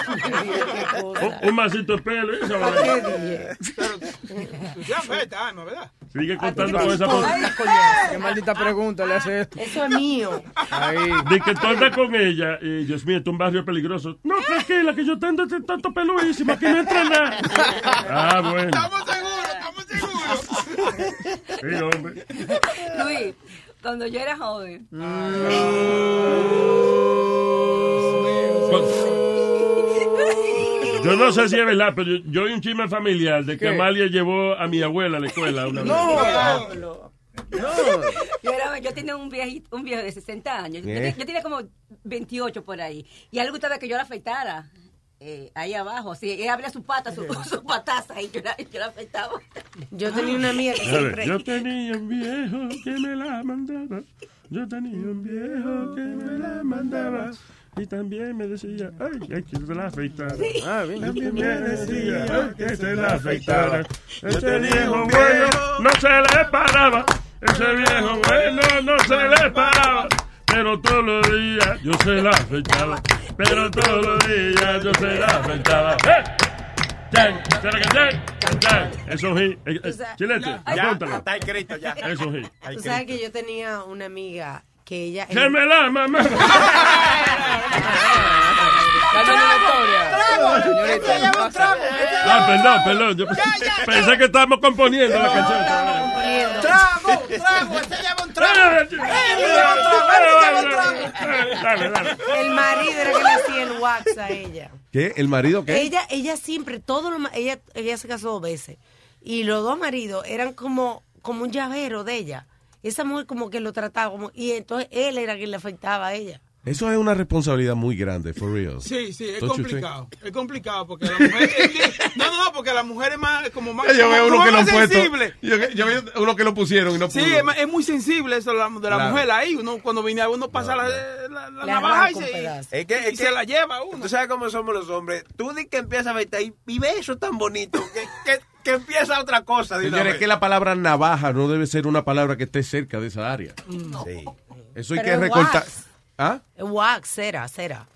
Speaker 16: Un- Un masito de pelo, esa vaina.
Speaker 17: Tú te afectas, Alma, ¿verdad?
Speaker 16: Sigue contando
Speaker 17: ¿A ti
Speaker 16: con
Speaker 17: qué te
Speaker 16: esa
Speaker 17: importa?
Speaker 16: protección.
Speaker 13: Qué maldita pregunta le hace esto.
Speaker 11: Ah, Eso es mío.
Speaker 16: De que tú andas con ella, eh, Dios mío, esto es un barrio peligroso. No, tranquila, que yo te ando de tanto peluísimo, que no entra nada. Ah, bueno.
Speaker 17: Estamos seguros, estamos seguros.
Speaker 16: Sí, hombre.
Speaker 5: Luis, cuando yo era joven.
Speaker 16: Yo no sé si es verdad, pero yo, yo oí un chisme familiar de que
Speaker 5: ¿Qué?
Speaker 16: Amalia llevó a mi abuela a la escuela una vez.
Speaker 5: Diablo. Yo, era- yo tenía un viejito, un viejo de 60 años. Yo,
Speaker 16: ¿Eh?
Speaker 5: tenía- yo tenía como 28 por ahí. Y a él le gustaba que yo la afeitara. eh, ahí abajo, sí, él abría su pata, su, su pataza y yo la, yo la afeitaba.
Speaker 11: Yo tenía una amiga que
Speaker 16: A ver,
Speaker 11: siempre...
Speaker 16: Yo tenía un viejo que me la mandaba. Yo tenía un viejo que me la mandaba. Y también me decía, ay, ay, que se la afeitara. Ah, bien. También me decía, ay, que se la afeitara. Ese viejo bueno no se le paraba. Ese viejo bueno no se le paraba. pero todos los días yo se la afectaba. Pero todos los días yo se la afectaba. ¡Eh! ¡Chan! ¡Chan! ¡Chan! ¡Chan! Eso es, eh, eh, chilete, apúntalo.
Speaker 8: Está escrito ya.
Speaker 16: Eso es.
Speaker 11: Tú sabes que yo tenía una amiga que ella.
Speaker 16: ¡Se me la mamá! Ah, perdón, perdón. Yo pensé, pensé que estábamos componiendo la canción.
Speaker 17: Trago, trago, este lleva un trago.
Speaker 16: Este
Speaker 17: lleva un trago, este lleva un trago.
Speaker 16: Dale, dale.
Speaker 11: El marido era que le hacía el wax a ella.
Speaker 19: ¿Qué? ¿El marido qué?
Speaker 11: Ella, ella siempre, todo lo ma- ella, ella se casó dos veces. Y los dos maridos eran como, como un llavero de ella. Esa mujer como que lo trataba como, y entonces él era quien le afectaba a ella.
Speaker 6: Eso es una responsabilidad muy grande, for real.
Speaker 17: Sí, sí, es
Speaker 6: Don't you think?
Speaker 17: complicado. Es complicado porque la mujer. No, no, no, porque la mujer es más. Como más
Speaker 19: Yo veo
Speaker 17: como
Speaker 19: uno que lo
Speaker 17: más
Speaker 19: han puesto.
Speaker 17: sensible.
Speaker 19: Yo, yo veo uno que lo pusieron y no
Speaker 17: Sí,
Speaker 19: pudo.
Speaker 17: es, ma- es muy sensible eso de la, de la
Speaker 19: Claro.
Speaker 17: mujer ahí. Uno, cuando viene a uno pasa la, la- la navaja y se.
Speaker 8: Es que, es
Speaker 17: y
Speaker 8: que-
Speaker 17: se la lleva uno.
Speaker 8: Tú sabes cómo somos los hombres. Tú di que empiezas a bailar y, y ve eso tan bonito. Que, que, que empieza otra cosa. de una
Speaker 6: Señores,
Speaker 8: vez.
Speaker 6: que la palabra navaja no debe ser una palabra que esté cerca de esa área.
Speaker 8: Sí.
Speaker 6: Eso hay
Speaker 11: Pero
Speaker 6: que
Speaker 11: es
Speaker 6: recortar.
Speaker 11: wax.
Speaker 6: ¿Ah?
Speaker 11: El Wax, cera, cera.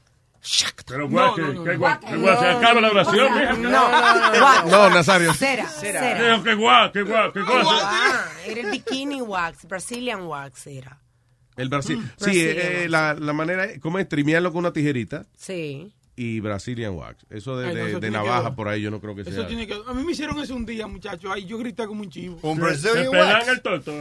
Speaker 16: Pero
Speaker 6: guau,
Speaker 16: que-
Speaker 6: que-
Speaker 16: que
Speaker 6: que
Speaker 16: guau,
Speaker 6: guau,
Speaker 16: que guau, se acaba la oración, mija.
Speaker 11: No, no, no, wax.
Speaker 6: No, Nazario.
Speaker 11: Cera, cera.
Speaker 16: Dijo que guau, que guau, que guau.
Speaker 11: Ah, era el bikini wax, Brazilian wax era.
Speaker 6: El Brasil.
Speaker 17: Mm,
Speaker 6: sí,
Speaker 11: Brazilian
Speaker 6: eh, la, la manera es como estrimearlo con una tijerita
Speaker 11: Sí.
Speaker 6: y Brazilian wax. Eso de,
Speaker 17: Ay, no,
Speaker 6: de-
Speaker 17: eso
Speaker 6: de
Speaker 17: tiene que
Speaker 6: navaja
Speaker 17: ver.
Speaker 6: por ahí yo no creo que
Speaker 17: Eso
Speaker 6: sea.
Speaker 17: tiene que. A mí me hicieron eso un día, muchachos. Ahí yo grité como un chivo.
Speaker 6: Un
Speaker 16: Te
Speaker 6: Brazilian
Speaker 16: pelan
Speaker 6: wax.
Speaker 16: el toto.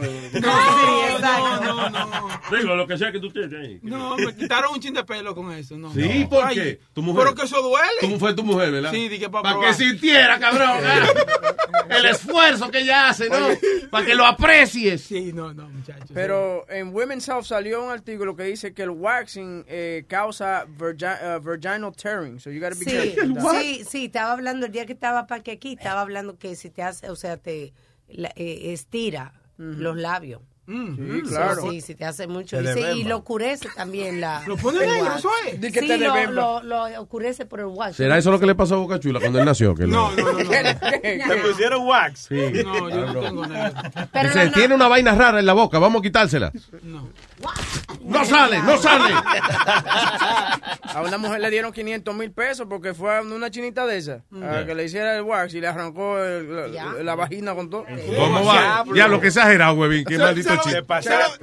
Speaker 17: No, no, no, no.
Speaker 16: Digo, lo que sea que tú tienes ahí.
Speaker 17: No, me quitaron un chin de pelo con eso. No.
Speaker 16: Sí,
Speaker 17: No.
Speaker 16: ¿por
Speaker 17: Ay,
Speaker 16: qué? Tu mujer.
Speaker 17: Pero que eso duele.
Speaker 6: Tu- fue tu mujer, ¿verdad?
Speaker 17: Sí, dije
Speaker 6: Pa'
Speaker 17: para
Speaker 6: que sintiera, cabrón, ¿eh? El esfuerzo que ella hace, ¿no? Para que lo aprecies.
Speaker 17: Sí, no, no, muchachos.
Speaker 13: Pero en Women's Health salió un artículo que dice que el waxing eh, causa virgi- uh, virginal tearing. So you gotta be
Speaker 11: Sí,
Speaker 13: careful.
Speaker 11: sí, sí, estaba hablando el día que estaba para que aquí, estaba hablando que si te hace, o sea, te la- eh, estira los labios.
Speaker 20: Mm.
Speaker 13: Sí, claro.
Speaker 11: Sí, si te hace mucho.
Speaker 13: Te
Speaker 11: Y, se-
Speaker 13: debe,
Speaker 11: y
Speaker 13: man.
Speaker 11: lo oscurece también la.
Speaker 17: Lo pone
Speaker 11: el
Speaker 17: negro,
Speaker 11: wax.
Speaker 17: eso es. Di que
Speaker 11: Sí,
Speaker 17: te
Speaker 11: lo,
Speaker 17: debe,
Speaker 11: lo, lo oscurece por el wax.
Speaker 6: ¿Será eso lo que le pasó a Boca Chula cuando él nació? Que lo-
Speaker 8: Le pusieron wax.
Speaker 6: Sí. Ah,
Speaker 17: No, yo no tengo nada.
Speaker 6: Se tiene una vaina rara en la boca, vamos a quitársela. No sale, no sale.
Speaker 13: A una mujer le dieron 500 mil pesos porque fue a una chinita de esa a
Speaker 6: Mm.
Speaker 13: que le hiciera el wax y le arrancó el- la, la vagina con todo.
Speaker 6: ¿Cómo va? Ya, lo que exagerado, huevín. Qué
Speaker 13: Se-
Speaker 6: maldito
Speaker 13: se lo-
Speaker 6: chiste.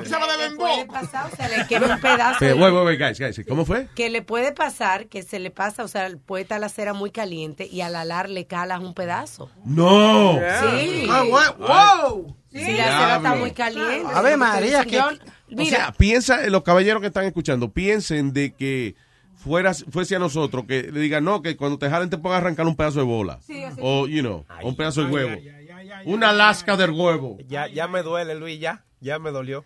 Speaker 17: Se lo deben
Speaker 11: vos. O sea, le queda un pedazo.
Speaker 6: Pero, Wait, wait, wait, Eh, guys, guys. ¿Cómo fue?
Speaker 11: que le puede pasar, que se le pasa, o sea, puede estar la cera muy caliente y al alar le calas un pedazo.
Speaker 6: No.
Speaker 11: Sí.
Speaker 17: Ah, gua- wow.
Speaker 11: Si la cera está
Speaker 6: Diablo.
Speaker 11: muy caliente.
Speaker 21: A ver,
Speaker 11: si no te-
Speaker 21: María,
Speaker 11: si
Speaker 21: que-
Speaker 11: yo-
Speaker 6: O
Speaker 11: Mira,
Speaker 6: sea, piensa, eh, los caballeros que están escuchando, piensen de que fueras, fuese a nosotros, que le digan, no, que cuando te jalen te pongan a arrancar un pedazo de bola.
Speaker 8: Sí, así.
Speaker 6: o, you know, un pedazo de huevo. Una lasca del huevo.
Speaker 8: Ya, ya me duele, Luis, ya. Ya me dolió.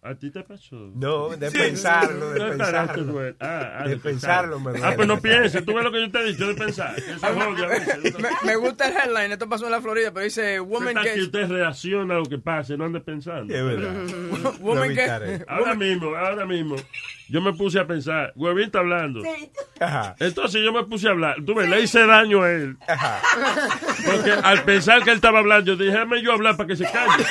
Speaker 16: ¿A ti te pasó?
Speaker 8: No, de
Speaker 16: Sí.
Speaker 8: pensarlo, de
Speaker 16: No, para,
Speaker 8: pensarlo.
Speaker 16: te duele. Ah, ah,
Speaker 8: de pensarlo, me duele.
Speaker 16: Ah, pues no pienses, tú ves lo que yo te he dicho de pensar. que Eso jode a veces.
Speaker 13: me, me gusta el headline, esto pasó en la Florida, pero dice woman
Speaker 16: Hasta que
Speaker 13: gets
Speaker 16: usted reacciona a lo que pase, no ande pensando.
Speaker 13: Es verdad.
Speaker 11: Mm-hmm.
Speaker 13: Woman Lo evitaré. que-
Speaker 16: Ahora mismo, ahora mismo, yo me puse a pensar, huevín está hablando.
Speaker 8: Ajá.
Speaker 16: Entonces yo me puse a hablar, tú ves, le hice daño a él. Porque al pensar que él estaba hablando, yo dije, déjame yo hablar para que se calle.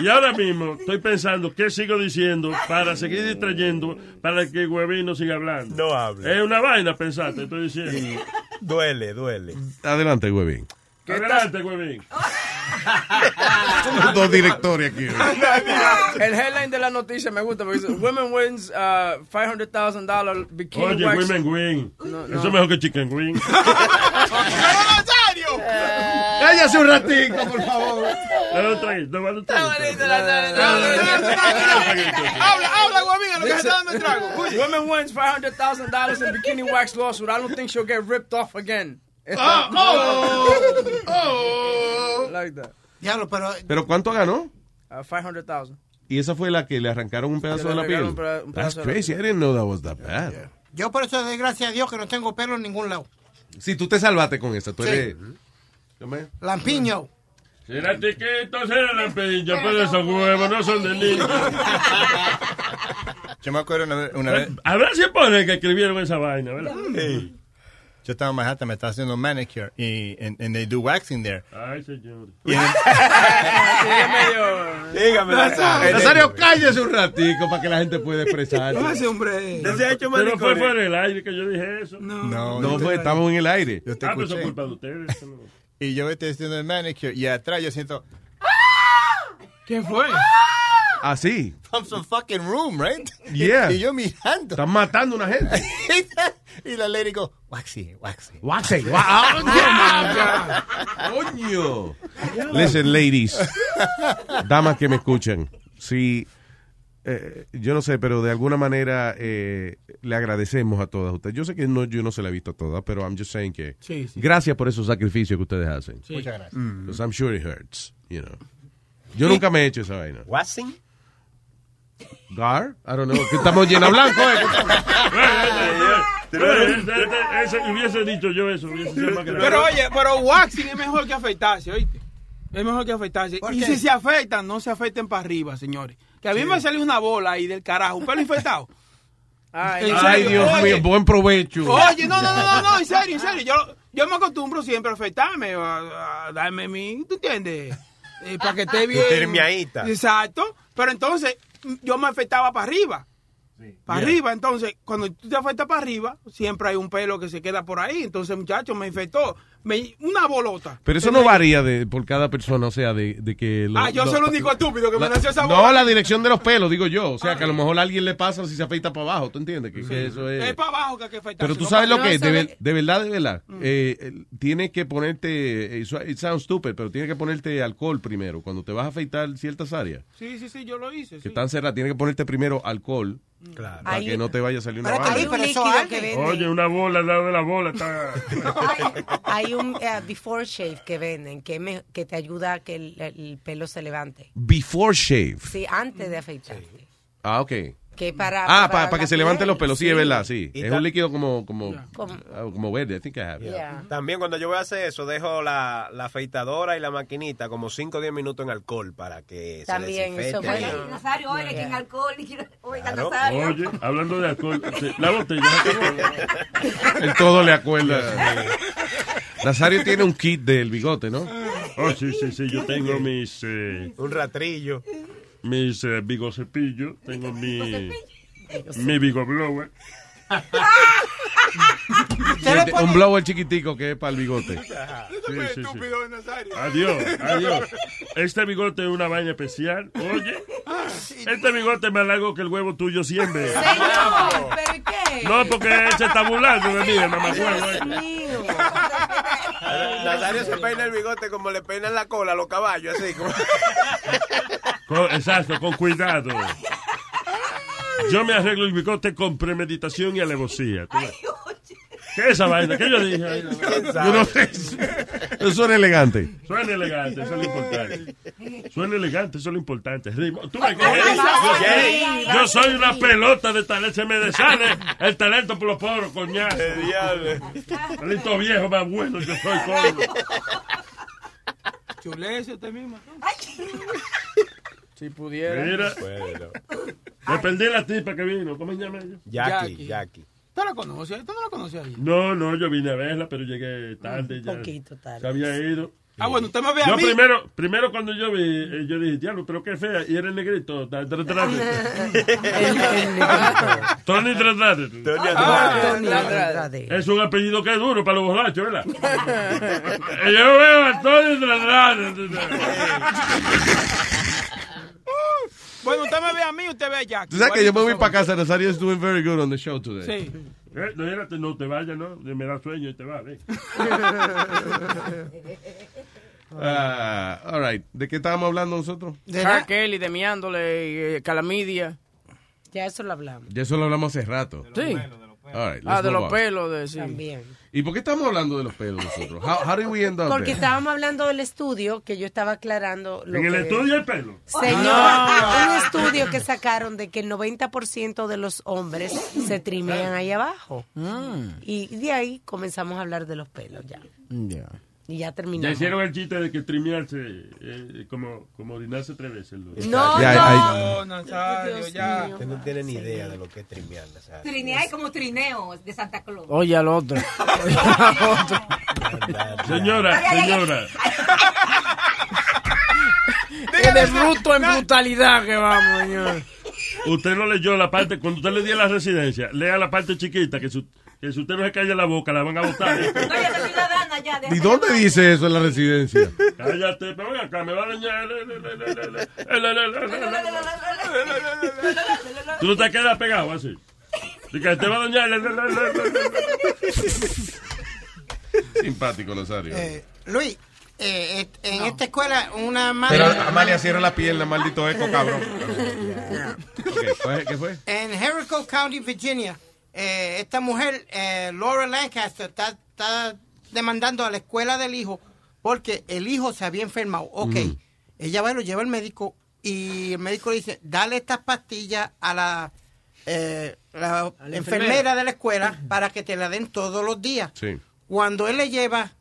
Speaker 16: Y ahora mismo estoy pensando qué sigo diciendo para seguir distrayendo para que Huevín no siga hablando.
Speaker 8: No hable.
Speaker 16: Es una vaina pensar, te estoy diciendo.
Speaker 8: Duele, duele.
Speaker 6: Adelante, huevín.
Speaker 16: Adelante, Huevín.
Speaker 6: Dos directores aquí.
Speaker 13: El headline de la noticia me gusta porque dice Women wins uh, $500,000 bikini
Speaker 16: Oye,
Speaker 13: wax.
Speaker 16: Women Wing.
Speaker 13: No, no.
Speaker 16: Eso es mejor que Chicken Wing.
Speaker 6: Cállase un ratito, por favor.
Speaker 16: Dale un traguito, dale un traguito. Ah,
Speaker 17: Habla, habla, guamín, a lo Ah, que se
Speaker 13: Dice-
Speaker 17: está dando el trago.
Speaker 13: Women wins $500,000 in bikini wax lawsuit. I don't think she'll get ripped off again.
Speaker 17: Ah, oh,
Speaker 13: oh. Like that.
Speaker 7: Diablo, pero
Speaker 6: Pero ¿cuánto ganó?
Speaker 13: Uh, 500,000.
Speaker 6: Y esa fue la que le arrancaron un pedazo
Speaker 13: Que
Speaker 6: de
Speaker 13: le
Speaker 6: la piel.
Speaker 13: arrancaron un peda- un
Speaker 6: That's
Speaker 13: pedazo de la
Speaker 6: crazy. I didn't know that was that bad.
Speaker 7: yo por eso, de gracias a Dios, que no tengo pelo en ningún lado.
Speaker 6: Si tú te salvaste con esa, tú
Speaker 7: Sí.
Speaker 6: eres.
Speaker 7: Lampiño.
Speaker 16: Será chiquito, será lampiño, pero esos huevos no son de niño.
Speaker 3: Yo me acuerdo una vez. Una vez
Speaker 16: Ah, A ver si ponen que escribieron esa vaina, ¿verdad?
Speaker 3: Sí. Yo estaba en Manhattan, me estaba haciendo manicure y and, and they do waxing there.
Speaker 16: Ay, señor.
Speaker 3: Y en-
Speaker 16: Dígame, Nazario.
Speaker 6: Nazario, cállese un ratico para que la gente pueda expresarse.
Speaker 16: No, ese
Speaker 17: hombre.
Speaker 16: No se ha hecho
Speaker 6: manicure.
Speaker 16: Pero fue
Speaker 3: eh.
Speaker 16: por el aire que yo dije eso.
Speaker 6: No, yo te- pues, estamos en el aire.
Speaker 3: Yo te
Speaker 16: Ah, pero eso es
Speaker 3: escuché.
Speaker 16: culpa de ustedes. eso no.
Speaker 3: Y yo me estoy haciendo el manicure y atrás yo siento,
Speaker 17: ¿Qué fue?
Speaker 6: Así.
Speaker 3: I'm ¡Ah! some fucking room, right?
Speaker 6: Yeah.
Speaker 3: Y, yo mirando.
Speaker 4: Ah,
Speaker 6: Están matando a una gente.
Speaker 3: y la lady go, waxy, waxy.
Speaker 6: Waxy. wa- ah, Coño. Listen, ladies. Damas que me escuchan. Si. eh, yo no sé, pero de alguna manera eh, le agradecemos a todas ustedes. Yo sé que no, yo no se la he visto a todas, pero I'm just saying que
Speaker 17: Sí, sí.
Speaker 6: gracias por esos sacrificios que ustedes hacen.
Speaker 17: Sí. Muchas gracias.
Speaker 6: Mm. 'Cause I'm sure it hurts, you know. Yo nunca me he hecho esa vaina.
Speaker 8: ¿Waxing?
Speaker 6: Gar, I don't know. que Estamos llenos blanco. eh,
Speaker 16: Ese- Hubiese dicho yo eso. hubiese sido más grave.
Speaker 17: Pero oye, pero waxing es mejor que afeitarse, oíste. Es mejor que afeitarse. Y si se afeitan, no se afeiten para arriba, señores. Que a mí me salió una bola ahí del carajo, un pelo infectado.
Speaker 6: Ay,
Speaker 17: En serio,
Speaker 6: Dios
Speaker 17: oye.
Speaker 6: mío, buen provecho.
Speaker 17: Oye, no, no, no, no, no, en serio, en serio. Yo, yo me acostumbro siempre a afeitarme, a, a darme mi, ¿tú entiendes? Eh, para que esté
Speaker 8: Tu
Speaker 17: bien.
Speaker 8: termiadita.
Speaker 17: Exacto. Pero entonces yo me afeitaba para arriba. Para
Speaker 8: Yeah.
Speaker 17: arriba, entonces, cuando tú te afectas para arriba, siempre hay un pelo que se queda por ahí. Entonces, muchacho, me infectó. Me, una bolota.
Speaker 6: Pero eso no varía de, por cada persona, o sea, de, de que... lo-
Speaker 17: ah, yo
Speaker 6: lo-
Speaker 17: soy el único estúpido que
Speaker 6: la-
Speaker 17: me nació esa bola.
Speaker 6: No, la dirección de los pelos, digo yo. O sea, que a lo mejor a alguien le pasa si se afeita para abajo, ¿tú entiendes? Que, que eso es...
Speaker 17: Es para abajo que hay que afeitarse.
Speaker 6: Pero tú
Speaker 17: no
Speaker 6: sabes
Speaker 17: pa' Mm.
Speaker 6: lo que es, de,
Speaker 17: arriba.
Speaker 6: ver- de verdad, de verdad. eh, eh, tienes que ponerte, eso- it sounds stupid, pero tienes que ponerte alcohol primero. Cuando te vas a afeitar ciertas áreas
Speaker 17: Sí, sí, sí, Mm. yo lo hice.
Speaker 6: que están cerradas, tienes que ponerte primero alcohol
Speaker 17: Claro.
Speaker 6: para
Speaker 17: Ahí-
Speaker 6: que no te vaya a salir una
Speaker 11: Espérate,
Speaker 6: bala.
Speaker 11: hay un líquido que venden.
Speaker 16: Oye, una bola al lado de la bola está.
Speaker 11: Hay un eh, before shave que venden que, me- que te ayuda a que el, el pelo se levante.
Speaker 6: Before shave.
Speaker 11: Sí, antes de afeitarte.
Speaker 6: Ah, ok.
Speaker 11: Que para,
Speaker 6: Ah, para,
Speaker 11: la
Speaker 6: que se levanten
Speaker 11: piel.
Speaker 6: los pelos, sí, es verdad, sí.
Speaker 8: Y
Speaker 6: Es
Speaker 8: ta-
Speaker 6: un líquido como, como,
Speaker 11: Como-
Speaker 6: ah, como verde, I think I have it.
Speaker 8: También cuando yo voy a hacer eso, dejo la, la afeitadora y la maquinita como 5 o 10 minutos en alcohol para que
Speaker 11: También,
Speaker 8: se
Speaker 11: eso
Speaker 8: desinfecte.
Speaker 11: fue-
Speaker 8: Ahí.
Speaker 5: Nazario, oye, que en alcohol. y que- Oiga,
Speaker 8: Claro.
Speaker 5: Nazario.
Speaker 16: Oye, hablando de alcohol, se- la botella.
Speaker 6: El todo le acuerda. Nazario tiene un kit del bigote, ¿no?
Speaker 16: Oh, sí, sí, sí, yo tengo mis. eh,
Speaker 8: Un ratrillo.
Speaker 16: mis eh, bigocepillos, tengo mi. mi bigoblower.
Speaker 6: Un blower chiquitico que es para el bigote.
Speaker 16: Sí, sí, sí.
Speaker 17: Nazario.
Speaker 6: Ah,
Speaker 16: Adiós, adiós. Este bigote es una vaina especial. Oye, este bigote es más largo que el huevo tuyo siempre.
Speaker 4: Señor,
Speaker 11: ¿pero qué?
Speaker 16: No, porque él se está burlando de mí, el mamacuevo.
Speaker 4: Dios mío.
Speaker 8: Nazario se peina el bigote como le peinan la cola a los caballos, así como...
Speaker 16: Con- exacto, con cuidado. Yo me arreglo el bigote con premeditación y alevosía. ¿Tú ves? ¿Qué es esa vaina? ¿Qué yo dije? ahí?
Speaker 6: Yo no sé. Eso suena elegante.
Speaker 16: Suena elegante, eso es lo importante. Suena elegante, eso es lo importante. Ritmo. Tú me
Speaker 4: Ay,
Speaker 16: Yo soy una pelota de talento, se me desale el talento por los poros, coñazo. Talento viejo más bueno, yo soy coño.
Speaker 17: Chulece usted misma.
Speaker 13: Si pudiera.
Speaker 16: Mira. Dependí de la tipa que vino, ¿cómo se llama ella?
Speaker 17: Jackie, Jackie. ¿Tú la conoces? ¿Tú no la conoces ahí?
Speaker 16: No, no, yo vine a verla, pero llegué tarde ya.
Speaker 17: poquito tarde.
Speaker 16: Se había ido.
Speaker 17: Ah, bueno, usted me ve a
Speaker 16: Yo
Speaker 17: mí.
Speaker 16: primero, primero cuando yo vi, eh, yo dije, diablo, pero qué fea. Y era el negrito, da- tra- tra- Tony Andrade.
Speaker 4: Ah, Tony
Speaker 11: Andrade.
Speaker 16: Es un apellido que es duro para los borrachos, ¿verdad? Y yo veo a Tony
Speaker 17: Bueno, usted me ve a mí, usted ve a Jackie.
Speaker 6: Tú sabes que yo me voy
Speaker 17: Igualito
Speaker 6: para casa. Nazario is doing very good on the show today.
Speaker 17: somos. Sí.
Speaker 16: Eh, no, espérate, no te vayas, no. Me da sueño y te va, ven.
Speaker 6: Ah, all right. ¿De qué estábamos hablando nosotros?
Speaker 13: R. Kelly, de Miándole, eh, Calamidia.
Speaker 11: Ya eso lo hablamos.
Speaker 6: Ya eso lo hablamos hace rato.
Speaker 13: Sí.
Speaker 6: All right, let's
Speaker 13: Ah, de
Speaker 6: move
Speaker 13: los
Speaker 6: on.
Speaker 13: pelos, de sí.
Speaker 11: También.
Speaker 6: ¿Y por qué estamos hablando de los pelos nosotros? How, how did we end up
Speaker 11: Porque
Speaker 6: there?
Speaker 11: estábamos hablando del estudio que yo estaba aclarando. Lo
Speaker 6: ¿En el
Speaker 11: que-
Speaker 6: estudio el pelo?
Speaker 11: Señor,
Speaker 6: Ah.
Speaker 11: un estudio que sacaron de que el 90% de los hombres
Speaker 17: Mm.
Speaker 11: se
Speaker 13: Mm.
Speaker 11: trimean ahí abajo. Y de ahí comenzamos a hablar de los pelos ya. Y ya
Speaker 16: Ya
Speaker 11: terminamos.
Speaker 16: hicieron el chiste de que trimearse, eh, como, como orinarse tres veces. Lo-
Speaker 11: No,
Speaker 8: Ya,
Speaker 11: no.
Speaker 8: ay. Nazario, ya.
Speaker 11: mío.
Speaker 8: Usted no tiene ni idea de lo que es trimear, Nazario.
Speaker 5: Trinidad es como trineo de Santa Claus.
Speaker 13: Oye al otro. Oye al otro.
Speaker 16: Señora, señora.
Speaker 13: Que de bruto en brutalidad que vamos, señor.
Speaker 16: Usted no leyó la parte, cuando usted le dio la residencia, lea la parte chiquita, que, su- que si usted no se calla la boca, la van a botar.
Speaker 22: ¿Y dónde dice eso en la residencia?
Speaker 16: Cállate, pero ven acá, me va a dañar. Le, le, le, le, le, le. Eh, le, le, le, le, le, le. Tú no te quedas pegado así. Y que te va a dañar. le, le, le, le, le, le.
Speaker 22: Simpático, Nazario.
Speaker 7: Eh, Luis, eh, et- en esta escuela una
Speaker 22: Pero
Speaker 6: ah,
Speaker 7: madre...
Speaker 22: Amalia cierra la pierna, maldito eco, cabrón. Ok, fue- ¿Qué fue?
Speaker 7: En Jericho County, Virginia, eh, esta mujer, eh, Laura Lancaster, está, está demandando a la escuela del hijo porque el hijo se había enfermado. Ok,
Speaker 23: Mm.
Speaker 7: ella va y lo lleva al médico y el médico le dice, dale estas pastillas a la, eh, la enfermera.
Speaker 23: enfermera
Speaker 7: de la escuela para que te la den todos los días.
Speaker 22: Sí.
Speaker 7: Cuando él le lleva,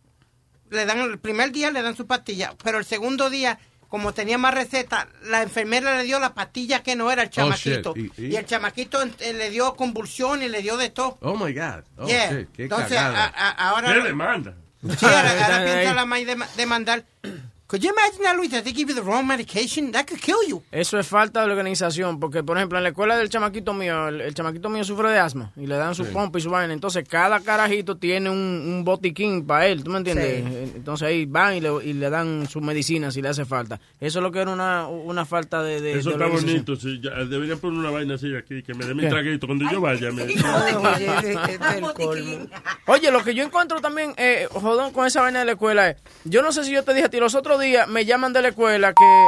Speaker 7: le dan el primer día le dan su pastilla, pero el segundo día, como tenía más recetas, la enfermera le dio la pastilla que no era el chamaquito.
Speaker 22: Oh, shit. Y-
Speaker 7: y,
Speaker 22: y-
Speaker 7: el chamaquito eh, le dio convulsión y le dio de todo.
Speaker 22: Oh my God. Oh,
Speaker 7: Yeah.
Speaker 22: shit, qué
Speaker 7: Entonces,
Speaker 22: cagada.
Speaker 7: a- a- ahora-
Speaker 16: ¿Qué demanda?
Speaker 7: Sí, ahora, ahora piensa la maíz de- demandar. Could you imagine that, Luis, that they give you the wrong medication? That could kill you.
Speaker 13: Eso es falta de organización, porque por ejemplo en la escuela del chamaquito mío, el, el chamaquito mío sufre de asma y le dan su
Speaker 7: Sí.
Speaker 13: pompa y su vaina, entonces cada carajito tiene un, un botiquín para él, ¿tú me entiendes? Eh,
Speaker 7: Sí.
Speaker 13: Entonces ahí van y le, y le dan su medicina si le hace falta. Eso es lo que era una, una falta de... de-
Speaker 16: Eso
Speaker 13: de
Speaker 16: está
Speaker 13: organización.
Speaker 16: bonito. Sí, ya, deberían poner una vaina así aquí, que me dé mi
Speaker 13: ¿Qué?
Speaker 16: traguito. Cuando yo vaya, me. "Ah,
Speaker 13: Oye, lo que yo encuentro también, eh, jodón, con esa vaina de la escuela es, yo no sé si yo te dije a ti, los otros días me llaman de la escuela que...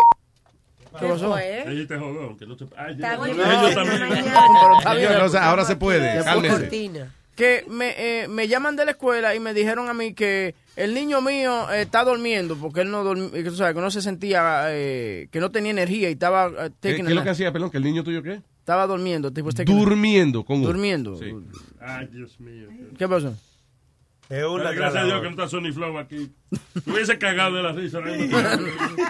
Speaker 13: ¿Qué pasó?
Speaker 16: Ella te jodó, que no te. Ay,
Speaker 13: Está
Speaker 16: yo-
Speaker 13: bien.
Speaker 16: yo- yo también.
Speaker 13: Pero está bien.
Speaker 22: Señor, o sea, ahora se puede.
Speaker 13: Ya fue
Speaker 22: Cálmese.
Speaker 13: cortina. Que me, eh, me llaman de la escuela y me dijeron a mí que el niño mío eh, está durmiendo porque él no dorm- que tú sabes, que no se sentía, eh, que no tenía energía y estaba eh,
Speaker 22: ¿Qué, qué
Speaker 13: taking a
Speaker 22: es lo
Speaker 13: nap.
Speaker 22: que hacía, perdón? ¿Que el niño tuyo qué?
Speaker 13: Estaba durmiendo, tipo taking a nap.
Speaker 22: Durmiendo. Con U.
Speaker 13: Durmiendo.
Speaker 22: Sí.
Speaker 16: Ay, Dios mío.
Speaker 13: ¿Qué pasó?
Speaker 16: Dale gracias a Dios que no está Sony Flow aquí. Me hubiese cagado de la risa. ahora mismo.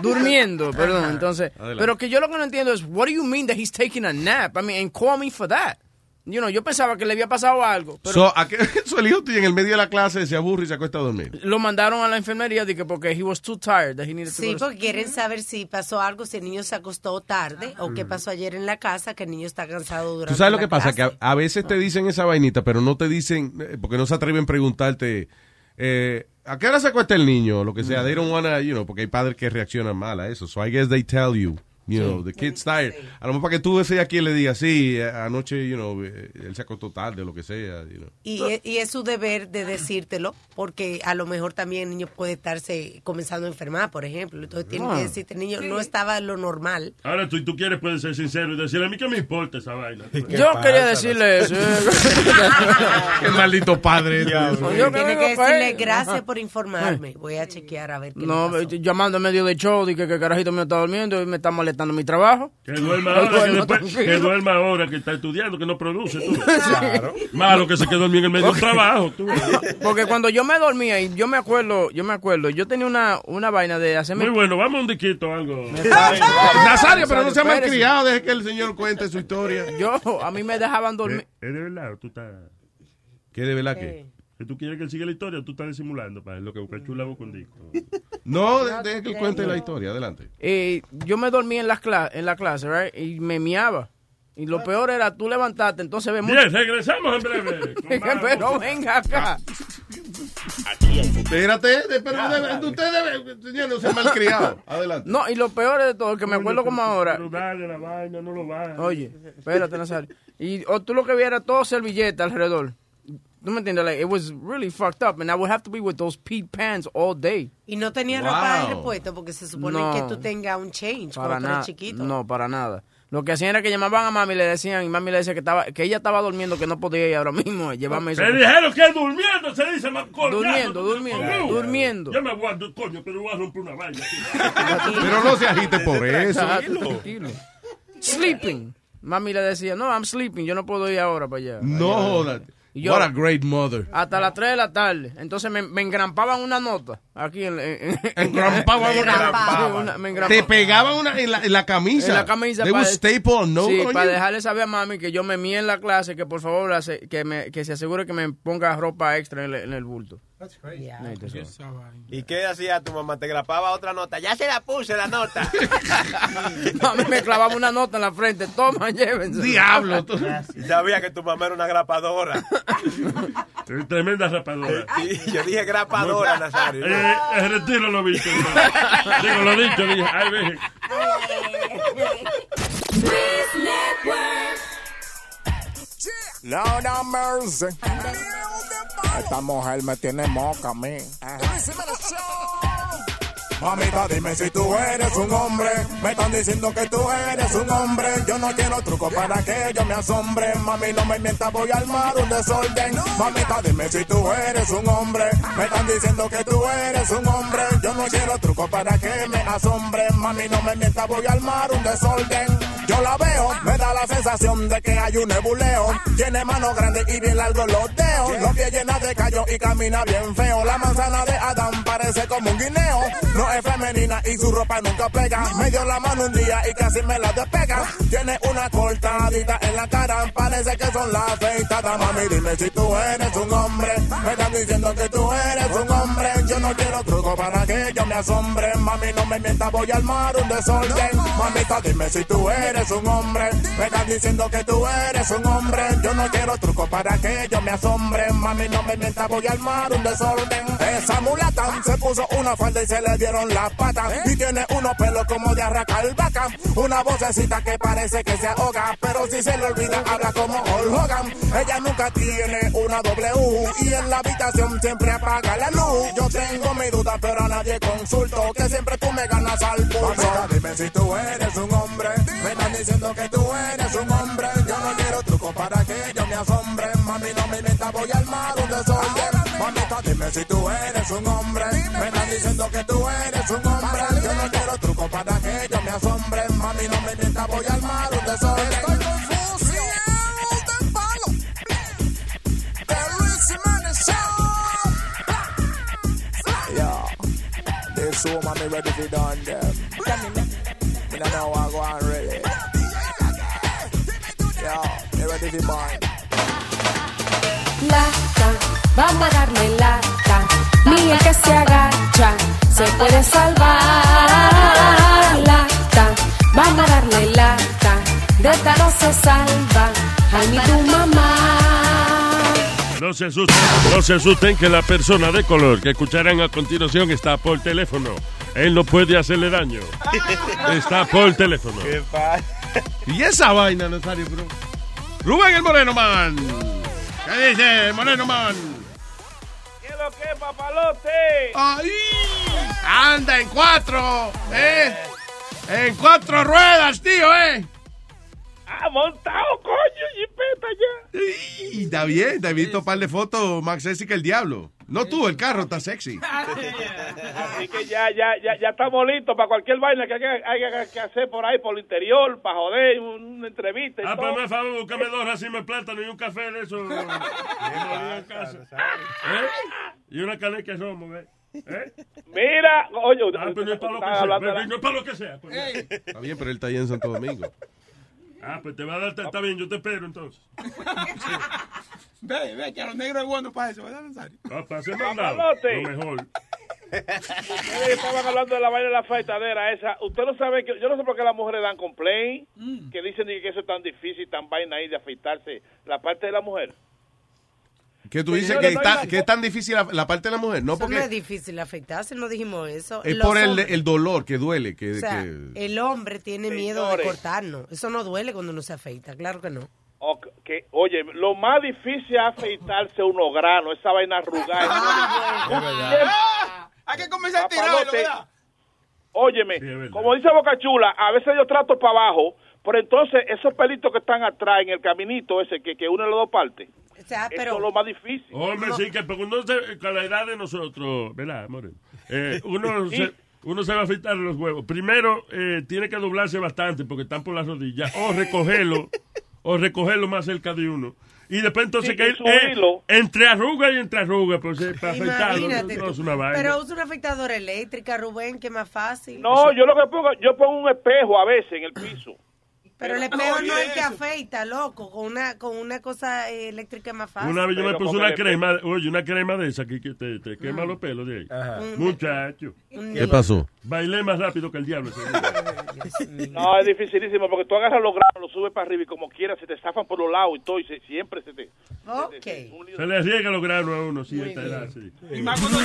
Speaker 13: durmiendo, perdón, entonces.
Speaker 16: Adelante.
Speaker 13: Pero que yo lo que no entiendo es, what do you mean that he's taking a nap? I mean, and call me for that. You know, yo pensaba que le había pasado algo, pero
Speaker 22: So, ¿a qué- so, el hijo tuyo en el medio de la clase se aburre y se acuesta a dormir.
Speaker 13: lo mandaron a la enfermería de que porque he was too tired that he needed to
Speaker 11: Sí,
Speaker 13: go to-
Speaker 11: porque quieren saber si pasó algo, si el niño se acostó tarde o
Speaker 13: Mm.
Speaker 11: qué pasó ayer en la casa, que el niño está cansado durante
Speaker 22: Tú sabes lo
Speaker 11: la
Speaker 22: que pasa,
Speaker 11: clase.
Speaker 22: que a, a veces
Speaker 13: Ah.
Speaker 22: te dicen esa vainita, pero no te dicen, eh, porque no se atreven a preguntarte, eh, ¿a qué hora se acuesta el niño? Lo que sea, they don't wanna, you know, porque hay padres que reaccionan mal a eso. So I guess they tell you, you know, the kid's tired. A lo mejor para que tú seas aquí y le digas, sí, eh, anoche, you know, eh, él se acostó tarde, lo que sea, you know.
Speaker 11: Y, e- y es su deber de decírtelo, porque a lo mejor también el niño puede estarse comenzando a enfermar, por ejemplo. Entonces tiene
Speaker 16: Ah.
Speaker 11: que decirte, el niño no estaba lo normal.
Speaker 16: Ahora tú, tú quieres, puedes ser sincero y decirle a mí que me importa esa vaina.
Speaker 13: Yo quería decirle eso.
Speaker 22: Qué maldito padre.
Speaker 13: Yo
Speaker 11: Tiene
Speaker 13: creo
Speaker 11: que
Speaker 13: fue
Speaker 11: decirle
Speaker 13: él.
Speaker 11: gracias
Speaker 13: Ajá.
Speaker 11: por informarme. Voy a chequear a ver qué
Speaker 13: No, eh, llamando en medio de show, dije que, el carajito me está durmiendo y me está molestando mi trabajo.
Speaker 16: Que duerma ahora, que,
Speaker 13: Bueno,
Speaker 16: después, que
Speaker 13: tranquilo.
Speaker 16: duerma ahora, que está estudiando, que no produce. Tú. Malo que se quedó dormido en el medio del trabajo. Tú.
Speaker 13: Porque cuando yo me dormía y yo me acuerdo, yo me acuerdo, yo tenía una, una vaina de hacerme.
Speaker 16: Muy bueno, vamos a un diquito o algo.
Speaker 22: Nazario, pero no sea
Speaker 13: Nazario,
Speaker 22: malcriado, Ah, deje que el señor cuente su historia.
Speaker 13: Yo, a mí me dejaban dormir.
Speaker 16: Es de verdad, tú estás.
Speaker 22: ¿Qué de verdad que?
Speaker 16: Que tú quieres que él siga la historia, tú estás disimulando para lo que busca chula vos con disco.
Speaker 22: No, de- deje que él cuente la historia, adelante.
Speaker 13: Eh, yo me dormía en la, en la clase, right? Y me miaba. Y lo peor era tú levantarte, entonces ves mucho.
Speaker 16: Bien, regresamos en breve. con más
Speaker 13: Pero
Speaker 16: música.
Speaker 13: venga acá.
Speaker 22: Espérate, de- pero de- de usted debe, señor, no sea malcriado. Adelante.
Speaker 13: No, y lo peor de todo, que me acuerdo como ahora.
Speaker 16: Pero dale la vaina, no lo vayas.
Speaker 13: Oye, espérate, Nazario. Y o tú lo que vieras todo servilleta alrededor. ¿Tú me entiendes? Like, it was really fucked up. And I would have to be with those pee pants all day.
Speaker 11: Y no tenía
Speaker 13: Wow.
Speaker 11: ropa de repuesto porque se supone
Speaker 13: No.
Speaker 11: que tú tengas un change
Speaker 13: Para
Speaker 11: cuando tú eres
Speaker 13: nada.
Speaker 11: chiquito.
Speaker 13: No, para nada. Lo que hacían era que llamaban a mami y le decían, y mami le decía que estaba, que ella estaba durmiendo, que no podía ir ahora mismo. Llevarme eso.
Speaker 16: Me dijeron que durmiendo se dice más coñazo.
Speaker 13: Durmiendo, durmiendo,
Speaker 16: Coño.
Speaker 13: durmiendo.
Speaker 16: Yo me voy a, coño, pero voy a romper una vaina.
Speaker 22: Pero no se agite por eso.
Speaker 13: Sleeping. Mami le decía, no, I'm sleeping, yo no puedo ir ahora para allá.
Speaker 22: No jodas.
Speaker 13: Y yo-
Speaker 6: What a great mother.
Speaker 13: Hasta las 3 de la tarde. Entonces me, me engrampaban una nota. Aquí en. en- en-
Speaker 6: Engrampaban
Speaker 13: Me
Speaker 6: una-
Speaker 13: engrampaban. Me engrampaban.
Speaker 6: Te pegaban una en la, en la camisa.
Speaker 13: En la camisa.
Speaker 6: They
Speaker 13: pa-
Speaker 6: would staple a note
Speaker 13: sí,
Speaker 6: on
Speaker 13: para
Speaker 6: you.
Speaker 13: dejarle saber a mami que yo me mía en la clase, que por favor la se- que, me, que se asegure que me ponga ropa extra en, el- en el bulto. Ahí te sobra.
Speaker 8: ¿Y qué hacía tu mamá? Te grapaba otra nota. Ya se la puse la nota.
Speaker 13: Mami me clavaba una nota en la frente. Toma, llévense.
Speaker 6: Diablo, tú.
Speaker 8: Sabía que tu mamá era una grapadora.
Speaker 16: Tremenda rapadora.
Speaker 8: Y yo dije grapadora, Nazario.
Speaker 16: Eh, eh, retiro lo visto. hermano. Digo, lo dicho, dije. Ay, ve.
Speaker 18: No, no, mercy. Esta mujer me tiene moca a mí. Mamita, dime si tú eres un hombre. Me están diciendo que tú eres un hombre. Yo no quiero truco para que yo me asombre. Mami, no me mientas, voy a armar un desorden. Mamita, dime si tú eres un hombre. Me están diciendo que tú eres un hombre. Yo no quiero truco para que me asombre. Mami, no me mientas, voy a armar un desorden. Yo la veo, me da la sensación de que hay un nebuleo. Tiene manos grandes y bien largos los dedos. Los pies llenos de callos y camina bien feo. La manzana de Adán parece como un guineo. No es femenina y su ropa nunca pega. Me dio la mano un día y casi me la despega. Tiene una cortadita en la cara. Parece que son las afeitadas. Mami, dime si tú eres un hombre. Me están diciendo que tú eres un hombre. Yo no quiero truco para que yo me asombre. Mami, no me mientas, voy a armar un desorden. Mamita, dime si tú eres un hombre. Me están diciendo que tú eres un hombre. Yo no quiero truco para que yo me asombre. Mami, no me mientas, voy a armar un desorden. Esa mulata se puso una falda y se le dieron las patas. Y tiene unos pelos como de arracar vaca. Una vocecita que parece que se ahoga. Pero si se le olvida, habla como Hulk Hogan. Ella nunca tiene una W. Y en la habitación siempre apaga la luz. Yo tengo mi duda, pero a nadie consulto. Que siempre tú me ganas al pulso. Dime si tú eres un hombre. Me están diciendo que tú eres un hombre. Yo no quiero truco para que yo me asombre. Mami, no me mientas, voy a armar un desorden. Mamita, dime si tú eres un hombre. Me están diciendo que tú eres un hombre. Yo no quiero truco para que yo me asombre. Mami, no me mientas, voy a armar un desorden. Estoy confuso. Yeah, they so mommy ready to done them. You don't know what go on really. Yeah, they ready to mine.
Speaker 11: Lata, vamos a darle lata. Ni el que se agacha se puede salvar. Lata, vamos a darle lata. De esta no se salva, a ni tu mamá.
Speaker 16: No se asusten, no se asusten que la persona de color que escucharán a continuación está por teléfono. Él no puede hacerle daño. Está por teléfono.
Speaker 6: Y esa vaina, Nazario, bro.
Speaker 4: Rubén el Moreno Man. ¿Qué dice el Moreno Man?
Speaker 24: ¿Qué es lo que es, papalote?
Speaker 4: ¡Ahí! Anda en cuatro, ¿eh? En cuatro ruedas, tío, ¿eh?
Speaker 24: ¡Ah, montado, coño! ¡Jipeta ya!
Speaker 6: Y está bien, te he visto un par de fotos más sexy que el diablo. No tú, el carro está sexy.
Speaker 24: Así que ya, ya, ya, ya estamos listos para cualquier vaina que haya, haya que hacer por ahí, por el interior, para joder, un- una entrevista. y
Speaker 16: Ah,
Speaker 24: todo.
Speaker 16: pues me favor, búscame dos racimos de plátano y un café de eso. que me olvidé en casa. ¿Eh? Y una caneca de romo, ¿ves? ¿Eh?
Speaker 24: Mira, oye,
Speaker 16: ah, pero no es para lo que
Speaker 24: estaba
Speaker 16: sea,
Speaker 24: hablando
Speaker 16: ven,
Speaker 24: de la-
Speaker 16: ven, no es para lo que sea. pues. coño.
Speaker 6: Está bien, pero él está ahí en Santo Domingo.
Speaker 16: Ah, pues te va a dar, está bien, yo te espero entonces.
Speaker 17: Ve, ve, que a los negros es bueno para eso, ¿verdad, Nazario?
Speaker 16: Ah, para hacer mandado,
Speaker 24: Papalote.
Speaker 16: lo mejor.
Speaker 24: Ustedes Estaban hablando de la vaina de la faltadera esa. Usted no sabe que yo no sé por qué las mujeres dan complaint,
Speaker 16: Mm.
Speaker 24: que dicen que eso es tan difícil, tan vaina ahí de afeitarse la parte de la mujer.
Speaker 6: Que tú
Speaker 24: Sí,
Speaker 6: dices
Speaker 24: yo
Speaker 6: que,
Speaker 24: no
Speaker 6: está,
Speaker 24: iba-
Speaker 6: que es tan difícil la, la parte de la mujer. No,
Speaker 25: Eso no
Speaker 6: porque
Speaker 25: es difícil afeitarse, no dijimos eso.
Speaker 6: es
Speaker 25: Los
Speaker 6: por el,
Speaker 25: hombres-
Speaker 6: el dolor que duele. Que,
Speaker 25: o sea,
Speaker 6: que-
Speaker 13: eh,
Speaker 25: el hombre tiene miedo de
Speaker 24: Señores.
Speaker 25: cortarnos. Eso no duele cuando uno se afeita, claro que no.
Speaker 24: O que- que, oye, lo más difícil es afeitarse unos granos, esa vaina arrugada.
Speaker 17: ¡Ah! Hay que comenzar a tirarlo,
Speaker 24: Papalote.
Speaker 17: ¿verdad?
Speaker 24: Óyeme, como dice Boca Chula, a veces yo trato para abajo, pero entonces esos pelitos que están atrás en el caminito ese que, que une las dos partes,
Speaker 25: O sea,
Speaker 24: eso
Speaker 25: pero
Speaker 24: es lo más difícil.
Speaker 16: Hombre, sí, que porque uno se- con la edad de nosotros, ¿verdad, Moreno? Eh, uno,
Speaker 24: Sí.
Speaker 16: se, uno se va a afeitar los huevos. Primero, eh, tiene que doblarse bastante porque están por las rodillas. O recogerlo o recogerlo más cerca de uno. Y después entonces
Speaker 24: Sí,
Speaker 16: que
Speaker 24: y
Speaker 16: ir
Speaker 24: subirlo.
Speaker 16: eh, entre arruga y entre arruga, pues, eh, para afeitarlo.
Speaker 11: Imagínate
Speaker 16: No,
Speaker 11: tú.
Speaker 16: es una vaina.
Speaker 11: Pero usa una afeitadora eléctrica, Rubén, que es más fácil.
Speaker 24: No, yo lo que pongo, yo pongo un espejo a veces en el piso.
Speaker 11: Pero el espejo no hay que afeita, loco. Con una, con una cosa eh, eléctrica es más fácil.
Speaker 16: Una vez yo me puse
Speaker 24: con
Speaker 16: una
Speaker 24: el
Speaker 16: crema, oye, una crema de esa que, que te, te quema
Speaker 11: Ah.
Speaker 16: los pelos de ahí.
Speaker 24: Ajá.
Speaker 16: Muchacho.
Speaker 22: ¿Qué pasó?
Speaker 16: Bailé más rápido que el diablo. ese día.
Speaker 24: No, es dificilísimo porque tú agarras los granos, los subes para arriba y como quieras se te zafan por los lados y todo y se- siempre se te...
Speaker 11: Ok.
Speaker 16: Se le riega los granos a uno, sí, a esta edad, sí.
Speaker 17: Y más cuando,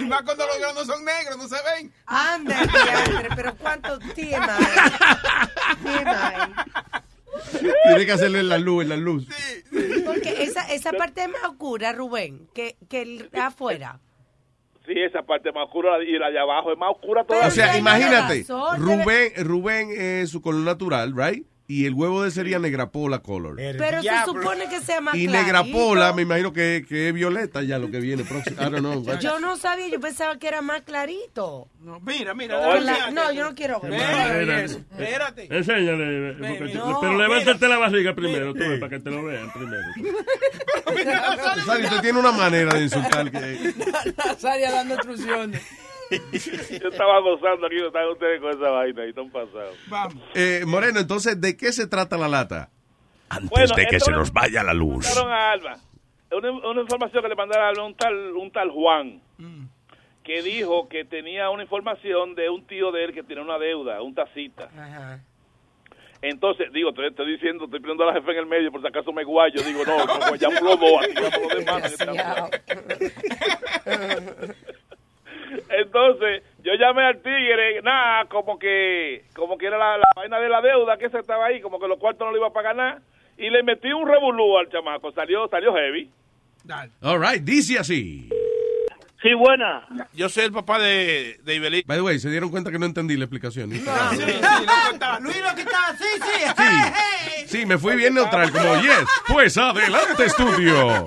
Speaker 17: y más cuando los granos son negros, no se ven.
Speaker 11: Anda, diantre, pero cuánto tiene.
Speaker 10: Tiene que hacerle la luz, la luz.
Speaker 11: Porque esa, esa parte es más oscura, Rubén, que, que el afuera.
Speaker 24: Sí, esa parte más oscura y la de abajo es más oscura todavía.
Speaker 22: O sea, imagínate,
Speaker 11: razón,
Speaker 22: Rubén, Rubén es su color natural, right? Y el huevo de él sería negrapola color.
Speaker 11: Pero se supone que sea más
Speaker 22: Y
Speaker 11: clarito.
Speaker 22: negrapola, me imagino que, que es violeta ya lo que viene próximo. I don't know.
Speaker 11: Yo no sabía, yo pensaba que era más clarito.
Speaker 17: No, mira, mira.
Speaker 11: No, yo no quiero ver.
Speaker 16: Espérate.
Speaker 17: Espérate.
Speaker 16: Enséñale. eh, porque-
Speaker 11: No,
Speaker 16: pero levántate
Speaker 22: mira.
Speaker 16: la barriga primero, tú ves, para que te lo vean primero.
Speaker 22: Rosario, usted tiene una manera de insultar que...
Speaker 13: Nazaria dando instrucciones.
Speaker 24: Yo estaba gozando aquí, están ustedes con esa vaina y están pasados.
Speaker 17: Vamos.
Speaker 22: Eh, Moreno, entonces, ¿de qué se trata la lata? Antes
Speaker 24: Bueno, de que esto se nos
Speaker 22: vaya la luz.
Speaker 24: Mandaron a Alba. Una, una información que le mandaron a Alba un tal, un tal Juan,
Speaker 13: Mm.
Speaker 24: que dijo que tenía una información de un tío de él que tiene una deuda, un tacita. Entonces, digo, te estoy diciendo, estoy poniendo a la jefe en el medio, por si acaso me guayo. Digo, no, como ya los dos, así ya los demás. que estamos- Entonces, yo llamé al tigre, nada, como que como que era la, la vaina de la deuda que se estaba ahí, como que los cuartos no le iba a pagar nada. Y le metí un revolú al chamaco, salió salió heavy.
Speaker 22: All right, dice así.
Speaker 24: Sí, buena.
Speaker 22: Yo soy el papá de, de By the way, se dieron cuenta que no entendí la explicación.
Speaker 7: Luis lo que está, sí, sí.
Speaker 22: Sí, me fui bien neutral, como yes. Pues adelante, estudio.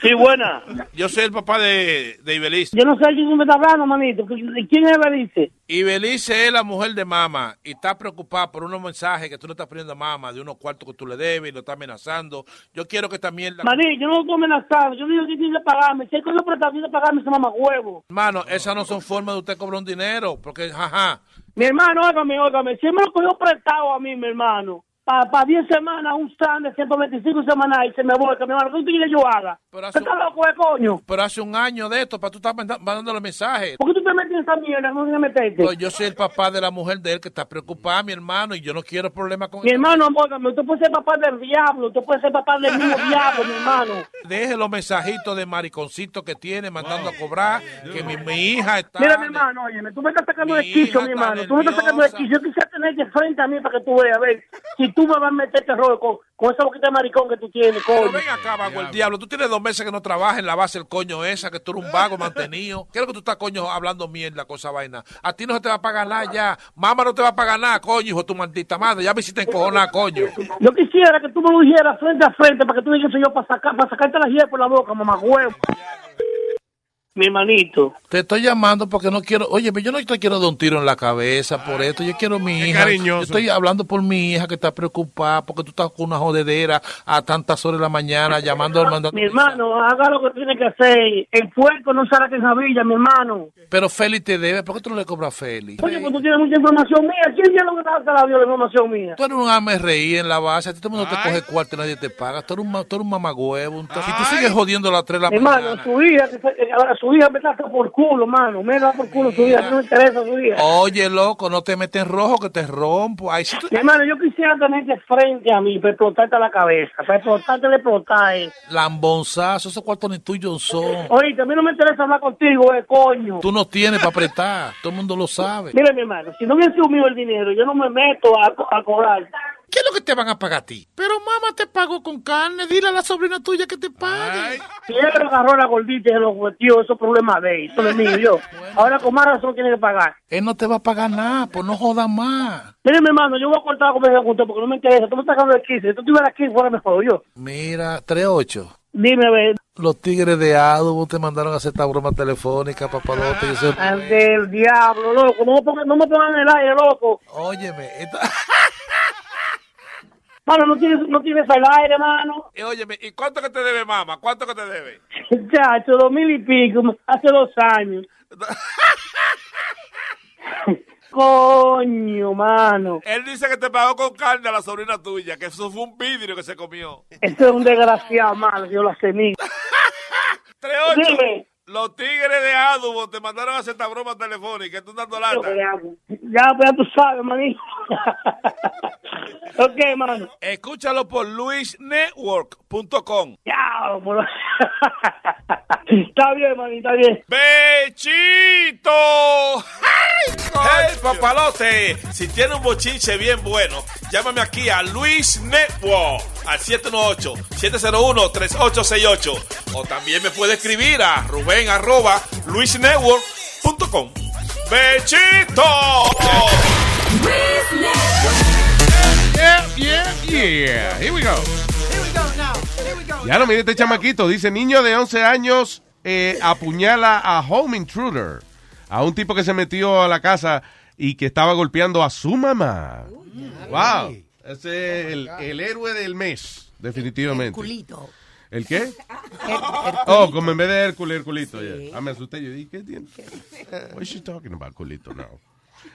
Speaker 1: Sí, buena.
Speaker 26: Yo soy el papá de, de Ibelice.
Speaker 1: Yo no sé de quién me está hablando, manito. ¿De ¿Quién es Belice?
Speaker 26: Ibelice es la mujer de Mama y está preocupada por unos mensajes que tú le estás poniendo a Mama de unos cuartos que tú le debes y lo está amenazando. Yo quiero que también la...
Speaker 1: Maní, yo no estoy amenazado. Yo digo que tiene que pagarme. Si hay cosas pretendiendo pagarme, se mama huevo.
Speaker 26: Hermano, esas no son formas de usted cobrar un dinero, porque jaja.
Speaker 1: Mi hermano, óigame, óigame. Si él me lo cogió prestado a mí, mi hermano, para pa 10 semanas, un stand de 125 semanas y se me vuelve, mi hermano, ¿qué tú quieres que yo haga?
Speaker 26: Pero hace,
Speaker 1: ¿Tú estás loco de coño?
Speaker 26: pero hace un año de esto, para tú estás manda- mandándole mensajes.
Speaker 1: ¿Por qué tú te metes en esa mierda? No tienes que meterte.
Speaker 26: Pues yo soy el papá de la mujer de él que está preocupada, mi hermano, y yo no quiero problemas con
Speaker 1: Mi hermano, óigame, tú puedes ser papá del diablo, tú puedes ser papá del mismo diablo, mi hermano.
Speaker 26: Deje los mensajitos de mariconcito que tiene mandando a cobrar, que mi, mi hija está...
Speaker 1: Mira, mi hermano, óyeme, tú me estás sacando de quicio, mi hermano. Tú me estás sacando de quicio. Yo quisiera tenerte frente a mí para que tú veas, a ver, si tú me vas a meter este rollo con, con esa boquita de maricón que tú tienes,
Speaker 26: Pero
Speaker 1: coño.
Speaker 26: ven acá, vago el diablo. Tú tienes dos meses que no trabajas en la base del coño esa, que tú eres un vago mantenido. ¿Qué es lo que tú estás, coño, hablando mierda con esa vaina? A ti no se te va a pagar nada ya. Mamá no te va a pagar nada, coño, hijo de tu maldita madre. Ya me hiciste encojonar, coño.
Speaker 1: Yo quisiera que tú me lo dijeras frente a frente para que tú digas yo para sacar, para sacarte la hierba por la boca, mamá huevo. Mi hermanito.
Speaker 26: Te estoy llamando porque no quiero. Oye, yo no te quiero dar un tiro en la cabeza por esto. Yo quiero mi hija.
Speaker 22: cariñoso.
Speaker 26: Yo estoy hablando por mi hija que está preocupada porque tú estás con una jodedera a tantas horas de la mañana llamando al mandando.
Speaker 1: Mi hermano, haga lo que tiene que hacer. El puerco no será que es Javilla, mi hermano.
Speaker 26: Pero Félix te debe. ¿Por qué tú no le cobras a Félix?
Speaker 1: Oye, pues tú tienes mucha información mía. ¿Quién diablo que te la dio la información mía?
Speaker 26: Tú eres un AMRI en la base, a ti todo el mundo te coge cuarto y nadie te paga. Tú eres un, ma- tú eres un mamagüevo. un t- Si tú sigues jodiendo a las 3 de la
Speaker 1: Mi
Speaker 26: mañana.
Speaker 1: hermano, su hija, que fue- eh, ahora su hija me trata por culo, mano. Me da por culo su hija, no me interesa su hija.
Speaker 26: Oye, loco, no te metes en rojo que te rompo. Ay, si tú-
Speaker 1: Mi hermano, yo quisiera tenerte frente a mí para explotarte la cabeza, para explotarte, le explotar. eh.
Speaker 26: Lambonzazo, esos cuartos ni tuyos son.
Speaker 1: Oye, a mí no me interesa hablar contigo, eh, coño.
Speaker 26: Tú no tienes para apretar, todo el mundo lo sabe.
Speaker 1: Mira, mi hermano, si no hubiese mío el dinero, yo no me meto a, co- a cobrar.
Speaker 26: ¿Qué es lo que te van a pagar a ti?
Speaker 1: Pero mamá te pagó con carne, dile a la sobrina tuya que te pague. Si ella lo agarró a la gordita y se lo metió, eso es problema de ella, eso no es mío yo. Ahora con más razón tiene que pagar.
Speaker 26: Él no te va a pagar nada, pues no jodas más.
Speaker 1: Mire, mi hermano, yo voy a cortar la conversación con usted porque no me interesa. Tú me estás sacando de 15. Si tú estuvieras aquí, fuera mejor yo.
Speaker 26: Mira, 3-8.
Speaker 1: Dime, a ver.
Speaker 26: Los tigres de Adobo te mandaron a hacer esta broma telefónica, papalote. Yo soy-
Speaker 1: Del diablo, loco. No, me pongan- no me pongan en el aire, loco.
Speaker 26: Óyeme, esta-
Speaker 1: Mano, no tienes, no tienes al aire, hermano.
Speaker 26: Eh, óyeme, ¿y cuánto que te debe, mamá? ¿Cuánto que te debe?
Speaker 1: Chacho, dos mil y pico, hace dos años. Coño, mano.
Speaker 26: Él dice que te pagó con carne a la sobrina tuya, que eso fue un vidrio que se comió.
Speaker 1: Este es un desgraciado, mano. Yo la semilla.
Speaker 26: 3-8.
Speaker 1: Dime.
Speaker 26: Los tigres de Adubo te mandaron a hacer esta broma telefónica, tú dando lata.
Speaker 1: Ya, pues, ya tú sabes, manito. ok, mano.
Speaker 26: Escúchalo por luisnetwork.com.
Speaker 1: Ya, por- está bien, manito, está bien.
Speaker 26: ¡Bechito! ¡Hey, papalote! Si tiene un bochinche bien bueno, llámame aquí a Luis Network al 718-701-3868. O también me puede escribir a Rubén arroba luisnetwork.com. ¡Bechito!
Speaker 6: Yeah, yeah, yeah. Here we go. Ya no, mire este chamaquito. Dice, niño de 11 años eh, apuñala a home intruder. A un tipo que se metió a la casa y que estaba golpeando a su mamá. Wow. Ese es el, el héroe del mes, definitivamente.
Speaker 4: Culito.
Speaker 6: ¿El qué? Oh, como en vez de Hércules, Herculito. yeah. Ah, me asusté. Yo dije, ¿qué tiene? What is she talking about, culito? No.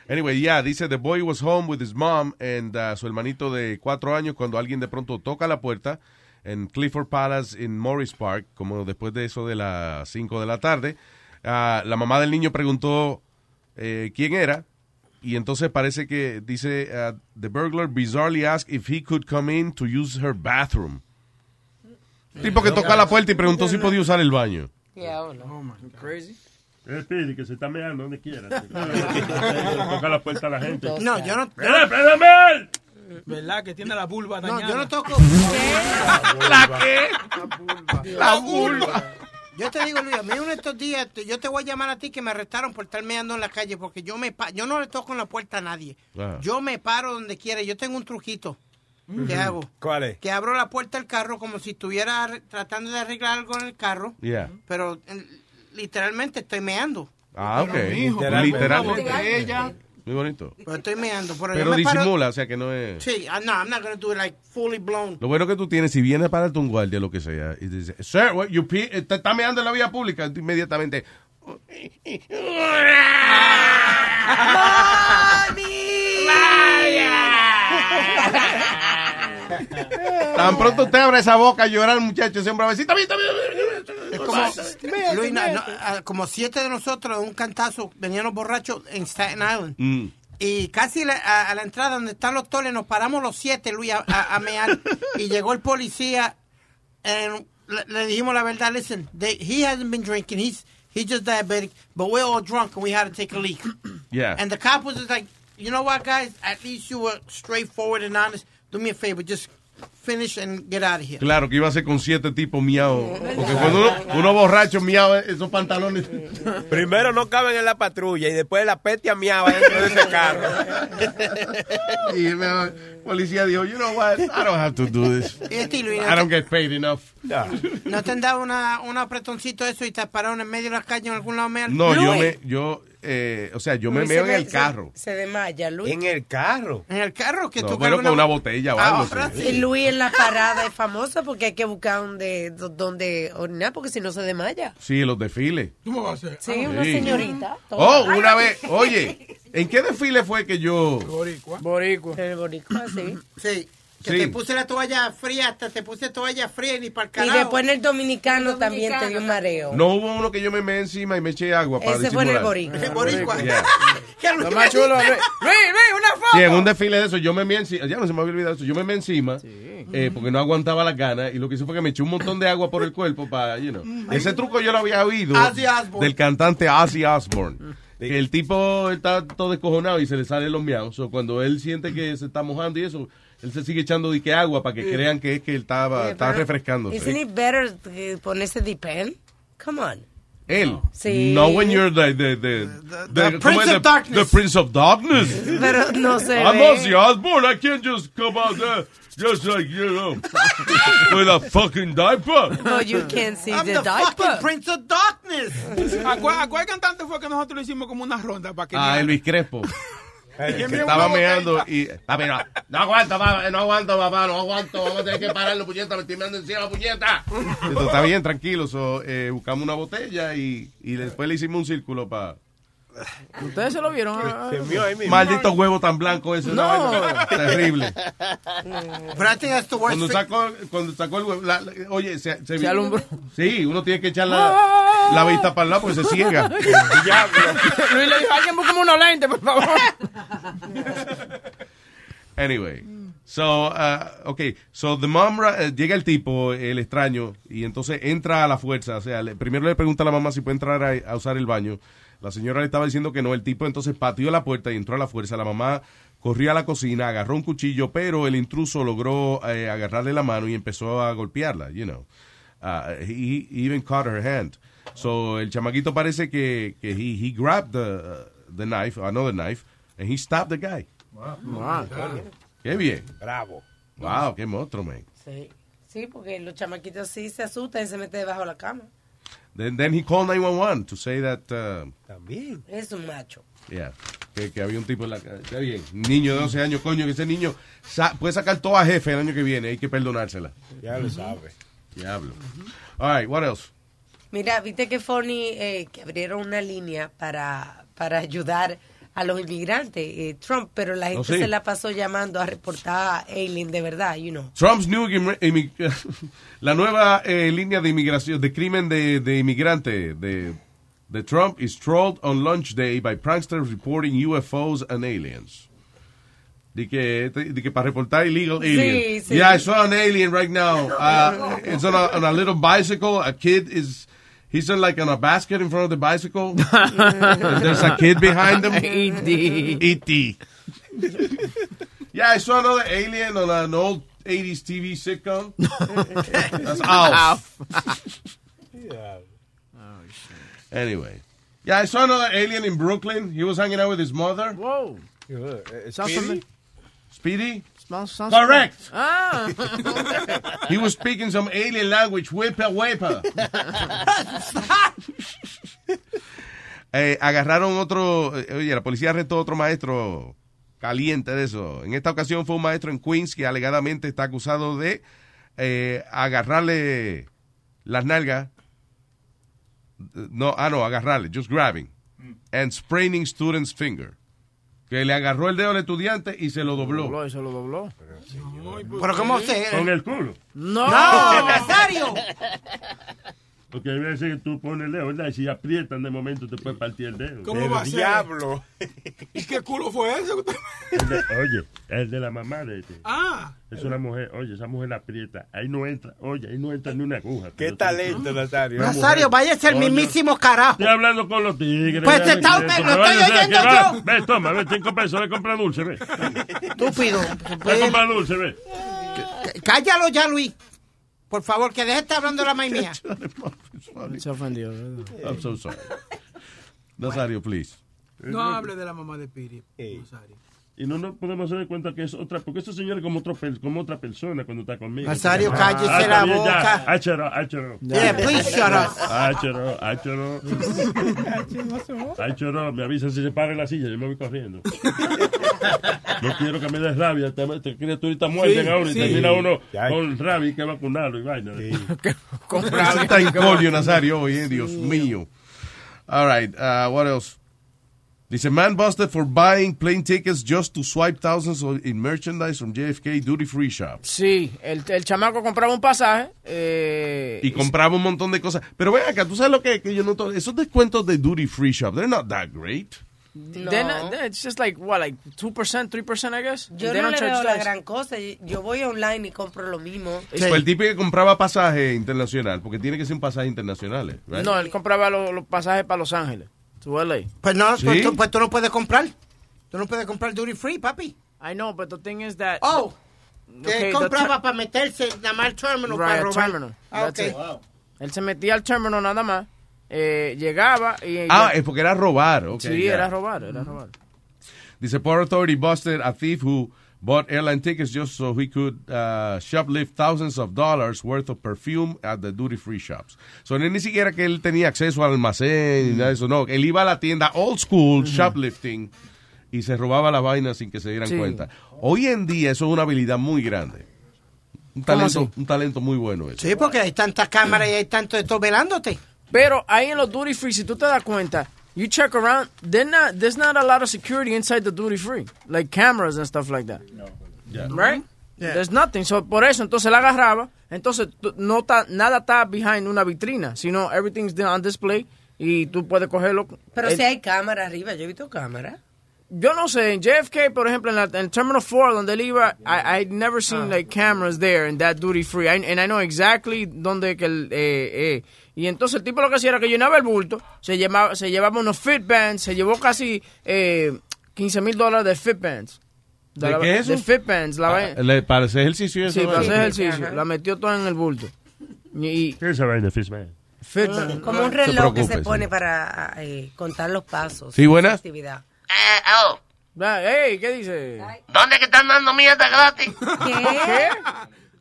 Speaker 6: Anyway, yeah, dice, the boy was home with his mom and uh, su hermanito de cuatro años cuando alguien de pronto toca la puerta en Clifford Palace en Morris Park, como después de eso de las cinco de la tarde. Ah, la mamá del niño preguntó eh, quién era y entonces parece que dice, uh, the burglar bizarrely asked if he could come in to use her bathroom. Tipo que tocó la puerta y preguntó si podía usar el baño.
Speaker 13: Crazy.
Speaker 16: Respire, que se está meando donde quiera. Toca la puerta a la gente.
Speaker 17: No, yo no-
Speaker 16: ¡Espera, espérame!
Speaker 17: ¿Verdad? Que tiene la vulva
Speaker 7: No,
Speaker 17: dañada.
Speaker 7: yo no toco.
Speaker 22: Ah,
Speaker 17: ¿La qué?
Speaker 7: La vulva. Yo te digo, Luis, a mí uno de estos días, te- yo te voy a llamar a ti que me arrestaron por estar meando en la calle porque yo me pa- yo no le toco en la puerta a nadie.
Speaker 8: Ah.
Speaker 7: Yo me paro donde quiera. Yo tengo un truquito.
Speaker 6: Mm.
Speaker 7: ¿Qué hago?
Speaker 8: ¿Cuál es?
Speaker 7: Que abro la puerta del carro como si estuviera ar- tratando de arreglar algo en el carro,
Speaker 8: Yeah.
Speaker 7: pero eh, literalmente estoy meando.
Speaker 6: Ah, ok.
Speaker 7: Pero, mijo,
Speaker 6: Literalmente.
Speaker 7: ¿cómo? Botella.
Speaker 6: Muy bonito.
Speaker 7: Pero estoy meando. Pero, yo
Speaker 6: Pero
Speaker 7: me paro-
Speaker 6: disimula, o sea que no es...
Speaker 7: Sí, ah, no, I'm not gonna do it like fully blown.
Speaker 6: Lo bueno que tú tienes, si viene a pararte un guardia o lo que sea, y dice, sir, what, you pee, eh, te está meando en la vía pública, tú inmediatamente. Tan pronto usted abre esa boca a llorar, muchacho, ese hombre va a decir, "Está bien, está bien, está bien".
Speaker 7: Es como, Luis, no, no, ah, como siete de nosotros, un cantazo, veníamos borrachos en Staten Island.
Speaker 6: Mm.
Speaker 7: Y casi la- a, a la entrada donde están los toles, nos paramos los siete, Luis, a, a- a mear. y llegó el policía. and le, le dijimos la verdad, listen, they- he hasn't been drinking, he's, he's just diabetic, but we're all drunk and we had to take a leak.
Speaker 4: Yeah.
Speaker 7: And the cop was just like, you know what, guys? At least you were straightforward and honest. Do me a favor, just finish and get out of here.
Speaker 6: Claro, que iba a ser con siete tipos miados. Porque cuando uno, uno borracho miado esos pantalones.
Speaker 8: Primero no caben en la patrulla y después la peste miaba dentro de ese carro.
Speaker 6: Y el policía dijo, you know what, I don't have to do this.
Speaker 7: Y este, Luis,
Speaker 6: I don't get paid enough.
Speaker 7: ¿No te han dado una, un apretoncito eso y te pararon en medio de la calle en algún lado? mea?
Speaker 6: No, yo me, yo, eh, o sea, yo me
Speaker 7: Luis,
Speaker 6: meo en
Speaker 7: se
Speaker 6: el
Speaker 7: ve-
Speaker 6: carro.
Speaker 11: Se desmaya, Luis.
Speaker 8: En el carro.
Speaker 7: En el carro que
Speaker 6: No,
Speaker 7: tú
Speaker 6: pero
Speaker 7: cargas
Speaker 6: con una botella o
Speaker 7: Ah,
Speaker 6: algo.
Speaker 11: Ahora
Speaker 6: sí.
Speaker 11: sí, Luis en la parada es famosa porque hay que buscar donde, donde orinar porque si no se desmaya.
Speaker 6: Sí, los desfiles.
Speaker 11: ¿Cómo va a ser? Ah, Sí, una
Speaker 6: Sí.
Speaker 11: señorita.
Speaker 6: Oh,
Speaker 11: Ay,
Speaker 6: una
Speaker 11: no.
Speaker 6: vez, oye, ¿en qué desfile fue que yo?
Speaker 7: Boricua.
Speaker 13: Boricua.
Speaker 11: El boricua, sí.
Speaker 7: Sí. Que
Speaker 6: Sí.
Speaker 7: te puse la toalla fría, hasta te puse toalla fría y ni para el
Speaker 11: Y
Speaker 7: carajo.
Speaker 11: después en el dominicano, también te dio un mareo.
Speaker 6: No hubo uno que yo me meé encima y me eché agua para
Speaker 11: Ese fue en el
Speaker 6: disimular.
Speaker 11: boricua. El
Speaker 7: boricua.
Speaker 6: Yeah.
Speaker 13: Lo más chulo, Luis, Luis, Luis, una foto.
Speaker 6: Sí, en un desfile de eso, yo me meé encima, ya no se me había olvidado eso, yo me meé encima eh, porque no aguantaba las ganas y lo que hice fue que me eché un montón de agua por el cuerpo para, you know.
Speaker 11: Mm.
Speaker 6: Ese truco yo lo había oído
Speaker 7: Ozzy Osbourne.
Speaker 6: del cantante Ozzy Osbourne. Que el tipo está todo descojonado y se le salen los miaos. O cuando él siente que se está mojando y eso, él se sigue echando de que agua para que
Speaker 11: Sí.
Speaker 6: crean que es que él estaba,
Speaker 11: Oye,
Speaker 6: está
Speaker 11: pero-
Speaker 6: refrescándose.
Speaker 11: Isn't it better eh, ponerse depend? Come on.
Speaker 6: Él.
Speaker 11: Sí.
Speaker 6: No when you're the, the, the, the-
Speaker 11: Prince
Speaker 6: ¿cómo es?
Speaker 11: of
Speaker 6: The-
Speaker 11: Darkness.
Speaker 6: the Prince of Darkness.
Speaker 11: Pero no se
Speaker 6: I'm
Speaker 11: ve.
Speaker 6: Ozzy Osbourne. I can't just come out there just like, you know, with a fucking diaper.
Speaker 11: No, you can't see
Speaker 7: I'm the, fucking prince of darkness.
Speaker 17: ¿A cuál, a cuál cantante fue que nosotros le hicimos como una ronda para que
Speaker 6: A Elvis Crespo. Que estaba meando y. Papi, no, no aguanto, papá, no aguanto, papá, no aguanto. Vamos a tener que pararlo, puñeta, me estoy meando encima, puñeta. Esto está bien, tranquilo. so, eh, buscamos una botella y, y después le hicimos un círculo para.
Speaker 13: Ustedes se lo vieron. ah, ah.
Speaker 6: Maldito huevo tan blanco ese.
Speaker 13: No.
Speaker 6: ¿no? Terrible.
Speaker 7: Brandon has to work.
Speaker 6: Cuando sacó, cuando sacó el huevo. la- la- oye, se,
Speaker 7: Se alumbró.
Speaker 6: Sí, uno tiene que echar la, la vista para el lado porque se ciega.
Speaker 13: Luis le dijo, alguien busca unos lentes, por favor.
Speaker 6: Anyway. So, uh, ok. So, the mom, ra- eh, llega el tipo, el extraño, y entonces entra a la fuerza. O sea, le- primero le pregunta a la mamá si puede entrar a, a usar el baño. La señora le estaba diciendo que no. El tipo entonces pateó la puerta y entró a la fuerza. La mamá corrió a la cocina, agarró un cuchillo, pero el intruso logró eh, agarrarle la mano y empezó a golpearla, you know. Uh, he, he even caught her hand. So, el chamaquito parece que, que he, he grabbed the, uh, the knife, another knife, and he stabbed the guy.
Speaker 11: Wow.
Speaker 6: Qué bien.
Speaker 8: Bravo.
Speaker 6: Wow, qué monstruo, man.
Speaker 11: Sí. Sí, porque los chamaquitos sí se asustan y se meten debajo de la cama.
Speaker 6: Then, then he called 911 to say that, uh,
Speaker 11: También. Es un macho.
Speaker 6: yeah, que, que había un tipo en la calle. Está bien. Niño de 12 años, coño, que ese niño sa- puede sacar todo a jefe el año que viene. Hay que perdonársela.
Speaker 8: Ya lo sabe.
Speaker 6: Diablo. All right, what else?
Speaker 11: Mira, viste que Fonny, eh, que abrieron una línea para, para ayudar a los inmigrantes, eh, Trump, pero la gente
Speaker 6: Oh, sí.
Speaker 11: se la pasó llamando a reportar a Aileen, de verdad, you know.
Speaker 6: Trump's new immig- immig- la nueva eh, línea de inmigración de crimen de, de inmigrante de, de Trump is trolled on lunch day by pranksters reporting UFOs and aliens. De que, de que para reportar illegal
Speaker 11: Sí,
Speaker 6: aliens.
Speaker 11: sí.
Speaker 6: Yeah, I saw an alien right now. Uh, it's on a, on a little bicycle. A kid is he's on like on a basket in front of the bicycle. And there's a kid behind E him.
Speaker 4: E
Speaker 13: E.T..
Speaker 6: E.T. Yeah, I saw another alien on an old 80s TV sitcom. That's Alf. Anyway. Yeah, I saw another alien in Brooklyn. He was hanging out with his mother.
Speaker 13: Whoa. uh, Sounds
Speaker 6: Speedy?
Speaker 13: familiar.
Speaker 6: Speedy?
Speaker 13: Sounds- sounds-
Speaker 6: Correct.
Speaker 13: Ah.
Speaker 6: He was speaking some alien language. Whipper, whipper. Eh, agarraron otro, eh, oye, la policía arrestó otro maestro caliente de eso. En esta ocasión fue un maestro en Queens que alegadamente está acusado de eh, agarrarle las nalgas. Eh, No, ah, no, agarrarle, just grabbing. And spraining student's finger. Que le agarró el dedo al estudiante y se lo dobló.
Speaker 13: dobló y se lo dobló.
Speaker 7: Pero ¿cómo se...?
Speaker 16: Con el culo.
Speaker 13: No.
Speaker 7: ¡No, Nazario!
Speaker 16: Porque hay veces que tú pones el dedo, ¿verdad? Y si aprietan de momento te puede partir el dedo.
Speaker 17: ¿Cómo va a ser? ¿Y qué culo fue ese?
Speaker 16: El de- oye, el de la mamá de este.
Speaker 17: Ah.
Speaker 16: Es una mujer, oye, esa mujer aprieta. Ahí no entra, oye, ahí no entra ni una aguja.
Speaker 8: Qué talento, Nazario.
Speaker 16: Nazario,
Speaker 7: váyase al mismísimo carajo.
Speaker 16: Estoy hablando con los tigres.
Speaker 7: Pues te está-
Speaker 16: estás
Speaker 7: me- lo estoy oyendo yo.
Speaker 16: Ve, toma, ve, cinco pesos, ve, compra dulce, ve.
Speaker 7: Estúpido.
Speaker 16: Ve,
Speaker 7: Pues-
Speaker 16: compra dulce, ve.
Speaker 7: C- Cállalo ya, Luis. Por favor, que deje de estar hablando de la maíz mía.
Speaker 13: Se ofendió. ¿verdad?
Speaker 6: I'm so sorry. Nazario, please.
Speaker 17: No hable de la mamá de Piri. Nazario.
Speaker 16: Eh, Y no nos podemos hacer de cuenta que es otra, porque ese señor es como, otro, pe- como otra persona cuando está conmigo.
Speaker 7: Nazario,
Speaker 16: Ah,
Speaker 7: cállese
Speaker 16: está
Speaker 7: la
Speaker 16: bien, ya.
Speaker 7: boca.
Speaker 16: Áchero, áchero.
Speaker 7: Yeah, please shut up.
Speaker 16: Áchero, áchero. Áchero, me avisan si se para en la silla, yo me voy corriendo. No quiero que me des rabia, esta, esta criaturita muerta
Speaker 6: Sí,
Speaker 16: ahora y
Speaker 6: sí.
Speaker 16: termina uno
Speaker 6: Ya.
Speaker 16: con rabia y que vacunarlo y vaina.
Speaker 13: Con
Speaker 6: Eso está incolio, Nazario, oye, Dios mío. All right, uh, what else? Dice, man busted for buying plane tickets just to swipe thousands of- in merchandise from JFK duty-free shops.
Speaker 13: Sí, el, el chamaco compraba un pasaje. eh,
Speaker 6: Y compraba un montón de cosas. Pero ven acá, tú sabes lo que, que yo noto. Esos descuentos de duty-free shop, they're not that great.
Speaker 13: They're not- they're- uh, it's just like, what, like 2%, 3%, I guess?
Speaker 11: Yo
Speaker 13: They
Speaker 11: no
Speaker 13: don't
Speaker 11: le
Speaker 13: charge
Speaker 11: veo la
Speaker 13: tax.
Speaker 11: gran cosa. Yo voy online y compro lo mismo.
Speaker 6: Fue Pues el tipo que compraba pasaje internacional, porque tiene que ser un pasaje internacional. eh, right?
Speaker 13: No, él compraba los, los pasajes para Los Ángeles. To LA.
Speaker 7: Pues no,
Speaker 6: Sí.
Speaker 7: pues, tú, pues tú no puedes comprar. Tú no puedes comprar duty free, papi.
Speaker 13: I know, but the thing is that...
Speaker 7: Oh, que
Speaker 13: Okay, the
Speaker 7: compraba para meterse nada más al terminal
Speaker 13: Right,
Speaker 7: para
Speaker 13: al
Speaker 7: robar.
Speaker 13: terminal.
Speaker 7: Ah,
Speaker 13: That's
Speaker 7: ok.
Speaker 13: it. Él se metía al terminal nada más eh, llegaba y...
Speaker 6: Ah, es porque era robar. ok,
Speaker 13: sí,
Speaker 6: ya.
Speaker 13: era robar, era robar.
Speaker 6: Dice, Port Authority busted a thief who bought airline tickets just so he could uh, shoplift thousands of dollars worth of perfume at the duty-free shops. So, no es ni siquiera que él tenía acceso al almacén ni nada de eso, no. Él iba a la tienda old school shoplifting y se robaba las vainas sin que se dieran
Speaker 13: Sí.
Speaker 6: cuenta. Hoy en día eso es una habilidad muy grande. Un talento, un talento muy bueno eso.
Speaker 27: Sí, porque hay tantas cámaras y hay tanto de todo velándote.
Speaker 13: Pero ahí en los duty free, si tú te das cuenta, you check around, they're not, there's not a lot of security inside the duty free, like cameras and stuff like that. Right? There's nothing. So, por eso, entonces la agarraba. Entonces, tú- no está- nada está behind una vitrina, sino everything's there on display y tú puedes cogerlo.
Speaker 11: Pero
Speaker 13: Eh,
Speaker 11: si hay cámara arriba, yo he visto cámara.
Speaker 13: Yo no sé, en JFK, por ejemplo, en, la, en Terminal 4, donde él iba, I, I'd never
Speaker 6: Ah.
Speaker 13: seen like cameras there in that duty free. I- and I know exactly donde que el. eh, eh. Y entonces el tipo lo que hacía era que llenaba el bulto, se, llevaba, se llevaba unos fit bands, se llevó casi eh, 15 mil dólares de fit bands.
Speaker 6: ¿De
Speaker 13: la-
Speaker 6: qué es eso?
Speaker 13: De fit bands. La, vaina-
Speaker 6: Le parece ejercicio eso.
Speaker 13: sí, para hacer
Speaker 6: ¿verdad?
Speaker 13: ejercicio. La metió toda en el bulto. Y, Ah.
Speaker 16: ¿Qué es esa vaina, Fishman?
Speaker 13: fit
Speaker 11: Mm,
Speaker 13: bands.
Speaker 11: Como un
Speaker 13: Se
Speaker 11: reloj que
Speaker 13: preocupe,
Speaker 11: se
Speaker 13: sí.
Speaker 11: pone para eh, contar los pasos.
Speaker 6: Sí, buenas.
Speaker 11: Actividad.
Speaker 13: Ah, hey, ¿qué dice?
Speaker 4: ¿Dónde que están dando mierda gratis?
Speaker 13: ¿Qué?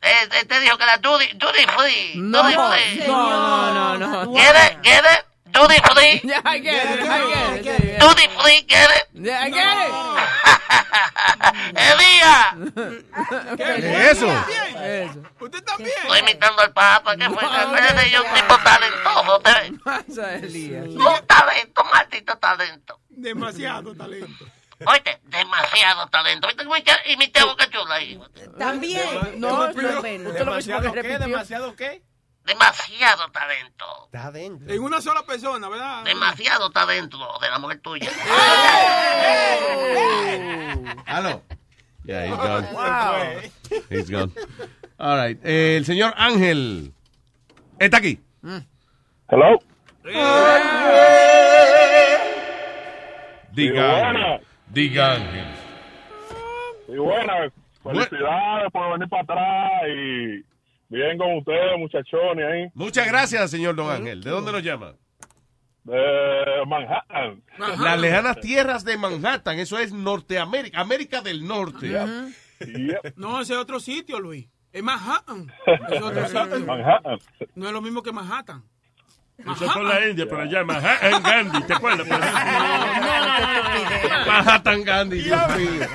Speaker 4: Este, este dijo que era duty, duty free.
Speaker 13: No,
Speaker 4: duty free.
Speaker 13: no, no, no. no.
Speaker 4: Get it, get it, duty free.
Speaker 13: Yeah, I get it, I get it.
Speaker 4: Duty free, get it.
Speaker 13: Yeah, I get it.
Speaker 4: Elías.
Speaker 6: ¿Qué es eso?
Speaker 4: Usted también. Estoy imitando al Papa, que fue que yo un tipo talentoso. ¿te- Un talento, maldito talento.
Speaker 17: Demasiado talento.
Speaker 4: Oíste, demasiado talento. Oíste, cómo ya imité a Boca Chula ahí.
Speaker 11: También.
Speaker 4: No,
Speaker 17: Tú
Speaker 4: no,
Speaker 17: primero-
Speaker 4: no, usted lo que hizo fue que
Speaker 17: ¿Demasiado qué?
Speaker 4: repitió.
Speaker 17: ¿Demasiado qué?
Speaker 4: Demasiado talento.
Speaker 17: En una sola persona, ¿verdad?
Speaker 4: Demasiado talento de la mujer tuya.
Speaker 6: Aló. Yeah, he's gone.
Speaker 4: Wow.
Speaker 6: He's gone. All right. Eh, el señor Ángel. Está aquí. Hello. Diga. Ángel. Diga Ángel.
Speaker 22: Y bueno, felicidades por venir para atrás y bien con ustedes, muchachones ¿eh? ahí.
Speaker 6: Muchas gracias, señor Don Ángel. ¿De dónde nos llama?
Speaker 22: De Manhattan.
Speaker 6: Las lejanas tierras de Manhattan. Eso es Norteamérica. América del Norte.
Speaker 17: No, ese es otro sitio, Luis. Es Manhattan. Es otro sitio.
Speaker 22: Manhattan.
Speaker 17: No es lo mismo que Manhattan.
Speaker 16: Nosotros la India, pero allá Manhattan Gandhi, ¿te acuerdas?
Speaker 6: Manhattan Gandhi. Dios mío.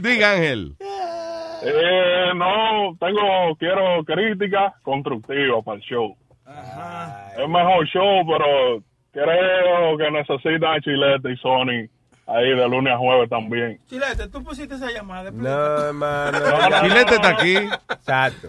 Speaker 6: Diga Ángel.
Speaker 22: Eh, no, tengo, quiero críticas constructivas para el show. Es mejor show, pero creo que necesitan a Chilete y Sony ahí de lunes a jueves también.
Speaker 17: Chilete, tú pusiste esa llamada.
Speaker 22: No, hermano.
Speaker 6: Chilete está aquí.
Speaker 22: Exacto.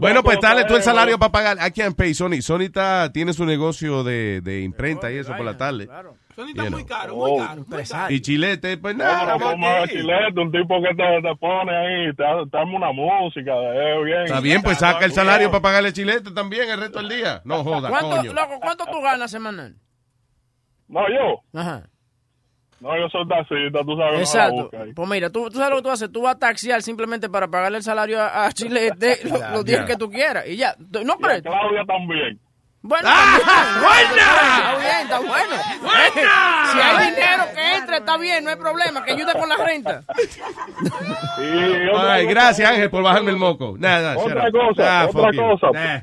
Speaker 6: Bueno, pues dale tú el salario para pagar. I can't pay Sony. Sony está- tiene su negocio de, de imprenta y eso por la tarde.
Speaker 17: Sony
Speaker 6: está muy
Speaker 17: caro,
Speaker 22: muy caro.
Speaker 6: Y Chilete, pues
Speaker 22: Oh. No,
Speaker 6: nada.
Speaker 22: no,
Speaker 6: vamos
Speaker 22: como
Speaker 6: aquí.
Speaker 22: Chilete, un tipo que te, te pone ahí, te, te arma una música, eh, bien.
Speaker 6: Está bien, pues
Speaker 22: Está
Speaker 6: saca el
Speaker 22: bien.
Speaker 6: salario para pagarle Chilete también el resto del día. No joda,
Speaker 13: ¿Cuánto,
Speaker 6: coño.
Speaker 13: loco, ¿cuánto tú ganas semanal?
Speaker 22: No, yo.
Speaker 13: Ajá.
Speaker 22: No, yo soy taxista, tú sabes.
Speaker 13: Exacto.
Speaker 22: Exacto.
Speaker 13: Pues mira, tú, tú sabes lo que tú haces. Tú vas a taxiar simplemente para pagarle el salario a, a Chile de- lo-
Speaker 22: Ya,
Speaker 13: los días
Speaker 22: ya.
Speaker 13: que tú quieras. Y ya. Tú- No, pero.
Speaker 22: Claudia también.
Speaker 13: Bueno,
Speaker 4: ¡Ah!
Speaker 13: también. Está bien, está bueno.
Speaker 4: ¡Buena!
Speaker 13: Si hay dinero que entre, está bien, no hay problema. Que ayude con la renta.
Speaker 6: Ay, gracias Ángel por bajarme el moco. Nada,
Speaker 22: Otra
Speaker 6: shut up.
Speaker 22: cosa,
Speaker 6: Ah,
Speaker 22: otra
Speaker 6: fuck you.
Speaker 22: cosa.
Speaker 6: Nah,
Speaker 22: Eh,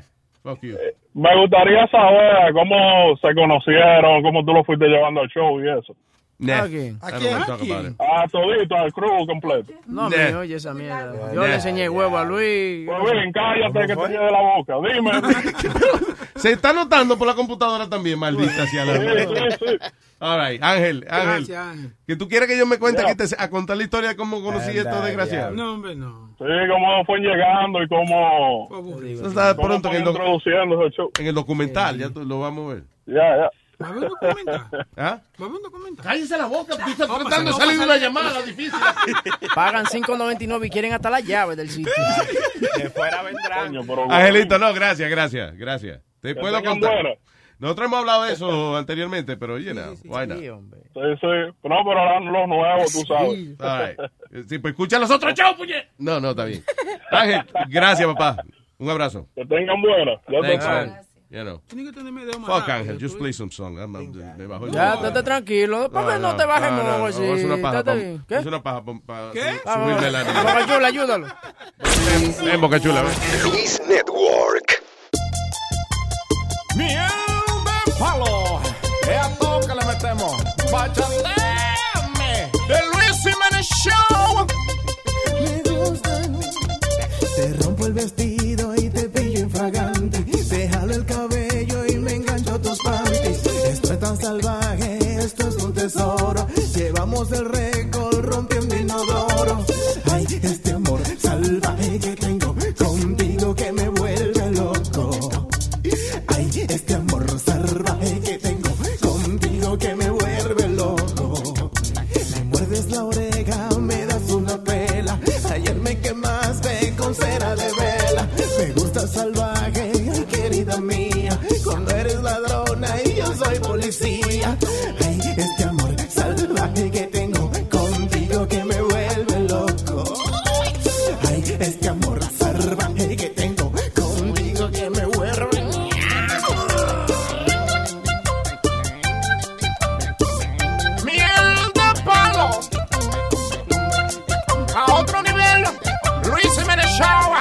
Speaker 6: fuck you.
Speaker 22: Me gustaría saber cómo se conocieron, cómo tú lo fuiste llevando al show y eso.
Speaker 6: Nah.
Speaker 22: ¿A
Speaker 6: I don't
Speaker 22: quién?
Speaker 6: wanna talk about it.
Speaker 22: A todito, al crew completo.
Speaker 13: No,
Speaker 6: Nah.
Speaker 13: me oye esa mierda. Yo
Speaker 6: Nah.
Speaker 13: le enseñé huevo a Luis.
Speaker 22: Pues bien, cállate que te lleve la boca. Dime.
Speaker 6: Se está notando por la computadora también, maldita sea la
Speaker 22: Sí, sí, sí.
Speaker 6: All right, Ángel, Ángel.
Speaker 22: Gracias,
Speaker 6: Que tú quieres que yo me cuente que te, a contar la historia de cómo conocí
Speaker 22: Anda,
Speaker 6: esto desgraciado.
Speaker 17: No, hombre, no.
Speaker 22: Sí, cómo fue llegando y cómo.
Speaker 6: Eso está
Speaker 22: cómo
Speaker 6: pronto en el,
Speaker 22: fue
Speaker 6: doc-
Speaker 22: introduciendo ese show.
Speaker 6: en el documental, ya tú- lo vamos a ver.
Speaker 22: Ya,
Speaker 17: ya. A ver, documenta.
Speaker 6: ¿Ah?
Speaker 17: Va a ver un documento.
Speaker 6: Cállese la boca, porque está
Speaker 17: tratando de salir de una llamada
Speaker 6: difícil.
Speaker 13: Pagan 5.99 y quieren hasta la llave del sitio.
Speaker 22: Que fuera vendrán. Coño, pero
Speaker 6: Angelito, no, gracias, gracias, gracias. Te
Speaker 22: Que
Speaker 6: puedo
Speaker 22: tengan
Speaker 6: contar.
Speaker 22: buena.
Speaker 6: Nosotros hemos hablado de eso anteriormente, pero oye, no, why not?
Speaker 22: Sí, sí. No, pero eran los nuevos, tú sabes.
Speaker 6: Ah. All right. Sí, pues escucha los otros shows, puñet. No, no, está bien. Ángel, gracias, papá.
Speaker 22: Un abrazo.
Speaker 9: Que tengan buena. Ya te
Speaker 22: Thanks,
Speaker 9: saben.
Speaker 22: man. You know.
Speaker 17: Tiene que tenerme de
Speaker 22: Fuck, Ángel, just play some song. I'm- I'm- me bajó el-
Speaker 13: Ya, estate tranquilo. Después que no te bajes,
Speaker 22: no,
Speaker 13: no,
Speaker 22: no,
Speaker 13: así.
Speaker 22: Es una paja.
Speaker 13: estate
Speaker 22: pa-
Speaker 13: bien.
Speaker 22: Es una paja pa- pa-
Speaker 13: ¿Qué?
Speaker 22: su- subirme la nube.
Speaker 13: Bocachula, ayúdalo.
Speaker 22: Ven, Boca Chula, ven.
Speaker 4: Luis Network.
Speaker 2: Miel de palo, es a todo que le metemos. Bachateame, de Luis Jiménez Show.
Speaker 4: Me gustan. Te rompo el vestido y te pillo infragante. Te jalo el cabello y me engancho a tus panties. Esto es tan salvaje, esto es un tesoro. Llevamos el récord rompiendo inodoro. Ay, este amor salvaje que tengo contigo que me vuelve loco. Ay, este amor salvaje que tengo contigo que me vuelve loco. Me muerdes la oreja, me das una pela. Ayer me quemaste con cera de vela. Me gusta salvaje, ay, querida mía. Cuando eres ladrona y yo soy policía. Ay, este amor salvaje que tengo contigo que me vuelve loco. Ay, este amor salvaje que tengo contigo que me vuelve
Speaker 2: Miel de palo, a otro nivel. Luis Jiménez Show,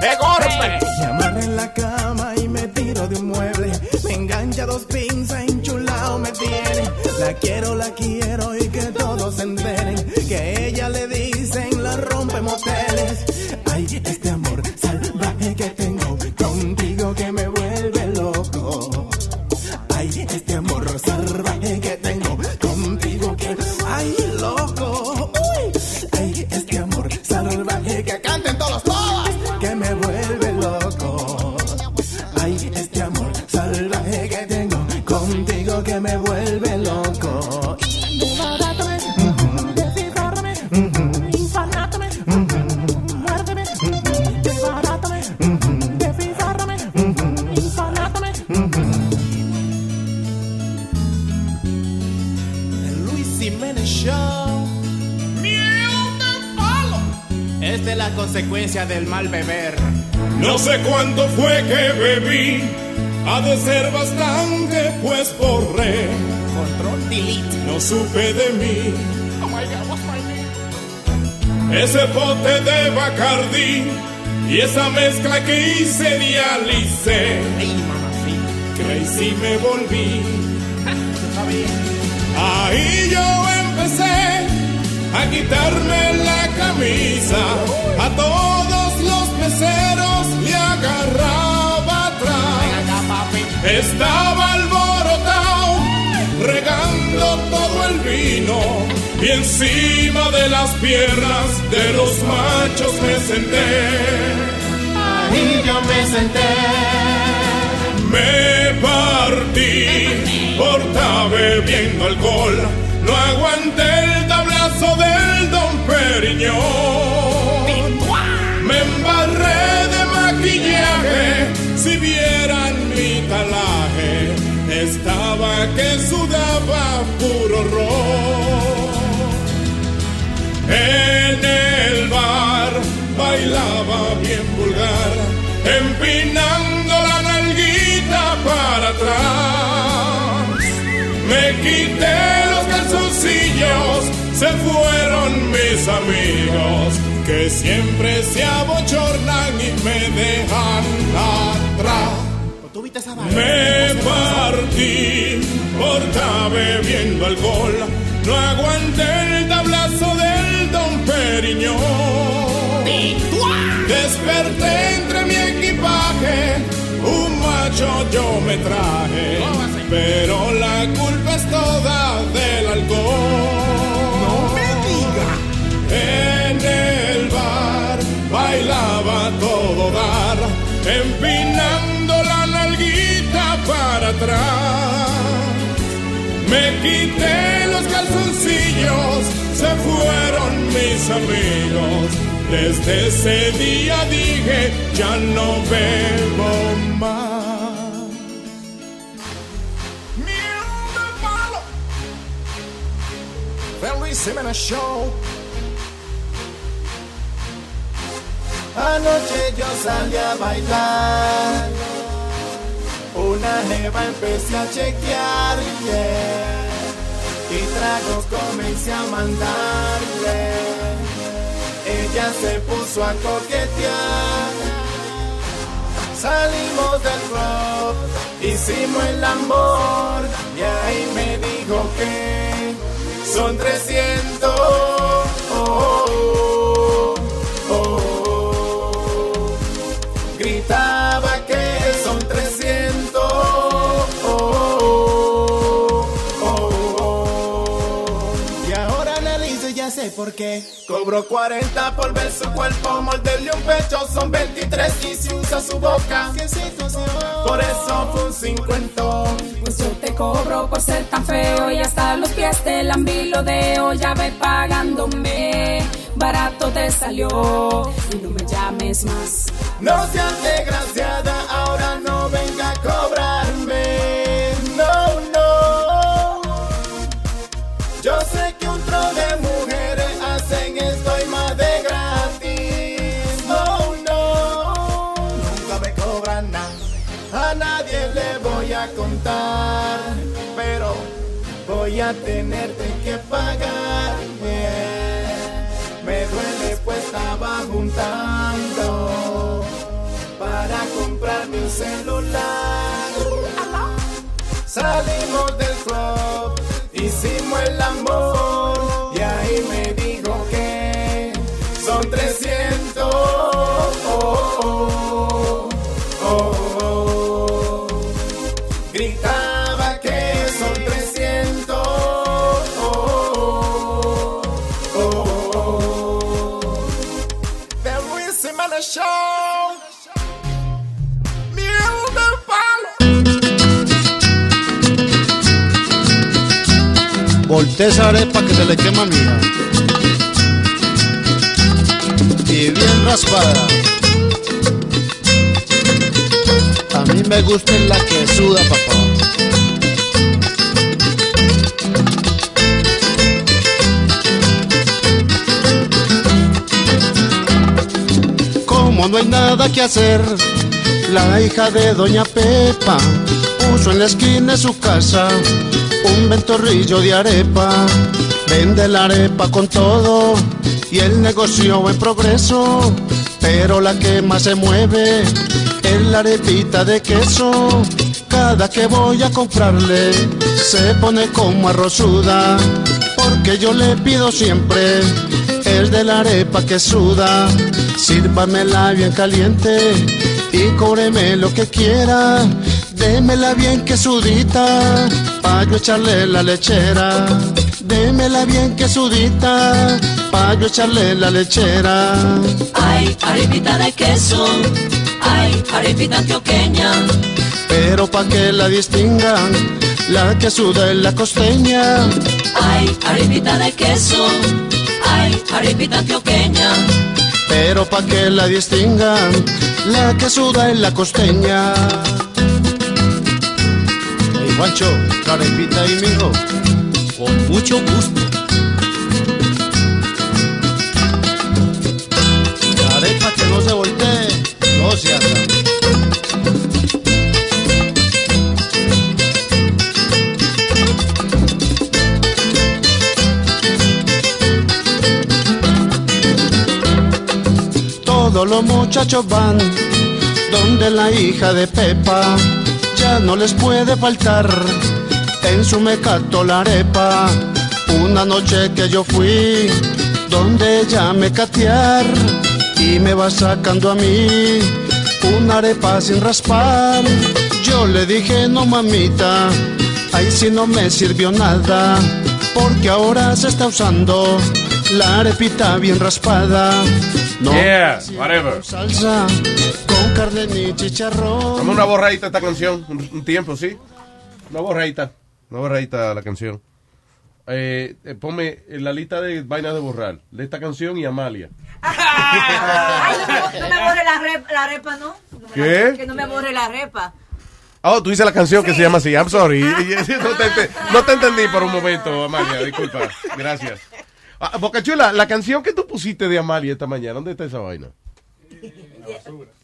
Speaker 2: de golpe.
Speaker 4: Me amarra en la cama y me tiro de un mueble. Me engancha dos pinzas, enchulado me tiene. La quiero, la quiero y que todos se enteren. Que ella le dicen la rompe moteles. Ay, este amor salvaje que tengo contigo que me vuelve loco. Ay, este amor salvaje que tengo contigo que. Ay, loco. Uy. Ay, este amor salvaje que canten todos todas. Que me vuelve loco. Ay, este amor salvaje que tengo contigo que me vuelve loco.
Speaker 14: Luis Jiménez Show. Esta es la consecuencia del mal beber.
Speaker 2: No sé cuánto fue que bebí, ha de ser bastante, pues borré. Control delete. No supe de mí. Ese bote de Bacardí y esa mezcla que hice dialicé. Crazy me volví.
Speaker 11: Ah,
Speaker 2: Ahí yo empecé a quitarme la camisa. A todos los meseros le agarraba atrás. Estaba alborotado, regando todo el vino. Y encima de las piernas de los machos me senté. Ahí yo me senté. Me partí por estar bebiendo alcohol. No aguanté el tablazo del Don Periñón. Me embarré de maquillaje. Si vieran mi talaje, estaba que sudaba puro ron. En el bar bailaba bien vulgar, empinando la nalguita para atrás. Me quité los calzoncillos, se fueron mis amigos, que siempre se abochornan y me dejan atrás. Me partí por estar bebiendo alcohol. No aguanté el tablazo del Don Periñón. Desperté entre mi equipaje. Un macho yo me traje. Pero la culpa es toda del alcohol. No me diga. En el bar bailaba a todo dar, empinando la nalguita para atrás. Me quité los calzoncillos, se fueron mis amigos. Desde ese día dije, ya no bebo más.
Speaker 4: Feliz Jiménez Show. Anoche yo salí a bailar. Una neva empecé a chequear, yeah. Y tragos comencé a mandarle. Ella se puso a coquetear. Salimos del club, hicimos el amor. Y ahí me dijo que son 300. oh, oh, oh, oh. Gritaba que son 300. oh, oh, oh, oh. Y ahora analizo y ya sé por qué. Cobro 40 por ver su cuerpo, morderle un pecho son 23 y si usa su boca. Por eso fue un 50.
Speaker 9: Pues yo te cobro por ser tan feo y hasta los pies te lambilo ya ve pagándome. Barato te salió y no me llames más.
Speaker 4: No seas desgraciada, ahora no venga a cobrarme. No, no. Yo sé que un tro de mujeres hacen esto y más de gratis. No, no. Nunca me cobran nada. A nadie le voy a contar. Pero voy a tenerte que pagar. yeah. Me duele pues estaba juntando para comprarme un celular. Salimos del club, hicimos el amor y ahí me dijo que son 300. Oh, oh, oh, oh, oh. Gritaba que son 300. Oh, oh, oh, oh, oh. The Luis Jiménez Show. Miel del palo.
Speaker 20: Volté esa arepa que se le quema mía. Y bien raspada. A mí me gusta en la que suda, papá. Como no hay nada que hacer, la hija de Doña Pepa puso en la esquina de su casa un ventorrillo de arepa. Vende la arepa con todo y el negocio va en progreso, pero la que más se mueve es la arepita de queso. Cada que voy a comprarle se pone como arrozuda, porque yo le pido siempre el de la arepa que suda. Sírvamela bien caliente y cóbreme lo que quiera. Démela bien que sudita, pa' yo echarle la lechera. Démela bien que sudita, pa' yo echarle la lechera.
Speaker 5: Ay, arepita de queso. Ay, arepita antioqueña.
Speaker 20: Pero pa' que la distingan, la que suda es la costeña.
Speaker 5: Ay, arepita de queso. Ay, arepita antioqueña.
Speaker 20: pero pa' que la distingan, la que suda en la costeña. Hey, Juancho, carepita y mijo, con mucho gusto. Carepa que no se voltee, no se ata. Todos los muchachos van donde la hija de Pepa ya no les puede faltar en su mecato la arepa. Una noche que yo fui donde ella me catear y me va sacando a mí una arepa sin raspar. Yo le dije, no mamita, ahí si no me sirvió nada, porque ahora se está usando la arepita bien raspada. No,
Speaker 26: Yeah, whatever.
Speaker 20: salsa con carne ni chicharrón.
Speaker 6: Dame una borradita a esta canción, un, un tiempo, ¿sí? Una borradita. Una borradita a la canción. Eh, eh, ponme en la lista de vainas de borrar, de esta canción y Amalia.
Speaker 11: Ay, no, no me borre la, rep- la repa, ¿no? No me la-
Speaker 6: ¿Qué?
Speaker 11: Que no me borre la repa.
Speaker 6: Oh, tú dices la canción que se llama así, I'm sorry.
Speaker 20: Ah.
Speaker 6: no, te, ente- no te entendí por un momento, Amalia, disculpa. Gracias. Ah, Bocachula, la canción que tú pusiste de Amalia esta mañana, ¿dónde está esa vaina?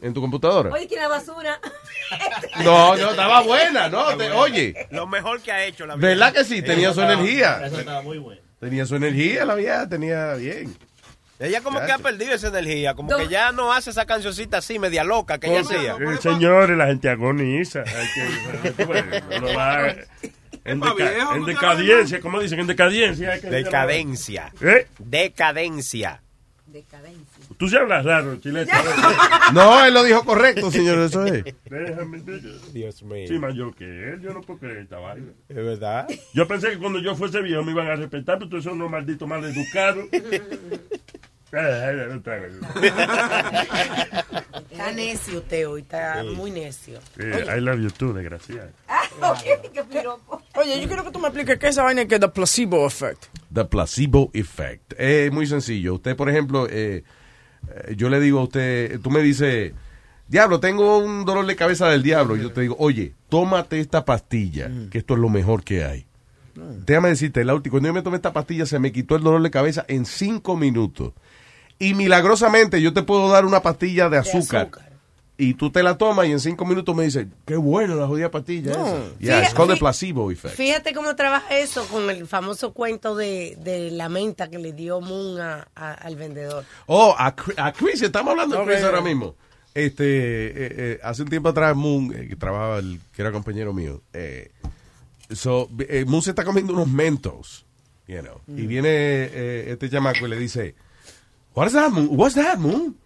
Speaker 6: ¿En tu computadora?
Speaker 28: Oye, que la basura.
Speaker 6: No, no, estaba buena, no, te- oye.
Speaker 8: Lo mejor que ha hecho la vida.
Speaker 6: ¿Verdad que sí? Tenía su
Speaker 8: Eso estaba-
Speaker 6: energía.
Speaker 8: eso estaba muy bueno.
Speaker 6: Tenía su energía, la vieja, tenía bien.
Speaker 8: Ella como que ha perdido esa energía, como que ya no hace esa cancioncita así media loca que ella
Speaker 6: Pues,
Speaker 8: hacía.
Speaker 16: Eh, Señores, la gente agoniza. Hay que- no lo haga.
Speaker 6: eh,
Speaker 16: En, deca- en decadencia, ¿cómo dicen? En decadencia. hay que-
Speaker 8: Decadencia.
Speaker 16: ¿Eh?
Speaker 8: Decadencia.
Speaker 16: Tú sí hablas raro, chilete.
Speaker 6: No, él lo dijo correcto, señor, eso es.
Speaker 16: Déjame.
Speaker 8: Dios mío.
Speaker 16: Sí, mayor que él, yo no puedo creer esta vaina.
Speaker 8: Es verdad.
Speaker 16: Yo pensé que cuando yo fuese viejo me iban a respetar, pero tú son unos malditos mal educados. Eh,
Speaker 11: Está necio usted hoy, está muy necio.
Speaker 16: Eh, I love you too, desgraciado.
Speaker 13: Oye, yo quiero que tú me expliques qué es esa vaina que es the placebo effect.
Speaker 6: The placebo effect. Es muy sencillo. Usted, por ejemplo, eh, eh, yo le digo a usted, tú me dices, diablo, tengo un dolor de cabeza del diablo. Yo te digo, oye, tómate esta pastilla, que esto es lo mejor que hay. Déjame decirte, Lauti, cuando yo me tomé esta pastilla se me quitó el dolor de cabeza en cinco minutos. Y milagrosamente yo te puedo dar una pastilla de azúcar. Y tú te la tomas y en cinco minutos me dices, qué bueno la jodida pastilla.
Speaker 11: No.
Speaker 6: esa. Yeah, it's
Speaker 11: Fíjate-
Speaker 6: called the placebo effect.
Speaker 11: Fíjate cómo trabaja eso con el famoso cuento de, de la menta que le dio Moon a- a- al vendedor.
Speaker 6: Oh, a, Cri- a Chris, estamos hablando de
Speaker 11: Ok.
Speaker 6: Chris ahora mismo. Este, eh, eh, hace un tiempo atrás, Moon, eh, que trabajaba, el- que era compañero mío, eh, so, eh, Moon se está comiendo unos mentos, you know, y viene eh, este chamaco y le dice, What's that, Moon? What's that, Moon?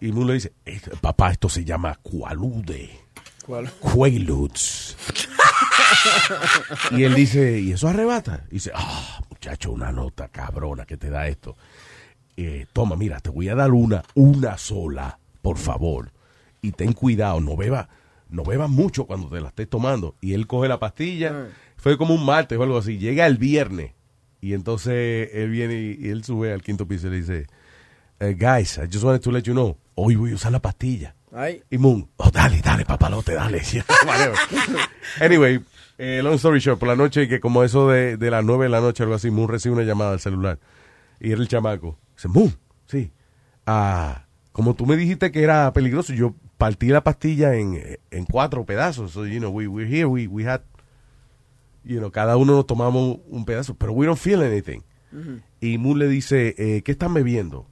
Speaker 6: Y Moon le dice, "Eh, papá, esto se llama cualude.
Speaker 13: ¿Cuál?
Speaker 6: Quaaludes. Y él dice, ¿y eso arrebata? Y dice, ah, muchacho, una nota cabrona que te da esto. Eh, toma, mira, te voy a dar una, una sola, por favor. Y ten cuidado, no beba, no bebas mucho cuando te la estés tomando. Y él coge la pastilla, fue como un martes o algo así, llega el viernes. Y entonces él viene y, y él sube al quinto piso y le dice, "Eh, guys, I just wanted to let you know, hoy voy a usar la pastilla.
Speaker 13: Ay.
Speaker 6: Y Moon, oh, dale, dale, papalote, dale. Whatever. anyway, eh, long story short, por la noche, que como eso de, de las 9 de la noche, algo así, Moon recibe una llamada al celular. Y era el chamaco. Dice, Moon, sí. Ah, como tú me dijiste que era peligroso, yo partí la pastilla en, en cuatro pedazos. So, you know, we, we're here, we, we had, you know, cada uno nos tomamos un pedazo, pero we don't feel anything. Y Moon le dice, eh, ¿qué están bebiendo?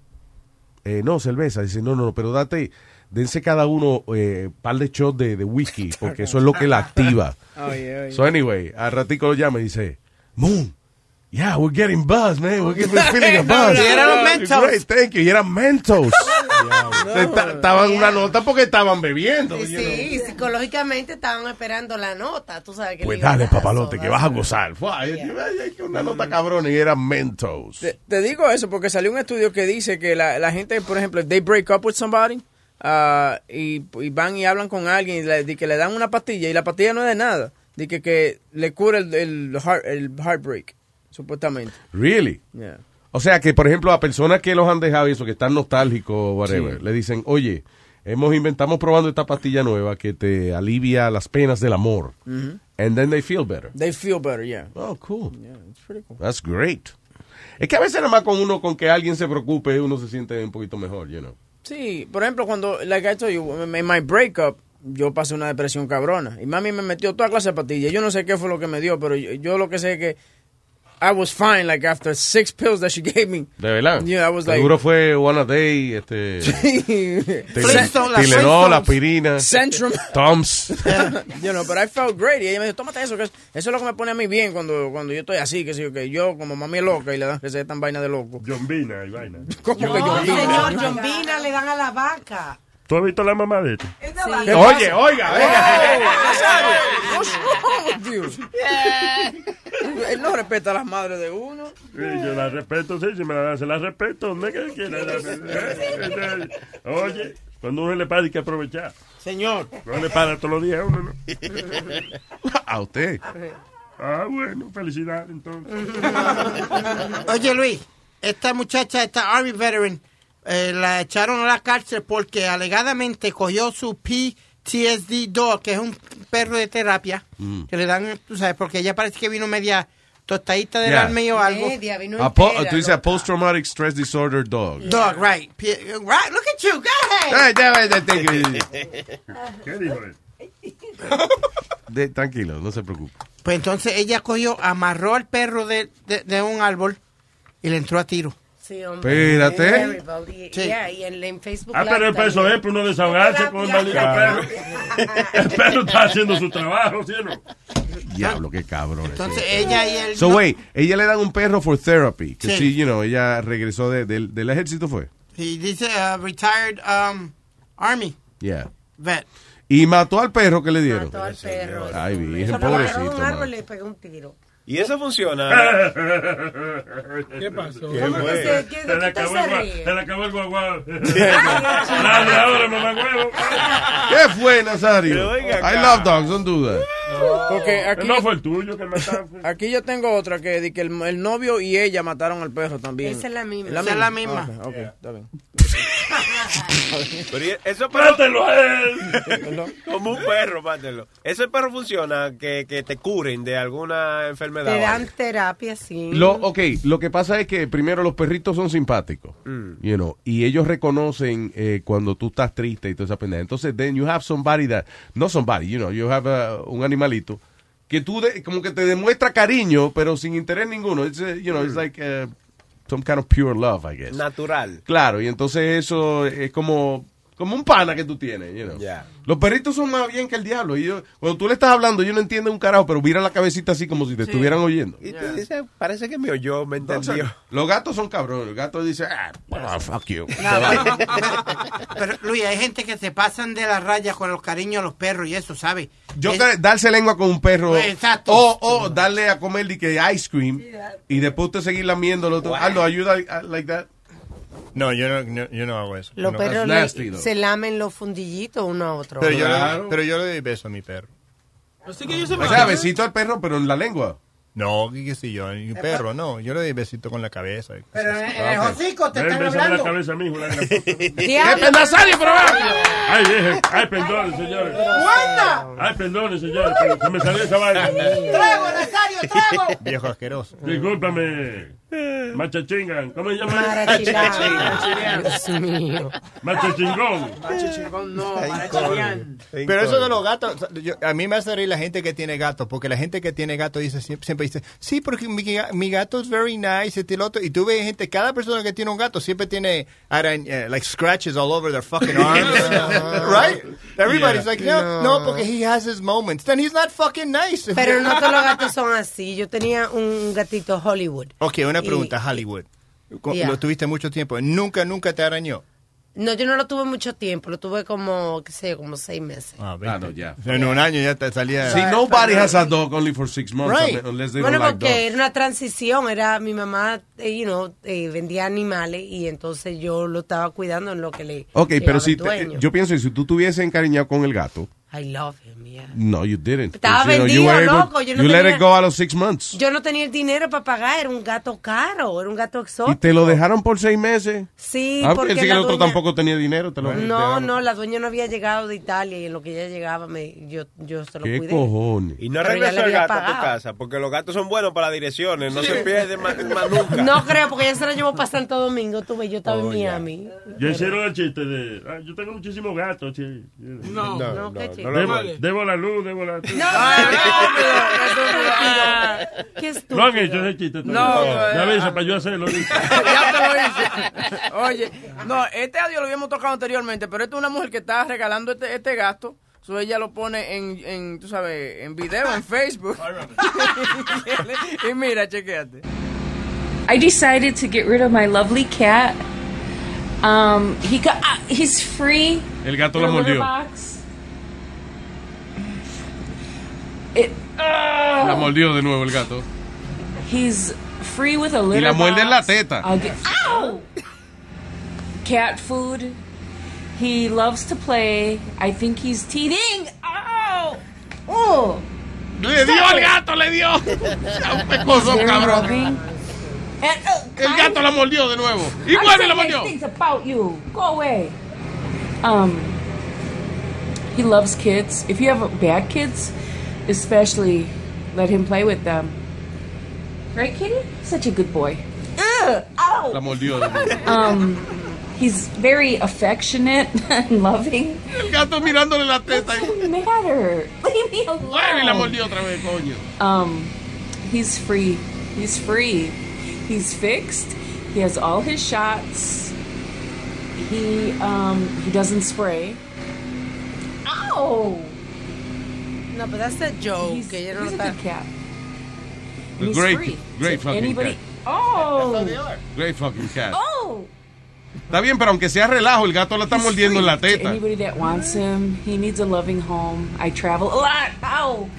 Speaker 6: Eh, no, cerveza. Dice, no, no, no, pero date, dense cada uno eh, par de shots de, de whisky, porque eso es lo que la activa.
Speaker 13: Oye, oye.
Speaker 6: So anyway, al ratico lo llama y dice, Moon, yeah, we're getting buzzed, man. We're getting we're feeling a
Speaker 4: No,
Speaker 6: buzz.
Speaker 4: no, Y eran los no. Mentos.
Speaker 6: Great, thank you. Y eran Mentos. Se esta- Estaban una nota porque estaban bebiendo.
Speaker 11: Sí, sí, psicológicamente estaban esperando la nota, tú sabes que
Speaker 6: Pues
Speaker 11: le iban a
Speaker 6: dale,
Speaker 11: dar.
Speaker 6: papalote, que vas a gozar. Fua, Una nota cabrona y eran Mentos.
Speaker 13: Te, te digo eso porque salió un estudio que dice que la, la gente, por ejemplo, if they break up with somebody ah, y, y van y hablan con alguien y le, di que le dan una pastilla y la pastilla no es de nada, de que, que le cura el, el, heart- el heartbreak, supuestamente.
Speaker 6: Really?
Speaker 13: Yeah.
Speaker 6: O sea que, por ejemplo, a personas que los han dejado y eso, que están nostálgicos o whatever,
Speaker 13: Sí.
Speaker 6: le dicen, oye, hemos inventamos probando esta pastilla nueva que te alivia las penas del amor.
Speaker 13: Mhm.
Speaker 6: And then they feel better.
Speaker 13: They feel better, yeah.
Speaker 6: Oh, cool.
Speaker 13: Yeah, it's pretty cool.
Speaker 6: That's great. Es que a veces nada más con uno, con que alguien se preocupe, uno se siente un poquito mejor, you know.
Speaker 13: Sí, por ejemplo, cuando, like I told you, en my breakup, yo pasé una depresión cabrona. Y mami me metió toda clase de pastillas. Yo no sé qué fue lo que me dio, pero yo, yo lo que sé es que I was fine, like after six pills that she gave me.
Speaker 6: De verdad.
Speaker 13: Yeah, I was like-
Speaker 6: Seguro fue one a day, este...
Speaker 13: Flintstone,
Speaker 6: Tilenol,
Speaker 13: las Flintstones.
Speaker 6: aspirina.
Speaker 13: Centrum.
Speaker 6: Toms.
Speaker 13: you know, but I felt great. Y ella me dijo, tómate eso, que es- eso es lo que me pone a mí bien cuando, cuando yo estoy así, que sé yo, que yo como mami es loca y le dan recetas tan vaina de loco.
Speaker 16: Jombina y vaina.
Speaker 13: ¿Cómo que
Speaker 11: No,
Speaker 13: Jombina?
Speaker 11: señor, Jombina le dan a la vaca.
Speaker 16: ¿Tú has visto la mamá de este? esto?
Speaker 11: ¿Qué
Speaker 16: Oye,
Speaker 11: pasa?
Speaker 16: oiga, venga.
Speaker 13: Nazario, what's
Speaker 11: Oh.
Speaker 13: wrong with you? Él no respeta a las madres de uno.
Speaker 16: Sí, Yo la respeto, sí, si me la dan, se la respeto. ¿Dónde que quiera? Oye, cuando uno le para hay que aprovechar.
Speaker 7: Señor.
Speaker 16: No le para todos los días a uno, ¿no?
Speaker 6: A usted.
Speaker 16: Ah, bueno, felicidad entonces.
Speaker 7: Oye, Luis, esta muchacha, esta Army veteran, eh, la echaron a la cárcel porque alegadamente cogió su
Speaker 6: Mm.
Speaker 7: PTSD dog, que es un perro de terapia, que le dan, tú sabes, porque ella parece que vino media Tostadita del
Speaker 6: Yeah.
Speaker 7: alma y o algo.
Speaker 11: Media, vino
Speaker 6: A Ah, po- tú dices a post-traumatic stress disorder dog.
Speaker 7: Dog, right. Pie- Right, look at you, go
Speaker 6: Ay,
Speaker 7: ahead.
Speaker 6: ya, ya, ya, thank you.
Speaker 7: ¿Qué dijo él?
Speaker 6: De- tranquilo, no se preocupe.
Speaker 7: Pues entonces ella cogió, amarró al perro de, de, de un árbol y le entró a tiro.
Speaker 11: Sí, hombre.
Speaker 6: Espérate.
Speaker 11: Everybody. Yeah, y en, en Facebook
Speaker 16: Ah,
Speaker 11: Live
Speaker 16: pero el peso
Speaker 11: también.
Speaker 16: es para uno desahogarse con el maldito
Speaker 11: Claro.
Speaker 16: perro. El perro está haciendo su trabajo, ¿sí o no?
Speaker 6: Diablo, qué cabrón.
Speaker 7: Entonces ella y él.
Speaker 6: So, wait, ella le dan un perro for therapy. Que
Speaker 7: Sí.
Speaker 6: sí, you know, ella regresó de- del, del ejército, ¿fue?
Speaker 7: Y dice, uh, retired um, army
Speaker 6: Yeah.
Speaker 7: vet.
Speaker 6: Y mató al perro que le dieron.
Speaker 11: Mató al perro.
Speaker 6: Ay, virgen,
Speaker 11: Eso lo agarró de
Speaker 6: pobrecito.
Speaker 11: un árbol
Speaker 6: man.
Speaker 11: y le pegó un tiro.
Speaker 8: Y eso funciona.
Speaker 16: ¿Qué pasó?
Speaker 8: ¿Qué ¿Cómo que fue? se- qué- de
Speaker 16: se, le
Speaker 8: qué
Speaker 16: acabó
Speaker 8: se
Speaker 16: el gua-
Speaker 8: ríe?
Speaker 16: se le acabó el guaguá. Dale ahora, mamá huevo.
Speaker 6: ¿Qué fue, Nazario?
Speaker 16: Pero venga acá.
Speaker 6: I love dogs, don't do that.
Speaker 13: Porque aquí,
Speaker 16: No fue el tuyo que mataste.
Speaker 13: aquí yo tengo otra que, di que el, el novio y ella mataron al perro también.
Speaker 11: Esa es la misma.
Speaker 7: Esa es la misma.
Speaker 13: Ok, ok, está bien.
Speaker 8: Pero y- eso
Speaker 13: Mátelo a
Speaker 8: él. Como un perro, mátelo. Ese perro funciona que, que te curen de alguna enfermedad.
Speaker 11: Te
Speaker 8: o
Speaker 11: dan terapia, sí.
Speaker 6: Lo, ok, lo que pasa es que primero los perritos son simpáticos, you know, y ellos reconocen eh, cuando tú estás triste y toda esa pendeja. Entonces, then you have somebody that, no somebody, you know, you have a- un animalito que tú de- como que te demuestra cariño, pero sin interés ninguno. It's, eh, you know, it's like eh, some kind of pure love, I guess.
Speaker 8: algo. Natural.
Speaker 6: Claro, y entonces eso es como, como un pana que tú tienes, you know.
Speaker 8: Ya.
Speaker 6: Los perritos son más bien que el diablo. Ellos- cuando tú le estás hablando, ellos no entienden un carajo, pero mira la cabecita así como si te estuvieran oyendo.
Speaker 8: Y te dice, parece que me oyó, me entendió.
Speaker 6: Los gatos son cabrones. El gato dice, ah, well, fuck you.
Speaker 7: Pero, Luis, hay gente que se pasan de las rayas con los cariños a los perros y eso, ¿sabes?
Speaker 6: Yo creo- darse lengua con un perro.
Speaker 11: Pues,
Speaker 7: Exacto.
Speaker 6: O, o darle a comer de que ice cream y después usted seguir lamiéndolo. Wow. Aldo, ayuda ah, like that.
Speaker 3: No, yo no, no- yo no hago eso.
Speaker 11: Los
Speaker 3: No,
Speaker 11: perros
Speaker 3: that's
Speaker 11: le-
Speaker 3: nasty, though.
Speaker 11: se lamen los fundillitos uno a otro.
Speaker 3: pero, yo le, pero yo le doy beso a mi perro.
Speaker 29: Así que yo se
Speaker 6: O sea, besito al perro, pero en la lengua.
Speaker 3: No, qué sé yo, mi perro, no. Yo le doy besito con la cabeza.
Speaker 7: Pero en,
Speaker 3: en el hocico te están hablando.
Speaker 16: cabeza, mijo, la gran-
Speaker 3: ¡Qué
Speaker 16: pedazario, Ay, vieja, ay, perdón, señores.
Speaker 7: ¡Buena!
Speaker 16: Ay, perdón, señores, pero se me salió esa vaina.
Speaker 7: ¡Trago, Nazario, trago!
Speaker 3: Viejo asqueroso.
Speaker 16: Discúlpame. Machachingan, ¿cómo se llama?
Speaker 7: Marachilán.
Speaker 16: Machachingán.
Speaker 11: Dios mío.
Speaker 16: Machachingón.
Speaker 13: no,
Speaker 3: Pero eso de los gatos, o sea, yo- a mí me hace reír la gente que tiene gatos, porque la gente que tiene gato dice siempre, siempre dice, sí, porque mi, ga- mi gato es very nice, este y el otro, y tú ves gente, cada persona que tiene un gato siempre tiene arañ- eh, like scratches all over their fucking arms, right? Everybody's
Speaker 16: Yeah.
Speaker 3: like,
Speaker 11: No.
Speaker 3: no, no, porque he has his moments, then he's not fucking nice.
Speaker 11: Pero no todos los gatos son así. Yo tenía un gatito Hollywood.
Speaker 3: Ok, una
Speaker 11: Y-
Speaker 3: pregunta, Hollywood. Co-
Speaker 11: Yeah.
Speaker 3: Lo tuviste mucho tiempo, nunca, nunca te arañó.
Speaker 11: No, yo no lo tuve mucho tiempo. Lo tuve como, qué sé yo, como seis meses.
Speaker 3: Ah,
Speaker 6: no, ya.
Speaker 3: En un año ya te salía.
Speaker 6: Si nobody has a dog only for six months,
Speaker 3: Right.
Speaker 6: unless they
Speaker 11: Bueno,
Speaker 6: don't like
Speaker 11: porque
Speaker 6: dogs.
Speaker 11: era una transición, era mi mamá, eh, you know, eh, vendía animales y entonces yo lo estaba cuidando en lo que le
Speaker 6: Ok, pero
Speaker 11: llegaba
Speaker 6: si
Speaker 11: el
Speaker 6: te- eh,
Speaker 11: dueño.
Speaker 6: yo pienso que si tú tuviese encariñado con el gato,
Speaker 11: I love him, yeah.
Speaker 6: no, you didn't. Pues,
Speaker 11: Estaba
Speaker 6: You know,
Speaker 11: vendido,
Speaker 6: you were able-
Speaker 11: loco, yo no
Speaker 6: you let
Speaker 11: tenía-
Speaker 6: it go a los six months.
Speaker 11: Yo no tenía el dinero para pagar, era un gato caro, era un gato
Speaker 6: Y
Speaker 11: exótico.
Speaker 6: te lo dejaron por seis meses.
Speaker 11: Sí,
Speaker 6: Ah,
Speaker 11: porque
Speaker 6: pensé que
Speaker 11: la
Speaker 6: el otro
Speaker 11: dueña-
Speaker 6: tampoco tenía dinero. te lo-
Speaker 11: No,
Speaker 6: te-
Speaker 11: no, la dueña no había llegado de Italia y en lo que ella llegaba me, yo, yo se lo
Speaker 6: ¿Qué
Speaker 11: cuidé.
Speaker 6: cojones?
Speaker 8: Y no
Speaker 11: Pero ya le
Speaker 8: regresó el
Speaker 11: había
Speaker 8: gato a tu
Speaker 11: pagado.
Speaker 8: casa, porque los gatos son buenos para las direcciones, no se pierden más, más nunca.
Speaker 11: No creo, porque ella se la llevó para Santo Domingo, tú ves, yo estaba en
Speaker 16: Oh, ya.
Speaker 11: Miami.
Speaker 16: Ya hicieron el chiste de. ah, yo tengo muchísimos gatos. sí.
Speaker 11: No, No, no, qué no, chiste. no lo
Speaker 16: debo,
Speaker 11: vale.
Speaker 16: debo la luz, debo la.
Speaker 11: Qué estúpido.
Speaker 16: No han hecho ese chiste. todavía.
Speaker 13: No,
Speaker 16: Ya
Speaker 13: eh,
Speaker 16: ves, para yo hacerlo. dice.
Speaker 13: Ya te lo hice. Oye, no, este audio lo habíamos tocado anteriormente, pero esta es una mujer que está regalando este, este gasto. So ella lo pone en, en, tú sabes, en video, en Facebook. y mira, chequeate.
Speaker 23: I decided to get rid of my lovely cat. Um, he got ah, he's free.
Speaker 6: El gato la
Speaker 23: in a litter
Speaker 6: mordió.
Speaker 23: box. It, ah,
Speaker 6: La mordió de nuevo el gato.
Speaker 23: he's free with a
Speaker 6: Y
Speaker 23: litter
Speaker 6: la muerde en la
Speaker 23: box.
Speaker 6: teta.
Speaker 23: I'll get- ow! Cat food. He loves to play. I think he's teething. Ow! Oh!
Speaker 6: Le dio al gato, le dio. Un pecoso,
Speaker 23: Very
Speaker 6: cabrón.
Speaker 23: loving. And, uh,
Speaker 6: El gato
Speaker 23: I'm-
Speaker 6: la mordió de nuevo. Y
Speaker 23: I'm
Speaker 6: vuelve y la
Speaker 23: saying
Speaker 6: mordió.
Speaker 23: things about you. Go away. Um, he loves kids. If you have bad kids, especially, let him play with them. Right, Kitty? Such a good boy. Ugh, ow.
Speaker 6: La mordió.
Speaker 23: Um, he's very affectionate and loving.
Speaker 4: El gato mirándole la teta.
Speaker 23: Matter. Leave me
Speaker 4: Y la
Speaker 23: alone.
Speaker 4: mordió otra vez, coño.
Speaker 23: Um, he's free. He's free. He's fixed. He has all his shots. He um he doesn't spray. Ow!
Speaker 11: No, but that's that joke. que ella no
Speaker 23: he's a
Speaker 11: está-
Speaker 23: good cat. He's
Speaker 6: Great,
Speaker 23: free.
Speaker 6: great
Speaker 23: To
Speaker 6: fucking
Speaker 23: anybody.
Speaker 6: cat.
Speaker 23: Oh.
Speaker 6: Great fucking cat.
Speaker 23: Oh.
Speaker 6: Está bien, pero aunque sea relajo, el gato la está mordiendo en la
Speaker 23: To
Speaker 6: teta.
Speaker 23: anybody that wants him, he needs a loving home. I travel a lot. Ow!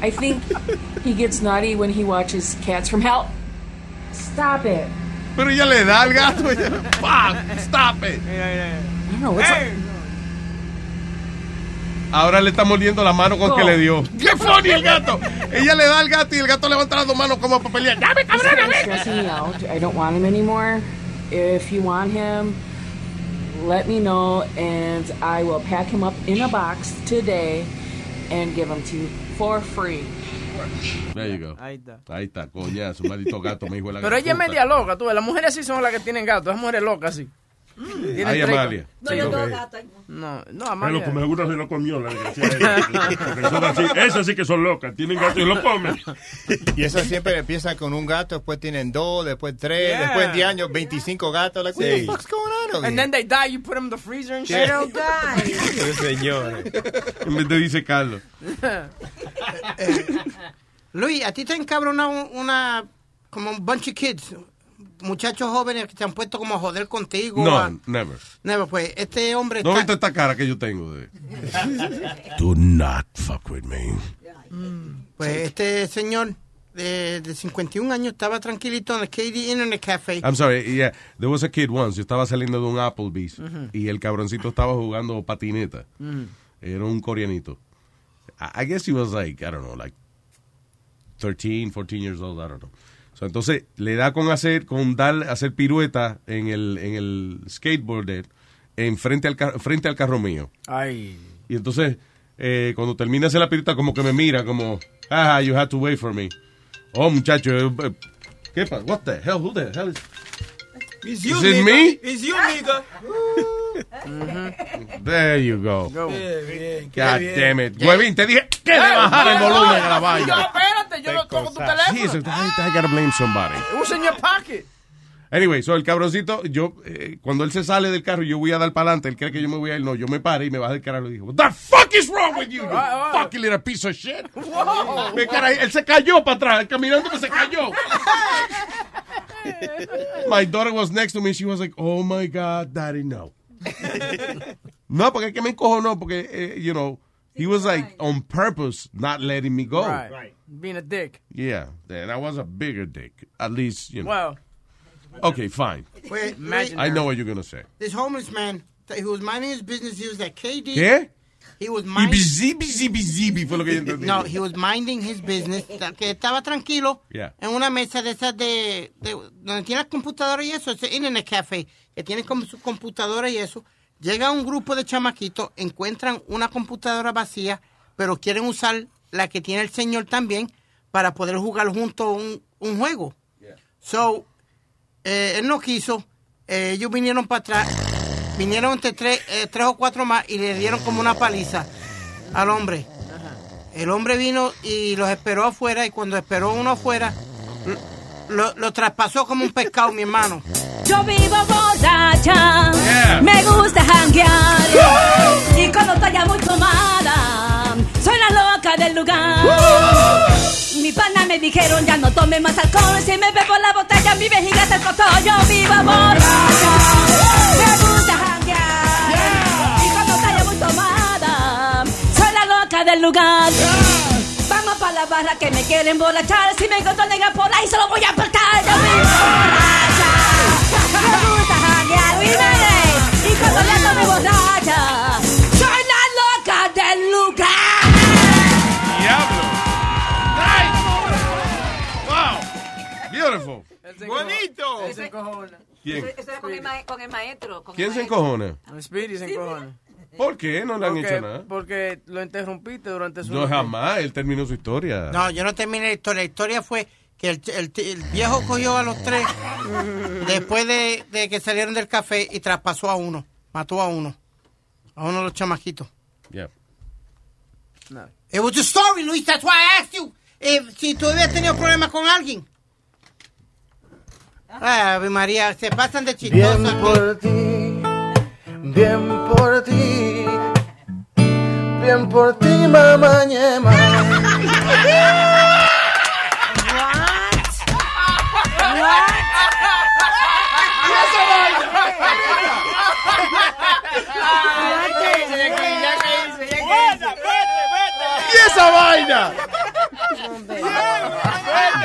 Speaker 23: I think he gets naughty when he watches Cats from Hell. Stop it.
Speaker 4: Pero ella le da al gato. ella, ¡Pam! ¡Stop it!
Speaker 23: I don't know what's up.
Speaker 13: Eh,
Speaker 6: Ahora le está mordiendo la mano con que le dio.
Speaker 4: ¡Qué funny el gato! Ella le da al gato y el gato levanta las dos manos como para pelear. ¡Dame,
Speaker 23: He's
Speaker 4: cabrón!
Speaker 23: kinda stressing me out. I don't want him anymore. If you want him, let me know and I will pack him up in a box today and give him to you for free.
Speaker 6: There you go.
Speaker 13: Ahí está.
Speaker 6: Ahí está, coña, su maldito gato, me hijo de la
Speaker 13: Pero ella es
Speaker 6: puta.
Speaker 13: media loca, tú ves. Las mujeres así son las que tienen gatos. Las mujeres locas, sí. Tienen
Speaker 6: Ay,
Speaker 13: tres-
Speaker 6: Amalia.
Speaker 13: Sí.
Speaker 16: yo tengo
Speaker 13: gato. No, no,
Speaker 16: Ah, Pero lo que
Speaker 13: Amalia.
Speaker 16: me gusta se lo comió la desgraciada. Porque son así- Esas sí que son locas. Tienen gato y lo comen.
Speaker 3: Y eso siempre empiezan con un gato, después tienen dos, después tres,
Speaker 13: Yeah.
Speaker 3: después en 10 años 25 gatos. Like, what the fuck's going on over
Speaker 13: And
Speaker 3: here?
Speaker 13: then they die, you put them in the freezer and
Speaker 3: Yeah.
Speaker 13: shit. Oh, God.
Speaker 6: Señor. En vez de dice Carlos.
Speaker 7: Eh, Luis, ¿a ti te encabrona un- una, como un bunch of kids? Muchachos jóvenes que te han puesto como a joder contigo. a-
Speaker 6: No, never.
Speaker 7: Never, pues, este hombre
Speaker 6: No
Speaker 7: está-
Speaker 6: viste esta cara que yo tengo de.
Speaker 7: Do
Speaker 6: not fuck with me.
Speaker 7: Pues este señor de, de 51 años estaba tranquilito en el KD Internet Cafe.
Speaker 6: I'm sorry, yeah. There was a kid once. Yo estaba saliendo de un Applebee's y el cabroncito estaba jugando patineta. Era un coreanito. I, I guess he was like, I don't know, like 13, 14 years old, I don't know. So, entonces le da con hacer, con dar, hacer pirueta en el, en el skateboard de él, en frente al, ca- frente al carro mío.
Speaker 13: Ay.
Speaker 6: Y entonces, eh, cuando termina de hacer la pirueta, como que me mira, como, ah, you had to wait for me. Oh, muchacho, eh, eh, ¿qué pasa? What the hell? Who the hell is...
Speaker 17: It's
Speaker 6: Is it me?
Speaker 17: It's you, nigga.
Speaker 6: There you go.
Speaker 17: Bien, bien, qué
Speaker 6: God
Speaker 17: bien.
Speaker 6: damn it. Huevín, te dije que le bajara el volumen a la vaina.
Speaker 13: espérate, yo lo cojo tu teléfono.
Speaker 6: Jesus, I, I gotta blame somebody.
Speaker 13: It was in your pocket.
Speaker 6: Anyway, so el cabroncito, yo, eh, cuando él se sale del carro, yo voy a dar para adelante. Él cree que yo me voy a ir. No, yo me paré y me baja del carro y le digo, What the fuck is wrong with you? you fucking little piece of shit.
Speaker 30: Wow.
Speaker 6: Me caray, él se cayó para atrás, caminando se cayó. My daughter was next to me. She was like, oh my God, daddy, no. no, porque es que me encojonó, porque, eh, you know, he was like on purpose not letting me go.
Speaker 13: Right. Being a dick.
Speaker 6: Yeah, then I was a bigger dick. At least, you know.
Speaker 13: Wow.
Speaker 6: Okay, fine.
Speaker 7: Pues,
Speaker 6: I know what you're going to say.
Speaker 7: This homeless man, that he was minding his business, he was at KD.
Speaker 6: ¿Qué?
Speaker 7: He was minding...
Speaker 6: Zibi, zibi, zibi, fue lo que yo entendí.
Speaker 7: No, he was minding his business, ta- que estaba tranquilo
Speaker 6: Yeah.
Speaker 7: en una mesa de esas de, de- donde tiene las computadoras y eso, ese internet café, que tiene como su computadora y eso. Llega un grupo de chamaquitos, encuentran una computadora vacía, pero quieren usar la que tiene el señor también para poder jugar juntos un, un juego. So, eh, él no quiso, eh, ellos vinieron para atrás, vinieron entre tres, eh, tres o cuatro más y le dieron como una paliza al hombre. El hombre vino y los esperó afuera y cuando esperó uno afuera, lo, lo traspasó como un pescado, mi hermano.
Speaker 5: Yo vivo borracha,
Speaker 7: Yeah.
Speaker 5: me gusta janguear y cuando estoy ya muy tomada, soy la loca del lugar. Mi pana me dijeron ya no tome más alcohol, si me bebo la botella mi vejiga se explotó. Yo vivo borracha, me gusta janguear y cuando estoy ya muy tomada, soy la loca del lugar. Vamos para la barra que me quieren borrachar, si me encuentro negra por ahí se lo voy a apartar. Yo vivo borracha. Me gusta janguear, Jiménez. Y cuando le tomo borracha, soy la loca del lugar.
Speaker 6: Wow. Beautiful.
Speaker 13: Bonito.
Speaker 31: Ese-
Speaker 6: ¿Quién?
Speaker 31: Eso era con el, ma- con el maestro. con el
Speaker 6: ¿Quién se
Speaker 31: maestro.
Speaker 6: encojona?
Speaker 13: Speedy se encojona.
Speaker 6: ¿Por qué? No le han
Speaker 13: Porque-
Speaker 6: hecho nada.
Speaker 13: Porque lo interrumpiste durante su...
Speaker 6: No, jamás. Él terminó su historia.
Speaker 7: No, yo no terminé la historia. La historia fue que el, el- el viejo cogió a los tres después de, de que salieron del café y traspasó a uno, mató a uno, a uno de los chamaquitos.
Speaker 6: Yeah.
Speaker 13: No.
Speaker 7: It was a story, Luis. That's why I asked you if- si tú habías tenido problemas con alguien. Ah, Ave María, se pasan de chistosa.
Speaker 20: Bien por ti, bien por ti, bien por ti, mamá ñema.
Speaker 4: ¡Y esa
Speaker 20: vaina!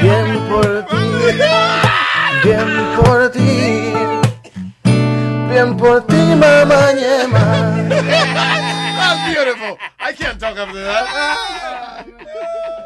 Speaker 20: Bien por ti, bien por ti, bien por ti, mamá ñema.
Speaker 4: Ah,
Speaker 6: That's beautiful. I can't talk after that.